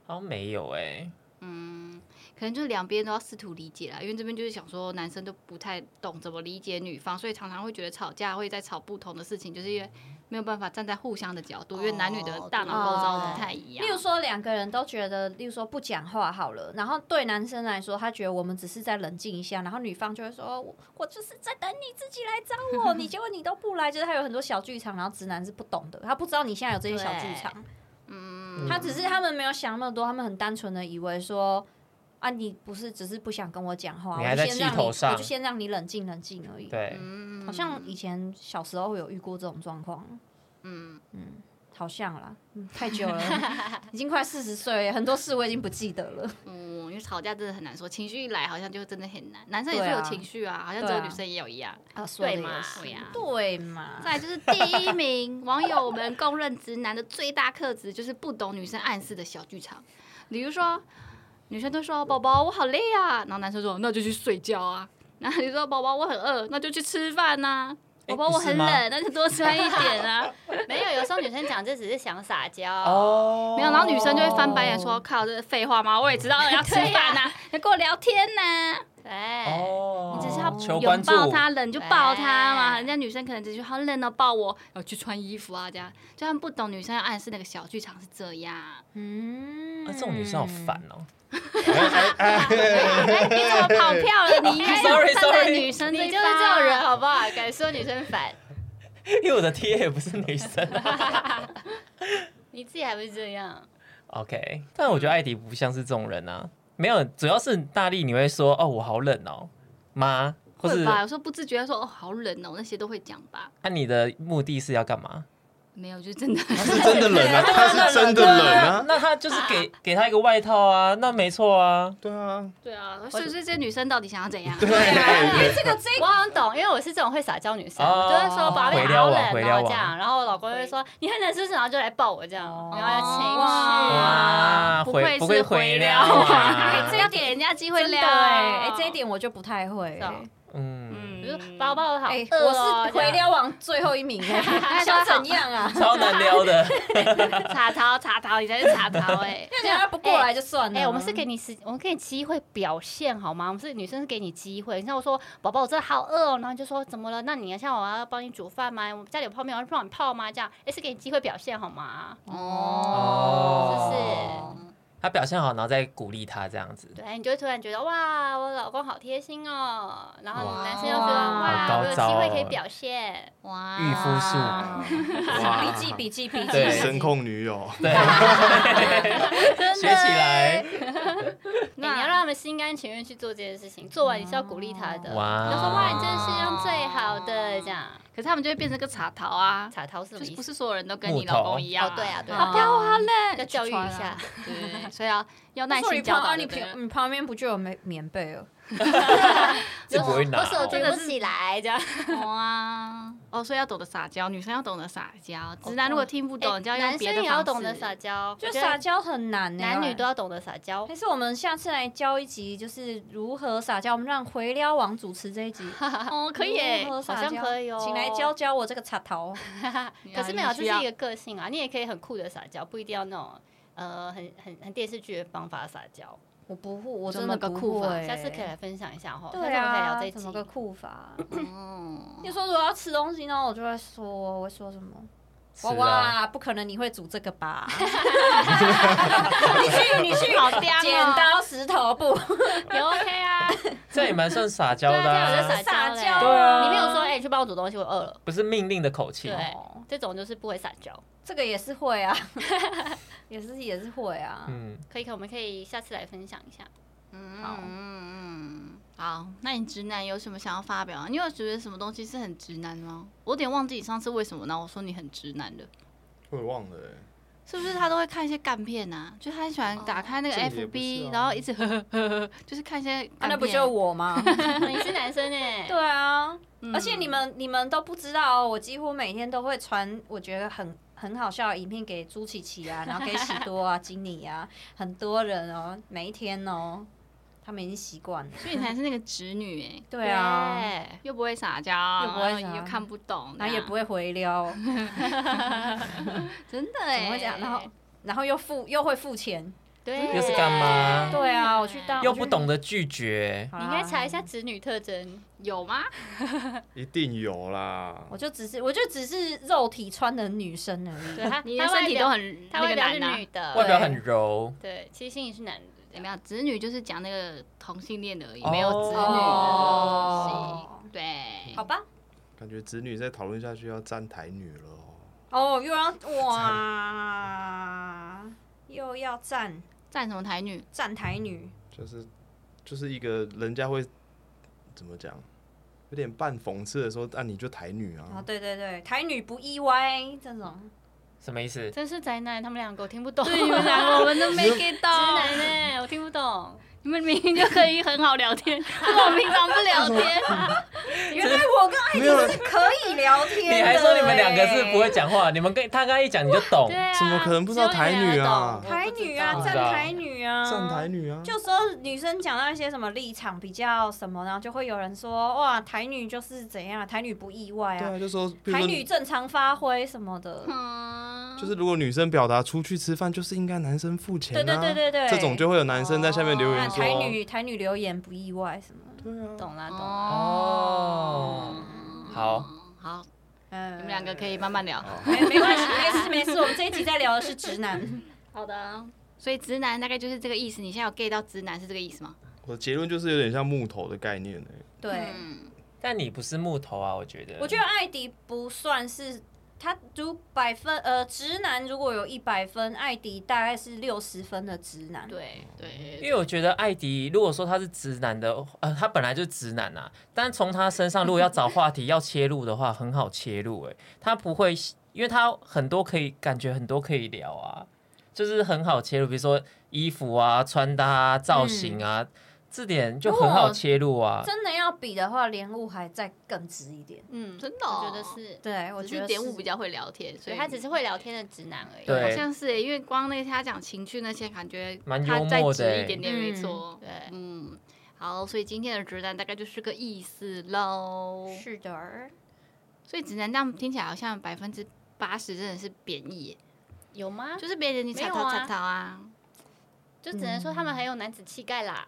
Speaker 3: 好像没有哎，
Speaker 4: 嗯，可能就是两边都要试图理解啦，因为这边就是想说男生都不太懂怎么理解女方，所以常常会觉得吵架会在吵不同的事情，就是因为没有办法站在互相的角度，因为男女的大脑构造不太一样。
Speaker 7: 哦例如说，两个人都觉得，例如说不讲话好了，然后对男生来说，他觉得我们只是在冷静一下，然后女方就会说，哦我我就是在等你自己来找我，你结果你都不来，就是他有很多小剧场，然后直男是不懂的，他不知道你现在有这些小剧场，
Speaker 4: 嗯，
Speaker 7: 他只是他们没有想那么多，他们很单纯的以为说。啊，你不是只是不想跟我讲话，
Speaker 3: 你还在
Speaker 7: 我就先让
Speaker 3: 气头
Speaker 7: 你
Speaker 3: 上
Speaker 7: 我就先让你冷静冷静而已。，
Speaker 3: 对，
Speaker 4: 嗯
Speaker 7: 好像以前小时候有遇过这种状况。
Speaker 4: 嗯，
Speaker 7: 好
Speaker 5: *laughs*
Speaker 7: 像啦，嗯太久了，已经快四十岁了，很多事我已经不记得了。
Speaker 4: 嗯，因为吵架真的很难说，情绪一来好像就真的很难。男生也
Speaker 7: 对
Speaker 4: 是
Speaker 7: 啊
Speaker 4: 有情绪啊，好像只有
Speaker 7: 对啊
Speaker 4: 女生也有一样。
Speaker 7: 啊，说的
Speaker 5: 对嘛
Speaker 7: 也是
Speaker 4: 对呀
Speaker 7: 对嘛，
Speaker 4: 再来就是第一名，网友们公认直男的最大特质就是不懂女生暗示的小剧场，比如说女生都说“宝宝，我好累啊”，然后男生说“那就去睡觉啊”，然后你说“宝宝，我很饿”，那就去吃饭呐、
Speaker 3: 诶
Speaker 4: 宝宝，
Speaker 3: 你
Speaker 4: 我
Speaker 3: 是
Speaker 4: 很
Speaker 3: 吗
Speaker 4: 冷，那就多穿一点啊。
Speaker 5: *laughs* 没有，有时候女生讲这只是想撒娇，
Speaker 3: 哦
Speaker 4: 没有，然后女生就会翻白眼说：“靠，这是废话吗？我也知道要吃饭
Speaker 3: 啊
Speaker 4: 呐、你跟我聊天呐、
Speaker 5: 对， *laughs*
Speaker 3: 哦，
Speaker 4: 你只是要
Speaker 3: 求关
Speaker 4: 拥
Speaker 3: 注，
Speaker 4: 抱他，冷就抱他嘛。
Speaker 5: 哎
Speaker 4: 人家女生可能只是说好冷哦，抱我，要去穿衣服啊，这样。就他们不懂女生要暗示那个小剧场是这样。
Speaker 7: 嗯
Speaker 3: 啊，这种女生好烦哦。
Speaker 6: 哎
Speaker 4: 哎，你怎么跑票了？你应该
Speaker 3: 哎 Sorry，
Speaker 4: 站在
Speaker 3: sorry
Speaker 4: 女生
Speaker 5: 你
Speaker 4: 这
Speaker 5: 就
Speaker 4: 一
Speaker 5: 是
Speaker 4: 方
Speaker 5: 这种人，。好不好？敢说女生烦， *laughs*
Speaker 3: 因为我的 T A 也不是女生、啊
Speaker 5: 你自己还不是这样？
Speaker 3: OK，但我觉得艾迪不像是这种人啊。没有，主要是大力你会说哦，我好冷哦，妈，或
Speaker 4: 会
Speaker 3: 是
Speaker 4: 吧？有时候不自觉地说哦，好冷哦，那些都会讲吧。
Speaker 3: 那、你的目的是要干嘛？
Speaker 4: 没有，就真的。
Speaker 6: 是真的冷啊，他是真的
Speaker 3: 对啊
Speaker 6: 冷啊，
Speaker 3: 那他就是给给他一个外套啊，那没错啊。
Speaker 6: 对啊，
Speaker 4: 对啊，所以所以这些女生到底想
Speaker 3: *laughs*
Speaker 4: 要怎样？
Speaker 7: 因为这个这
Speaker 5: 我好像懂，因为我是这种会撒娇女生，
Speaker 3: 哦
Speaker 5: 我就会说宝贝
Speaker 3: 回撩
Speaker 5: 好
Speaker 3: 我
Speaker 5: 冷
Speaker 3: 回
Speaker 5: 哦
Speaker 3: 撩我
Speaker 5: 这样，然后我老公就会说你很冷是不是？然后就来抱我这样，然后要情绪
Speaker 3: 哦哇，
Speaker 5: 啊，
Speaker 4: 不
Speaker 3: 回
Speaker 4: 愧
Speaker 3: 不
Speaker 4: 是
Speaker 3: 会
Speaker 4: 回
Speaker 3: 回
Speaker 4: 撩
Speaker 3: 撩
Speaker 4: 啊 *laughs*
Speaker 3: 啊！
Speaker 4: 要给人家机会
Speaker 7: 真的
Speaker 4: 撩
Speaker 7: 哎、哎这一点我就不太会、
Speaker 5: 哦是哦
Speaker 3: 嗯，
Speaker 5: 我就说宝宝我好
Speaker 7: 哎、
Speaker 5: 饿哦
Speaker 7: 我是回， *laughs* 撩王最后一
Speaker 5: *laughs*
Speaker 7: 名、哎，想怎样啊？
Speaker 3: 超难撩
Speaker 4: *laughs*
Speaker 3: 的。
Speaker 4: 茶桃茶桃，你才是茶桃
Speaker 7: *laughs*
Speaker 4: 哎。
Speaker 7: 那人家不过来就算
Speaker 5: 这
Speaker 7: 了。
Speaker 5: 样哎，我们
Speaker 3: 嗯
Speaker 5: 是给你时，我们给你机会表现好吗？我们是女生是给你机会，你像我说宝宝我真的好饿哦，然后你就说怎么了？那你像我要帮你煮饭吗？我家里有泡面，我要帮你泡吗？这样，哎，是给你机会表现好吗？
Speaker 3: 哦
Speaker 5: 是
Speaker 3: 他表现好，然后再鼓励他这样子。
Speaker 5: 对，你就会突然觉得哇，我老公好贴心哦，然后
Speaker 4: 哇
Speaker 5: 男生又觉得哇，
Speaker 3: 好
Speaker 5: 我有
Speaker 3: 高
Speaker 5: 机
Speaker 3: 招哦
Speaker 5: 会可以表现，
Speaker 4: 哇
Speaker 3: 御夫术
Speaker 5: 啊
Speaker 6: 哇
Speaker 7: 笔记笔记笔记，
Speaker 3: 对
Speaker 6: *laughs* 声控女友，
Speaker 3: 对，
Speaker 5: 真的
Speaker 3: 学起来。
Speaker 5: 哎你要让他们心甘情愿去做这件事情，做完你是要鼓励他的，
Speaker 3: 哇
Speaker 5: 你就说哇，你真的是用最好的这样。
Speaker 4: 可是他们就会变成个茶桃啊，
Speaker 5: 茶涛是什
Speaker 4: 就
Speaker 5: 么
Speaker 4: 是
Speaker 5: 意
Speaker 4: 不
Speaker 5: 思？
Speaker 4: 是所有人都跟
Speaker 3: 木
Speaker 4: 你老
Speaker 3: 头
Speaker 4: 公一样、
Speaker 5: 哦对啊对
Speaker 7: 啊
Speaker 4: 不要好冷，
Speaker 5: 要教育一下，
Speaker 4: *laughs* 对，啊所以要要耐
Speaker 7: 那你
Speaker 4: 心
Speaker 7: 跑
Speaker 4: 教
Speaker 7: 到
Speaker 4: 导
Speaker 7: 你
Speaker 4: 就对
Speaker 7: 旁
Speaker 5: *laughs*
Speaker 4: 了。
Speaker 7: 你旁边不就有棉棉被了？
Speaker 3: 这不会拿
Speaker 5: 我手
Speaker 3: 哦。
Speaker 5: 举不起来 *laughs* 这样。
Speaker 4: 哇，哦，所以要懂得撒娇，女生要懂得撒娇，直男如果听不懂，就要用
Speaker 5: 哦哎男
Speaker 4: 别
Speaker 5: 生
Speaker 4: 的方
Speaker 5: 也
Speaker 4: 式。
Speaker 5: 要懂得撒娇，哎
Speaker 7: 就
Speaker 5: 我觉
Speaker 7: 撒
Speaker 5: 得
Speaker 7: 娇很难呢、
Speaker 5: 男女都要懂得撒娇
Speaker 7: 还。是我们下次来教一集，就是如何撒娇。我们让回撩王主持这一
Speaker 5: *laughs*
Speaker 7: 集，
Speaker 4: 哦，可以耶
Speaker 7: 如。何撒娇
Speaker 5: 好像可以哦
Speaker 7: 请来教教我这个插头。
Speaker 4: 你
Speaker 5: 可
Speaker 4: 要
Speaker 5: 是没有，这
Speaker 4: 你需要
Speaker 5: 是一个个性啊，你也可以很酷的撒娇，不一定要那种呃很很很电视剧的方法撒娇。
Speaker 7: 我不会，我
Speaker 4: 怎
Speaker 7: 真
Speaker 4: 么
Speaker 7: 的
Speaker 4: 个
Speaker 7: 不
Speaker 4: 酷法
Speaker 7: 会。
Speaker 5: *laughs* 下次可以来分享一下哈，
Speaker 7: 对
Speaker 5: 下次我们
Speaker 7: 啊，
Speaker 5: 可以聊这一
Speaker 7: 怎
Speaker 5: 集
Speaker 7: 么。个酷法？
Speaker 4: 哦
Speaker 7: 你说如果要吃东西呢，我就会说，我会说什么？
Speaker 3: 是
Speaker 7: 哇
Speaker 3: 啊
Speaker 7: 哇，不可能你会煮这个
Speaker 3: *laughs*
Speaker 7: 吧？你去你去，
Speaker 4: 好嗲哦
Speaker 7: 剪刀石头布， *laughs*
Speaker 5: 也 OK 啊，
Speaker 3: 这也蛮算撒娇的、
Speaker 5: 对啊，这样我就
Speaker 3: 啊，
Speaker 5: 撒娇
Speaker 7: 撒娇
Speaker 5: 嘞。
Speaker 7: 对啊
Speaker 5: 你没有说哎，你去帮我煮东西，我饿了。
Speaker 3: 不是命令的口气。
Speaker 5: 对，这种就是不会撒娇。
Speaker 7: 这个也是会啊， *laughs* 也是也是会啊。
Speaker 3: 嗯，
Speaker 5: 可以，可以我们可以下次来分享一下。
Speaker 4: 嗯
Speaker 7: 好
Speaker 4: 嗯嗯，好，那你直男有什么想要发表啊？你有觉得什么东西是很直男的吗？我有点忘记你上次为什么呢？我说你很直男的。
Speaker 6: 我也忘了欸，
Speaker 4: 是不是他都会看一些干片啊？就他很喜欢打开那个
Speaker 3: 哦
Speaker 6: 这个也不
Speaker 4: FB，、
Speaker 6: 是啊
Speaker 4: 然后一直呵呵呵呵，就是看一些干片。
Speaker 7: 啊那不就我吗？
Speaker 5: *laughs* 你是男生哎、
Speaker 7: 对啊，
Speaker 4: 嗯
Speaker 7: 而且你们你们都不知道哦，我几乎每天都会传我觉得很很好笑的影片给朱琪琪啊，然后给喜多啊、经理啊，很多人哦，每一天哦，他们已经习
Speaker 4: *laughs*
Speaker 7: 惯了。
Speaker 4: 所以你才是那个直女哎、
Speaker 7: 对啊，
Speaker 5: 对
Speaker 4: 又不会撒娇，
Speaker 7: 又不会撒
Speaker 4: 然后又看不懂，
Speaker 7: 然后也不
Speaker 4: 会
Speaker 7: 会回撩，怎
Speaker 4: 真的哎、
Speaker 7: 么会这样？然后然后又付又会付钱，
Speaker 5: 对，
Speaker 3: 又是干妈
Speaker 7: 对啊，我去当
Speaker 3: 又不懂得拒绝。
Speaker 7: 好
Speaker 5: 你
Speaker 7: 啦
Speaker 5: 应该查一下子女特征，
Speaker 4: 有吗？
Speaker 6: 一定有啦
Speaker 7: 我。就只是，我就只是肉体穿的女生而已。
Speaker 5: 对他，
Speaker 4: 你
Speaker 5: 他
Speaker 4: 的身体
Speaker 5: 外表
Speaker 4: 都，很
Speaker 5: 他
Speaker 4: 那
Speaker 5: 外
Speaker 4: 个
Speaker 5: 表是
Speaker 4: 男啊
Speaker 5: 女。的，
Speaker 3: 外表很柔，
Speaker 5: 对，其实心里是男的
Speaker 4: 有
Speaker 5: 这样。
Speaker 4: 没有直女就是讲那个同性恋的而已，
Speaker 3: 哦
Speaker 4: 没有直女的东
Speaker 7: 哦
Speaker 4: 西。对，
Speaker 7: 好吧，
Speaker 6: 感觉子女再讨论下去要站台女了哦。
Speaker 7: 哦，又要哇，又要站
Speaker 4: 站什么台女？
Speaker 7: 站台女，
Speaker 6: 就是就是一个人家会怎么讲，有点半讽刺的说，啊，你就台女
Speaker 7: 啊，
Speaker 6: 啊，
Speaker 7: 对对对，台女不意外这种，
Speaker 3: 什么意思？
Speaker 5: 真是宅男，他们两个我听不懂。
Speaker 4: 对，你们两个我们都没 get
Speaker 5: 直 *laughs*
Speaker 4: 到。
Speaker 5: 男呢、我听不懂。
Speaker 4: *laughs* 你们明明就可以很好聊
Speaker 5: *laughs*
Speaker 4: 天，为什么平常不聊天？
Speaker 7: 原来我跟艾迪是可以聊天的
Speaker 3: 你还说你们两个是不会
Speaker 7: 欸
Speaker 3: 讲话，你们跟他刚刚一讲你就懂，
Speaker 4: 对啊，
Speaker 6: 怎么可能不知道台女啊
Speaker 5: 只有你们两
Speaker 3: 知
Speaker 7: 台女啊，
Speaker 5: 个懂我不
Speaker 7: 站
Speaker 3: 道
Speaker 7: 台女啊，
Speaker 6: 站台女啊，
Speaker 7: 就说女生讲到一些什么立场比较什么，然后就会有人说哇，台女就是怎样，台女不意外
Speaker 6: 对
Speaker 7: 啊，
Speaker 6: 啊，就说，比如
Speaker 7: 台
Speaker 6: 说，
Speaker 7: 女正常发挥什么 *laughs* 的。
Speaker 4: 嗯，
Speaker 6: 就是如果女生表达出去吃饭就是应该男生付钱
Speaker 7: 对
Speaker 6: 啊，
Speaker 7: 对对对对，
Speaker 6: 这种就会有男生在下面留
Speaker 7: 那
Speaker 6: 言说，
Speaker 7: 台女台女留言不意外什么的。
Speaker 6: 对啊，
Speaker 5: 懂啦懂啦。
Speaker 4: 哦
Speaker 3: 好，
Speaker 4: 好，
Speaker 7: 嗯，
Speaker 4: 你们两个可以慢慢聊。
Speaker 7: 没没关系，没事没事，我们这一集在聊的是直男。
Speaker 4: 好的，所以直男大概就是这个意思。你现在有 get 到直男是这个意思吗？
Speaker 6: 我的结论就是有点像木头的概念哎、
Speaker 7: 对，
Speaker 4: 嗯
Speaker 3: 但你不是木头啊，我觉得。
Speaker 7: 我觉得艾迪不算是他，如百分呃直男如果有一百分，艾迪大概是六十分的直男。
Speaker 4: 对
Speaker 3: 因
Speaker 4: 对，
Speaker 3: 为我觉得艾迪，如果说他是直男的，呃，他本来就是直男啊。但从他身上，如果要找话题 *laughs* 要切入的话，很好切入、欸。他不会，因为他很多可以感觉很多可以聊啊，就是很好切入。比如说衣服啊、穿搭啊、造型
Speaker 5: 嗯
Speaker 3: 啊，这点就很好切入啊。
Speaker 7: 真的要比的话，莲雾还再更直一点。
Speaker 4: 嗯，真的，
Speaker 5: 我觉得。是，
Speaker 7: 对，我
Speaker 4: 只
Speaker 7: 觉
Speaker 4: 是
Speaker 7: 得
Speaker 4: 点五比较会聊天，所
Speaker 5: 所
Speaker 4: 以
Speaker 5: 以他只是会聊天的直男而已。
Speaker 3: 对
Speaker 4: 好像是欸耶，因为光那个他讲情趣那些，感觉
Speaker 3: 蛮
Speaker 4: 他
Speaker 3: 幽
Speaker 4: 再
Speaker 3: 默
Speaker 4: 直
Speaker 3: 的欸
Speaker 4: 一点点，
Speaker 7: 耶
Speaker 4: 没
Speaker 7: 嗯
Speaker 4: 错。
Speaker 5: 对，
Speaker 4: 嗯，好，所以今天的直男大概就是个意思喽。
Speaker 7: 是的儿。
Speaker 4: 所以直男这样听起来好像百分之八十真的是贬义耶，
Speaker 5: 有吗？
Speaker 4: 就是别人你
Speaker 5: 没
Speaker 4: 吵
Speaker 5: 有
Speaker 4: 吵
Speaker 5: 啊
Speaker 4: 吵吵啊，
Speaker 5: 就只能说他们很有男子气概啦。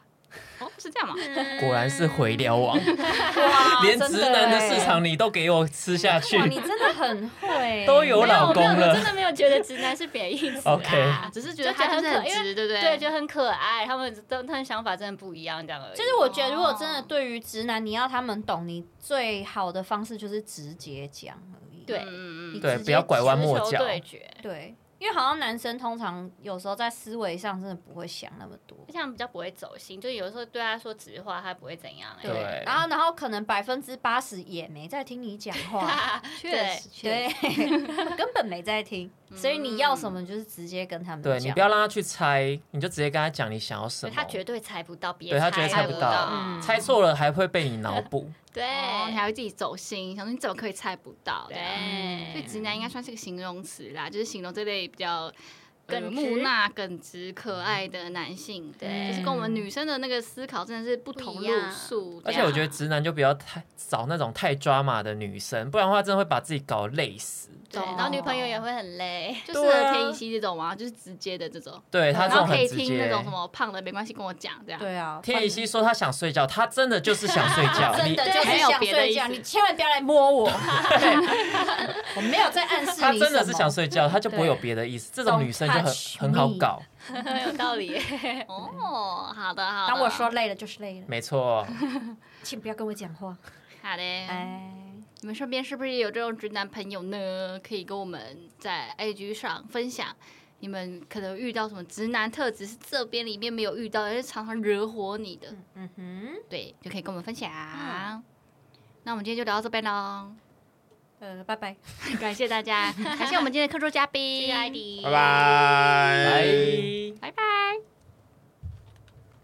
Speaker 4: 哦，是这样吗？
Speaker 5: 嗯
Speaker 3: 果然是回聊王，
Speaker 7: 哇
Speaker 3: 连直男的市。
Speaker 7: 真
Speaker 3: 场你都给我吃下去
Speaker 7: 耶哇，。你真的很会，
Speaker 3: 都有
Speaker 5: 没有
Speaker 3: 老公
Speaker 5: 没有，我
Speaker 3: 了
Speaker 5: 真，的没有觉得直男是贬义词
Speaker 3: *laughs* OK
Speaker 5: 啊。
Speaker 4: 只是觉得
Speaker 5: 就觉
Speaker 4: 他就
Speaker 5: 得
Speaker 4: 是
Speaker 5: 很可
Speaker 4: 很
Speaker 5: 因为
Speaker 4: 直，对不对？
Speaker 5: 对，就很可爱，他们都他们想法真的不一样，这样而已。
Speaker 7: 就是我觉得，如果真的对于直男，你要他们懂，你最好的方式就是直接讲而已。
Speaker 5: 对
Speaker 4: 嗯嗯
Speaker 7: 你
Speaker 4: 嗯，
Speaker 3: 对，
Speaker 7: 直接
Speaker 3: 不要拐弯抹
Speaker 5: 直球
Speaker 3: 角。
Speaker 5: 对决，
Speaker 7: 对，因为好像男生通常有时候在思维上真的不会想那么多。
Speaker 5: 就像比较不会走心，就有时候对他说直话，他不会怎样。哎 *laughs*
Speaker 3: 对
Speaker 7: 然后然后可能百分之八十也没在听你讲
Speaker 5: *laughs*
Speaker 7: 话，
Speaker 4: 确实确
Speaker 7: 对
Speaker 4: 实，，
Speaker 7: 根本没在听，所以你要什么就是直接跟他们
Speaker 3: 对
Speaker 7: 讲。
Speaker 3: 你不要让他去猜，你就直接跟他讲你想要什
Speaker 5: 对
Speaker 3: 么。
Speaker 5: 他绝对猜不到，别
Speaker 3: 对他绝对
Speaker 5: 猜
Speaker 3: 猜
Speaker 5: 不
Speaker 3: 不到
Speaker 7: 嗯
Speaker 3: 猜错了还会被你脑补。
Speaker 5: 对
Speaker 4: 哦，你还会自己走心，想说你怎么可以猜不到？这样所以
Speaker 5: 对，
Speaker 4: 直男应该算是个形容词啦，就是形容这类比较。呃
Speaker 5: 耿直
Speaker 4: 木讷、耿直、可爱的男性，
Speaker 5: 对
Speaker 4: 就是跟我们女生的那个思考真的是不同路数。
Speaker 3: 而且我觉得
Speaker 4: 这样
Speaker 3: 直男就不要太找那种太抓马的女生，不然的话真的会把自己搞累死。
Speaker 5: 对，
Speaker 4: 懂
Speaker 5: 然后女朋友也会很累。
Speaker 4: 就适合田以希这种嘛，就是直接的这种，
Speaker 3: 啊
Speaker 4: 啊
Speaker 3: 对他
Speaker 4: 然
Speaker 3: 这种
Speaker 4: 后可
Speaker 3: 很
Speaker 4: 以
Speaker 3: 直
Speaker 4: 听那
Speaker 3: 接。
Speaker 4: 种什么胖的没关系跟我讲这样。
Speaker 7: 对啊，
Speaker 3: 天以希说他想睡觉，他真的就是想睡
Speaker 7: *laughs*
Speaker 3: 觉。
Speaker 7: 真
Speaker 3: 你
Speaker 7: 的就是
Speaker 4: 没有
Speaker 7: 想
Speaker 4: 别的
Speaker 7: 睡
Speaker 4: 意
Speaker 7: 觉，
Speaker 4: 思
Speaker 7: 你千万不要来摸我，我没有在暗示你
Speaker 3: 他真的
Speaker 7: 什
Speaker 3: 是
Speaker 7: 么
Speaker 3: 想睡觉，他就不会有别的意思。这种女生就
Speaker 7: Don't
Speaker 3: 很
Speaker 7: touch
Speaker 3: 很好
Speaker 7: me
Speaker 3: 搞，
Speaker 5: 很嗯有道理。
Speaker 4: 哦，好的好的。
Speaker 7: 当我说累了就是累了，
Speaker 3: 没错。
Speaker 7: 请不要跟我讲话。
Speaker 4: 好嘞，
Speaker 7: 哎，
Speaker 4: 你们身边是不是也有这种直男朋友呢？可以跟我们在 IG 上分享。你们可能遇到什么直男特质是这边里面没有遇到，而是常常惹火你的，
Speaker 7: 嗯哼，
Speaker 4: 对，就可以跟我们分享。嗯那我们今天就聊到这边喽，
Speaker 7: 呃，拜拜。
Speaker 4: 感 *laughs* 谢大家，感谢我们今天的客座嘉宾
Speaker 5: 谢谢 ID，
Speaker 6: 拜拜。
Speaker 3: 拜。
Speaker 4: 拜拜。